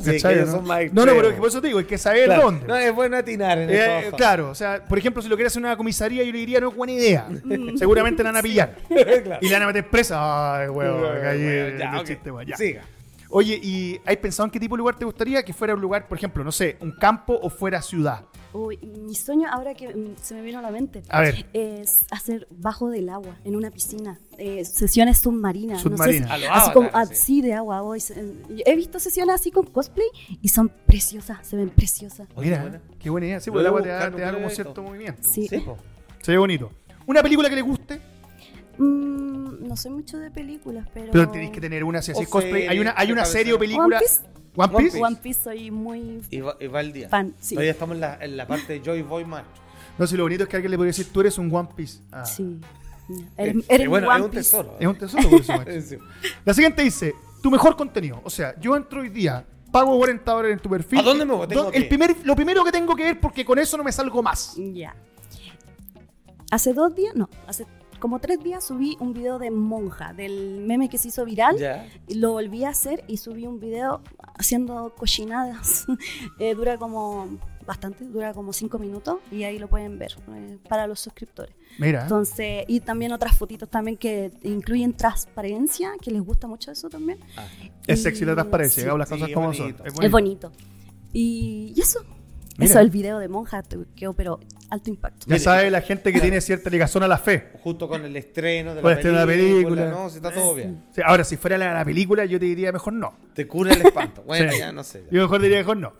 [SPEAKER 3] que
[SPEAKER 2] ¿Cachai,
[SPEAKER 3] ellos
[SPEAKER 2] no?
[SPEAKER 3] son más
[SPEAKER 2] no, no, pero es
[SPEAKER 3] extremos.
[SPEAKER 2] que por eso te digo, hay que saber
[SPEAKER 3] Claro.
[SPEAKER 2] dónde.
[SPEAKER 3] No, es bueno atinar en
[SPEAKER 2] Eh,
[SPEAKER 3] eso.
[SPEAKER 2] claro, o sea, por ejemplo, si lo quieres hacer en una comisaría, yo le diría, no es buena idea.
[SPEAKER 4] Mm.
[SPEAKER 2] Seguramente la van a pillar.
[SPEAKER 3] [LAUGHS] Claro.
[SPEAKER 2] Y la van a meter presa. Ay, huevo,
[SPEAKER 3] Bueno,
[SPEAKER 2] caí en
[SPEAKER 3] ya,
[SPEAKER 2] el
[SPEAKER 3] ok.
[SPEAKER 2] chiste, weón, ya.
[SPEAKER 3] Siga.
[SPEAKER 2] Oye, ¿y hay pensado en qué tipo de lugar te gustaría que fuera un lugar, por ejemplo, no sé, un campo o fuera ciudad?
[SPEAKER 4] Uy, mi sueño ahora que mm, se me vino a la mente
[SPEAKER 2] A ver.
[SPEAKER 4] es hacer bajo del agua en una piscina, eh, sesiones submarinas, no sé si-
[SPEAKER 2] Submarinas.
[SPEAKER 3] A lo
[SPEAKER 4] así
[SPEAKER 3] Avatar,
[SPEAKER 4] como
[SPEAKER 3] así.
[SPEAKER 4] así de agua. hoy se- eh, he visto sesiones así con cosplay y son preciosas, se ven preciosas.
[SPEAKER 3] Oye,
[SPEAKER 2] Mira,
[SPEAKER 3] buena.
[SPEAKER 2] qué buena idea. Sí,
[SPEAKER 3] Lo
[SPEAKER 2] porque el agua
[SPEAKER 3] voy a
[SPEAKER 2] te da,
[SPEAKER 3] buscar,
[SPEAKER 2] te da
[SPEAKER 3] no
[SPEAKER 2] como
[SPEAKER 3] veo
[SPEAKER 2] cierto
[SPEAKER 3] esto.
[SPEAKER 2] movimiento.
[SPEAKER 4] Sí.
[SPEAKER 3] Sí, po.
[SPEAKER 2] Se ve bonito. ¿Una película que le guste?
[SPEAKER 4] Mm, no soy mucho de películas, pero
[SPEAKER 2] Pero tenéis que tener una, si
[SPEAKER 3] O
[SPEAKER 2] así cosplay.
[SPEAKER 3] serie,
[SPEAKER 2] Hay una, hay
[SPEAKER 3] de
[SPEAKER 2] una
[SPEAKER 3] cabeza.
[SPEAKER 2] serie o película.
[SPEAKER 4] One Piece.
[SPEAKER 2] ¿One
[SPEAKER 3] One
[SPEAKER 2] Piece?
[SPEAKER 3] Piece.
[SPEAKER 4] One Piece soy muy
[SPEAKER 3] Y va, y va el día.
[SPEAKER 4] fan. Sí.
[SPEAKER 3] Todavía estamos en la, en la parte de Joy Boy Macho.
[SPEAKER 2] No, si lo bonito es que alguien le podría decir, tú eres un One Piece. Ah.
[SPEAKER 4] Sí.
[SPEAKER 3] Eh,
[SPEAKER 4] Eres,
[SPEAKER 3] eh,
[SPEAKER 4] eres mi
[SPEAKER 3] bueno,
[SPEAKER 4] One
[SPEAKER 3] es un
[SPEAKER 4] Piece.
[SPEAKER 3] tesoro.
[SPEAKER 2] Es
[SPEAKER 3] [LAUGHS]
[SPEAKER 2] un tesoro, por eso, macho.
[SPEAKER 3] Eh, sí.
[SPEAKER 2] La siguiente dice, tu mejor contenido. O sea, yo entro hoy día, pago 40 dólares en tu perfil.
[SPEAKER 3] ¿A dónde me
[SPEAKER 2] Do-
[SPEAKER 3] voy? Tengo que
[SPEAKER 2] el
[SPEAKER 3] ir.
[SPEAKER 2] primer, Lo primero que tengo que ver porque con eso no me salgo más.
[SPEAKER 4] Ya. Hace dos días, no, hace como tres días subí un video de monja, del meme que se hizo viral.
[SPEAKER 3] Ya.
[SPEAKER 4] Y Lo volví a hacer y subí un video haciendo cochinadas. [LAUGHS] Eh, dura como bastante, dura como cinco minutos y ahí lo pueden ver eh, para los suscriptores.
[SPEAKER 2] Mira.
[SPEAKER 4] Entonces, y también otras fotitos también que incluyen transparencia, que les gusta mucho eso también.
[SPEAKER 3] Ah.
[SPEAKER 2] Es sexy la
[SPEAKER 4] Y-
[SPEAKER 2] transparencia,
[SPEAKER 4] sí,
[SPEAKER 2] digamos las
[SPEAKER 3] sí,
[SPEAKER 2] cosas
[SPEAKER 3] es
[SPEAKER 2] como
[SPEAKER 3] bonito.
[SPEAKER 2] son.
[SPEAKER 4] es bonito. Y, y eso.
[SPEAKER 2] Mira.
[SPEAKER 4] Eso, el video de monja te- quedó, pero alto impacto.
[SPEAKER 2] Ya
[SPEAKER 3] Mire.
[SPEAKER 2] sabe la gente que tiene cierta ligazón a la fe.
[SPEAKER 3] Justo con el estreno de
[SPEAKER 2] Con
[SPEAKER 3] la,
[SPEAKER 2] el estreno de la
[SPEAKER 3] película.
[SPEAKER 2] película.
[SPEAKER 3] No, si
[SPEAKER 4] Ah,
[SPEAKER 3] está todo bien.
[SPEAKER 2] O sea, ahora, si fuera la, la película, yo te diría mejor no.
[SPEAKER 3] Te cura el espanto. Bueno,
[SPEAKER 2] Sí.
[SPEAKER 3] ya no sé. ya.
[SPEAKER 2] Yo mejor diría mejor no.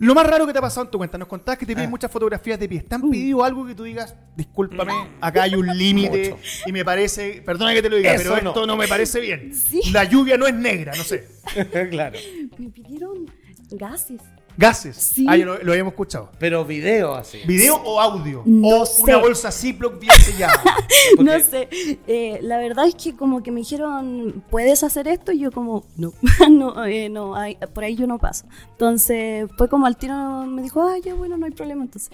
[SPEAKER 2] Lo más raro que te ha pasado en tu cuenta, nos contabas que te
[SPEAKER 3] Ah.
[SPEAKER 2] piden muchas fotografías de pies. ¿Te
[SPEAKER 3] Uh.
[SPEAKER 2] han pedido algo que tú digas, discúlpame, acá hay
[SPEAKER 3] [LAUGHS]
[SPEAKER 2] un límite
[SPEAKER 3] Mm. Mucho.
[SPEAKER 2] y me parece, perdona que te lo diga,
[SPEAKER 3] Eso
[SPEAKER 2] pero
[SPEAKER 3] no.
[SPEAKER 2] esto no. me parece bien?
[SPEAKER 4] Sí.
[SPEAKER 2] La lluvia no es negra, no sé.
[SPEAKER 3] [LAUGHS] claro.
[SPEAKER 4] Me pidieron
[SPEAKER 2] [LAUGHS]
[SPEAKER 4] gases.
[SPEAKER 2] Gases.
[SPEAKER 4] Sí.
[SPEAKER 2] Ah, yo lo, lo habíamos escuchado.
[SPEAKER 3] Pero video así.
[SPEAKER 2] ¿Video o audio?
[SPEAKER 4] No
[SPEAKER 2] o una
[SPEAKER 4] sé.
[SPEAKER 2] bolsa Ziploc bien
[SPEAKER 3] [LAUGHS]
[SPEAKER 2] sellada.
[SPEAKER 3] Porque-
[SPEAKER 4] No sé, eh, la verdad es que como que me dijeron, ¿puedes hacer esto? Y yo como, no, [LAUGHS] no, eh, no ay, por ahí yo no paso. Entonces fue como al tiro, me dijo, ah, ya bueno, no hay problema entonces.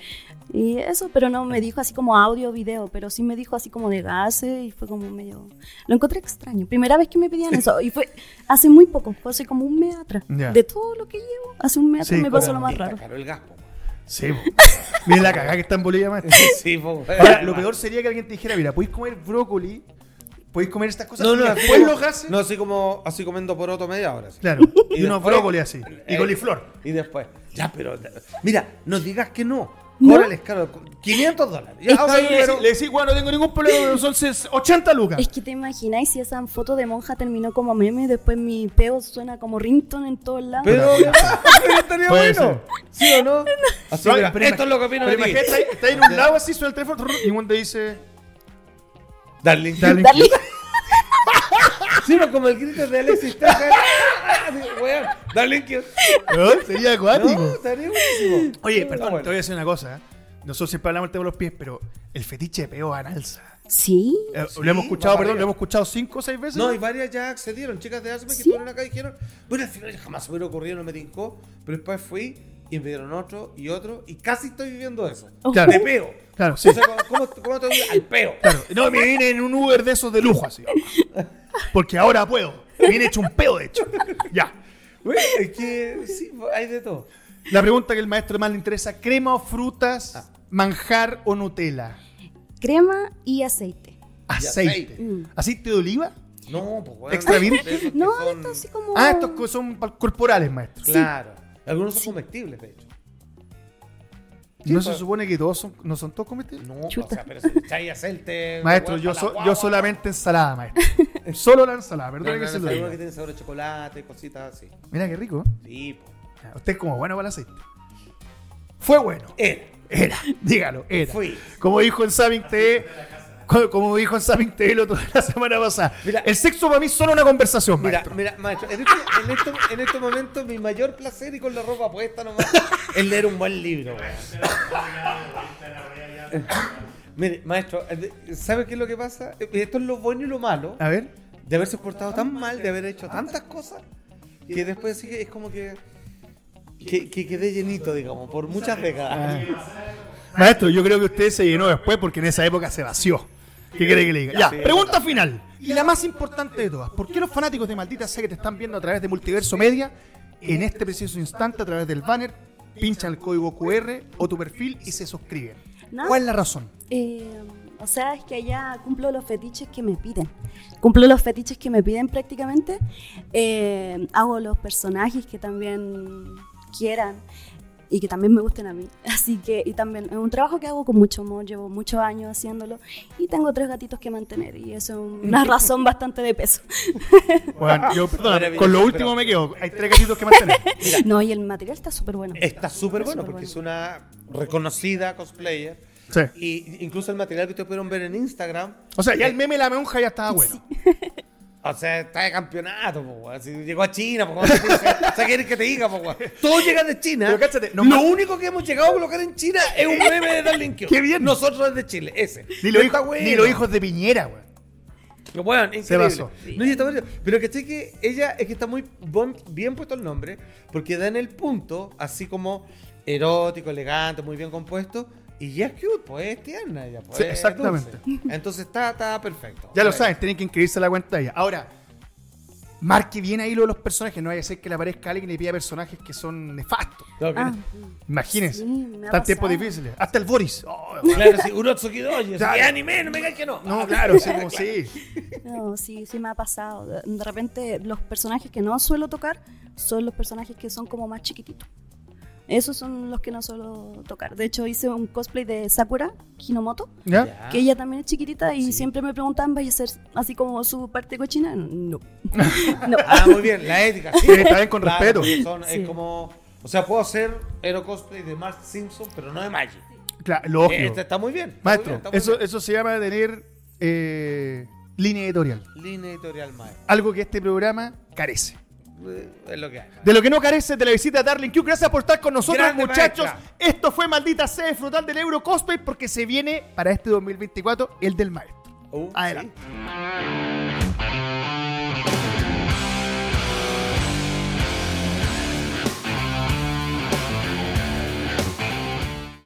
[SPEAKER 4] Y eso, pero no me dijo así como audio, video, pero sí me dijo así como de gases y fue como medio... Lo encontré extraño, primera vez que me pedían eso y fue hace muy poco, fue hace como un mes atrás.
[SPEAKER 2] Ya.
[SPEAKER 4] De todo lo que llevo, hace un mes
[SPEAKER 2] Sí,
[SPEAKER 4] atrás me
[SPEAKER 2] como
[SPEAKER 4] pasó lo más
[SPEAKER 3] Y está
[SPEAKER 4] raro.
[SPEAKER 3] caro
[SPEAKER 2] [LAUGHS]
[SPEAKER 3] el gaspo.
[SPEAKER 2] sí, po. Mira la cagada que está en Bolivia, maestro.
[SPEAKER 3] Sí, po,
[SPEAKER 2] Ahora, lo peor sería que alguien te dijera, mira, podéis comer brócoli, podéis comer estas cosas,
[SPEAKER 3] No, no,
[SPEAKER 2] y
[SPEAKER 3] así
[SPEAKER 2] después
[SPEAKER 3] como-
[SPEAKER 2] los gases.
[SPEAKER 3] No, así como así comiendo poroto media hora. así.
[SPEAKER 2] [LAUGHS] Claro, y,
[SPEAKER 3] Y
[SPEAKER 2] unos
[SPEAKER 3] después-
[SPEAKER 2] brócoli así, y
[SPEAKER 3] Eh,
[SPEAKER 2] coliflor.
[SPEAKER 3] Y después, ya, pero mira, no digas que no.
[SPEAKER 4] ¿No?
[SPEAKER 3] Córales, caro, 500 dólares.
[SPEAKER 2] [LAUGHS]
[SPEAKER 3] Ya,
[SPEAKER 2] Ah, o
[SPEAKER 3] ok,
[SPEAKER 2] sea, le
[SPEAKER 3] pero-
[SPEAKER 2] decís- le decís, bueno, no tengo ningún problema, pero son ses- 80 lucas.
[SPEAKER 4] Es que te imagináis si esa foto de monja terminó como meme, después mi peo suena como ringtone en todos lados.
[SPEAKER 3] Pero, [LAUGHS] pero estaría
[SPEAKER 2] Puede
[SPEAKER 3] bueno. ¿Sí o no? Así,
[SPEAKER 2] No,
[SPEAKER 3] mira,
[SPEAKER 2] pero
[SPEAKER 3] esto
[SPEAKER 2] imag-
[SPEAKER 3] es lo que opino
[SPEAKER 2] pero
[SPEAKER 3] de ti.
[SPEAKER 2] imagínate, está ahí- está ahí en [LAUGHS] un lado así, suena el teléfono, trrr, y uno te dice,
[SPEAKER 3] Darling. [LAUGHS]
[SPEAKER 2] dale. [LAUGHS]
[SPEAKER 4] Darle-
[SPEAKER 3] Sí, pero como el grito de Alexis [LAUGHS] Texas. Weón, Darling. que-
[SPEAKER 2] ¿No? Sería
[SPEAKER 3] No,
[SPEAKER 2] acuático.
[SPEAKER 3] estaría buenísimo.
[SPEAKER 2] Oye,
[SPEAKER 3] Está
[SPEAKER 2] perdón,
[SPEAKER 3] bueno.
[SPEAKER 2] te voy a decir una cosa. ¿eh? Nosotros siempre hablamos del tema de los pies, pero el fetiche de peo analza.
[SPEAKER 4] Sí,
[SPEAKER 2] Eh,
[SPEAKER 3] Sí,
[SPEAKER 2] lo hemos escuchado,
[SPEAKER 3] va para
[SPEAKER 2] perdón,
[SPEAKER 3] allá.
[SPEAKER 2] lo hemos escuchado 5 o 6 veces.
[SPEAKER 3] No, y varias ya accedieron. Chicas de Asme que
[SPEAKER 4] Sí.
[SPEAKER 3] estuvieron acá y dijeron, bueno, al final jamás se me hubiera ocurrido, no me tincó. Pero después fui y me dieron otro y otro y casi estoy viviendo eso.
[SPEAKER 2] Claro.
[SPEAKER 4] Oh.
[SPEAKER 3] De peo.
[SPEAKER 2] Claro, sí.
[SPEAKER 3] O sea, ¿cómo, cómo te voy a- Al peo.
[SPEAKER 2] Claro, no, me vine en un Uber de esos de lujo,
[SPEAKER 4] [LAUGHS]
[SPEAKER 2] así. Porque ahora puedo. Me viene hecho un peo, de hecho. Ya.
[SPEAKER 3] Güey, es que sí, hay de todo.
[SPEAKER 2] La pregunta que el maestro más le interesa: ¿crema o
[SPEAKER 3] Ah.
[SPEAKER 2] frutas, manjar o Nutella?
[SPEAKER 4] crema y aceite.
[SPEAKER 2] Aceite.
[SPEAKER 4] Mm.
[SPEAKER 2] ¿Aceite de oliva?
[SPEAKER 3] No, pues bueno.
[SPEAKER 2] ¿Extravírico?
[SPEAKER 3] de esos que
[SPEAKER 4] No,
[SPEAKER 3] son-
[SPEAKER 4] esto así como.
[SPEAKER 2] Ah, estos co- son pal- corporales, maestro.
[SPEAKER 3] Claro. Algunos son comestibles, de hecho.
[SPEAKER 2] ¿No
[SPEAKER 4] pues.
[SPEAKER 3] Sí,
[SPEAKER 2] se
[SPEAKER 3] pa-
[SPEAKER 2] supone que todos son, no son todos comestibles?
[SPEAKER 3] No, o
[SPEAKER 4] Chuta.
[SPEAKER 3] sea, pero si le echáis
[SPEAKER 2] [LAUGHS]
[SPEAKER 3] aceite.
[SPEAKER 2] Maestro,
[SPEAKER 3] huevo,
[SPEAKER 2] yo,
[SPEAKER 3] a la
[SPEAKER 2] so-
[SPEAKER 3] guagua.
[SPEAKER 2] yo solamente ensalada,
[SPEAKER 4] [LAUGHS]
[SPEAKER 2] maestro. Solo la ensalada,
[SPEAKER 3] No,
[SPEAKER 2] perdón
[SPEAKER 3] no,
[SPEAKER 2] que
[SPEAKER 3] no,
[SPEAKER 2] se
[SPEAKER 3] no,
[SPEAKER 2] lo
[SPEAKER 3] seguro
[SPEAKER 2] diga.
[SPEAKER 3] que tiene sabor a chocolate, cositas así.
[SPEAKER 2] Mira qué rico.
[SPEAKER 3] Sí, pues.
[SPEAKER 2] ¿eh? Usted es como bueno para el aceite. Fue bueno.
[SPEAKER 3] Era.
[SPEAKER 2] Era, dígalo, era.
[SPEAKER 3] Fui.
[SPEAKER 2] Como dijo en Saming TV, co- E, como dijo en Saming TV el otro [LAUGHS] la semana pasada.
[SPEAKER 3] Mira.
[SPEAKER 2] el sexo para mí es solo una conversación,
[SPEAKER 3] Mira,
[SPEAKER 2] maestro.
[SPEAKER 3] mira, maestro, en este, en, este, en este momento mi mayor placer y con la ropa puesta nomás es leer un buen libro, weón. [LAUGHS] Mire, maestro, eh, ¿sabe qué es lo que pasa? Eh, Esto es lo bueno y lo malo
[SPEAKER 2] A ver.
[SPEAKER 3] de haberse portado tan mal, de haber hecho tantas cosas, que después sí que es como que, que, que quedé llenito, digamos, por muchas décadas.
[SPEAKER 2] Ah. Maestro, yo creo que usted se llenó después porque en esa época se vació. ¿Qué quiere que le diga? Ya, pregunta final. Y la más importante de todas. ¿Por qué los fanáticos de Maldita Sea que te están viendo a través de Multiverso Media, en este preciso instante, a través del banner, pinchan el código QR o tu perfil y se suscriben?
[SPEAKER 4] ¿No?
[SPEAKER 2] ¿Cuál es la razón?
[SPEAKER 4] Eh, o sea, es que allá cumplo los fetiches que me piden. Cumplo los fetiches que me piden prácticamente. Eh, hago los personajes que también quieran y que también me gusten a mí. [LAUGHS] Así que, y también es un trabajo que hago con mucho amor, llevo muchos años haciéndolo y tengo tres gatitos que mantener y eso
[SPEAKER 3] [LAUGHS]
[SPEAKER 4] es una razón bastante de peso.
[SPEAKER 2] Bueno, yo, perdona,
[SPEAKER 3] Maravilloso,
[SPEAKER 2] con lo
[SPEAKER 3] pero-
[SPEAKER 2] último me quedo. Hay tres gatitos que mantener.
[SPEAKER 4] No, y el material está súper bueno.
[SPEAKER 3] Está súper bueno porque es
[SPEAKER 4] Súper
[SPEAKER 3] una reconocida cosplayer.
[SPEAKER 2] Sí.
[SPEAKER 3] Y incluso el material que ustedes pudieron ver en Instagram,
[SPEAKER 2] O sea, ya el meme de la monja ya estaba bueno.
[SPEAKER 3] O sea, está de campeonato, po, weón. Si llegó a China, po, weón. O sea, ¿quieres que te diga, po, weón? Todos llegan de China.
[SPEAKER 2] Pero cáchate,
[SPEAKER 3] lo
[SPEAKER 2] nomás-
[SPEAKER 3] único que hemos llegado a colocar en China es un meme de Darling Q.
[SPEAKER 2] Qué bien.
[SPEAKER 3] Nosotros de Chile, ese.
[SPEAKER 2] Ni los
[SPEAKER 3] No está
[SPEAKER 2] hijos-
[SPEAKER 3] bueno.
[SPEAKER 2] ni los hijos de Piñera, güey.
[SPEAKER 3] Pero, weón, increíble.
[SPEAKER 2] basó.
[SPEAKER 3] No, y está bueno. Pero que que ella es que está muy bon- bien puesto el nombre, porque da en el punto, así como erótico, elegante, muy bien compuesto. Y ya es cute, pues es tierna ella. Pues,
[SPEAKER 2] Sí,
[SPEAKER 3] es
[SPEAKER 2] exactamente.
[SPEAKER 3] dulce. Entonces está, está perfecto.
[SPEAKER 2] Ya lo
[SPEAKER 3] Bueno.
[SPEAKER 2] saben, tienen que inscribirse a la cuenta de ella. Ahora, marque bien ahí lo de los personajes. No vaya a ser que le aparezca alguien y pida personajes que son nefastos.
[SPEAKER 3] No, que-
[SPEAKER 4] Ah,
[SPEAKER 2] Imagínense.
[SPEAKER 4] Sí, me ha
[SPEAKER 2] Tan tiempos
[SPEAKER 4] pasado.
[SPEAKER 2] difíciles. Hasta el Boris. Oh,
[SPEAKER 3] Claro, sí, Urotsuki Doji.
[SPEAKER 2] Claro.
[SPEAKER 3] Ya anime, no me digas que no.
[SPEAKER 2] no, claro,
[SPEAKER 3] [LAUGHS]
[SPEAKER 2] sí, como sí.
[SPEAKER 4] No, sí, sí me ha pasado. De- De repente los personajes que no suelo tocar son los personajes que son como más chiquititos. Esos son los que no suelo tocar. De hecho, hice un cosplay de Sakura Kinomoto,
[SPEAKER 2] ¿Ya?
[SPEAKER 3] Ya.
[SPEAKER 4] que ella también es chiquitita y
[SPEAKER 3] Ah, Sí.
[SPEAKER 4] siempre me preguntaban, ¿vaya a ser así como su parte cochina? No. no.
[SPEAKER 3] Ah, muy bien, la ética. Sí,
[SPEAKER 2] Sí, está bien, con
[SPEAKER 3] Claro,
[SPEAKER 2] respeto.
[SPEAKER 3] porque son- Es
[SPEAKER 4] Sí.
[SPEAKER 3] como. O sea, puedo hacer Hero Cosplay de Mark Simpson, pero no de Magic.
[SPEAKER 2] Claro, lo obvio.
[SPEAKER 3] Eh, está, está muy bien. está muy bien,
[SPEAKER 2] Maestro,
[SPEAKER 3] está muy
[SPEAKER 2] eso,
[SPEAKER 3] bien.
[SPEAKER 2] eso se llama tener eh, línea editorial.
[SPEAKER 3] Línea editorial maestro.
[SPEAKER 2] Algo que este programa carece.
[SPEAKER 3] Eh, Es lo que hay.
[SPEAKER 2] De lo que no carece de la visita a Darling Q. Gracias por estar con nosotros,
[SPEAKER 3] Grande,
[SPEAKER 2] muchachos.
[SPEAKER 3] maestra.
[SPEAKER 2] Esto fue Maldita Sea, disfrutar del Euro Cosplay porque se viene para este 2024 el del maestro.
[SPEAKER 3] Uh,
[SPEAKER 2] Adelante.
[SPEAKER 3] sí.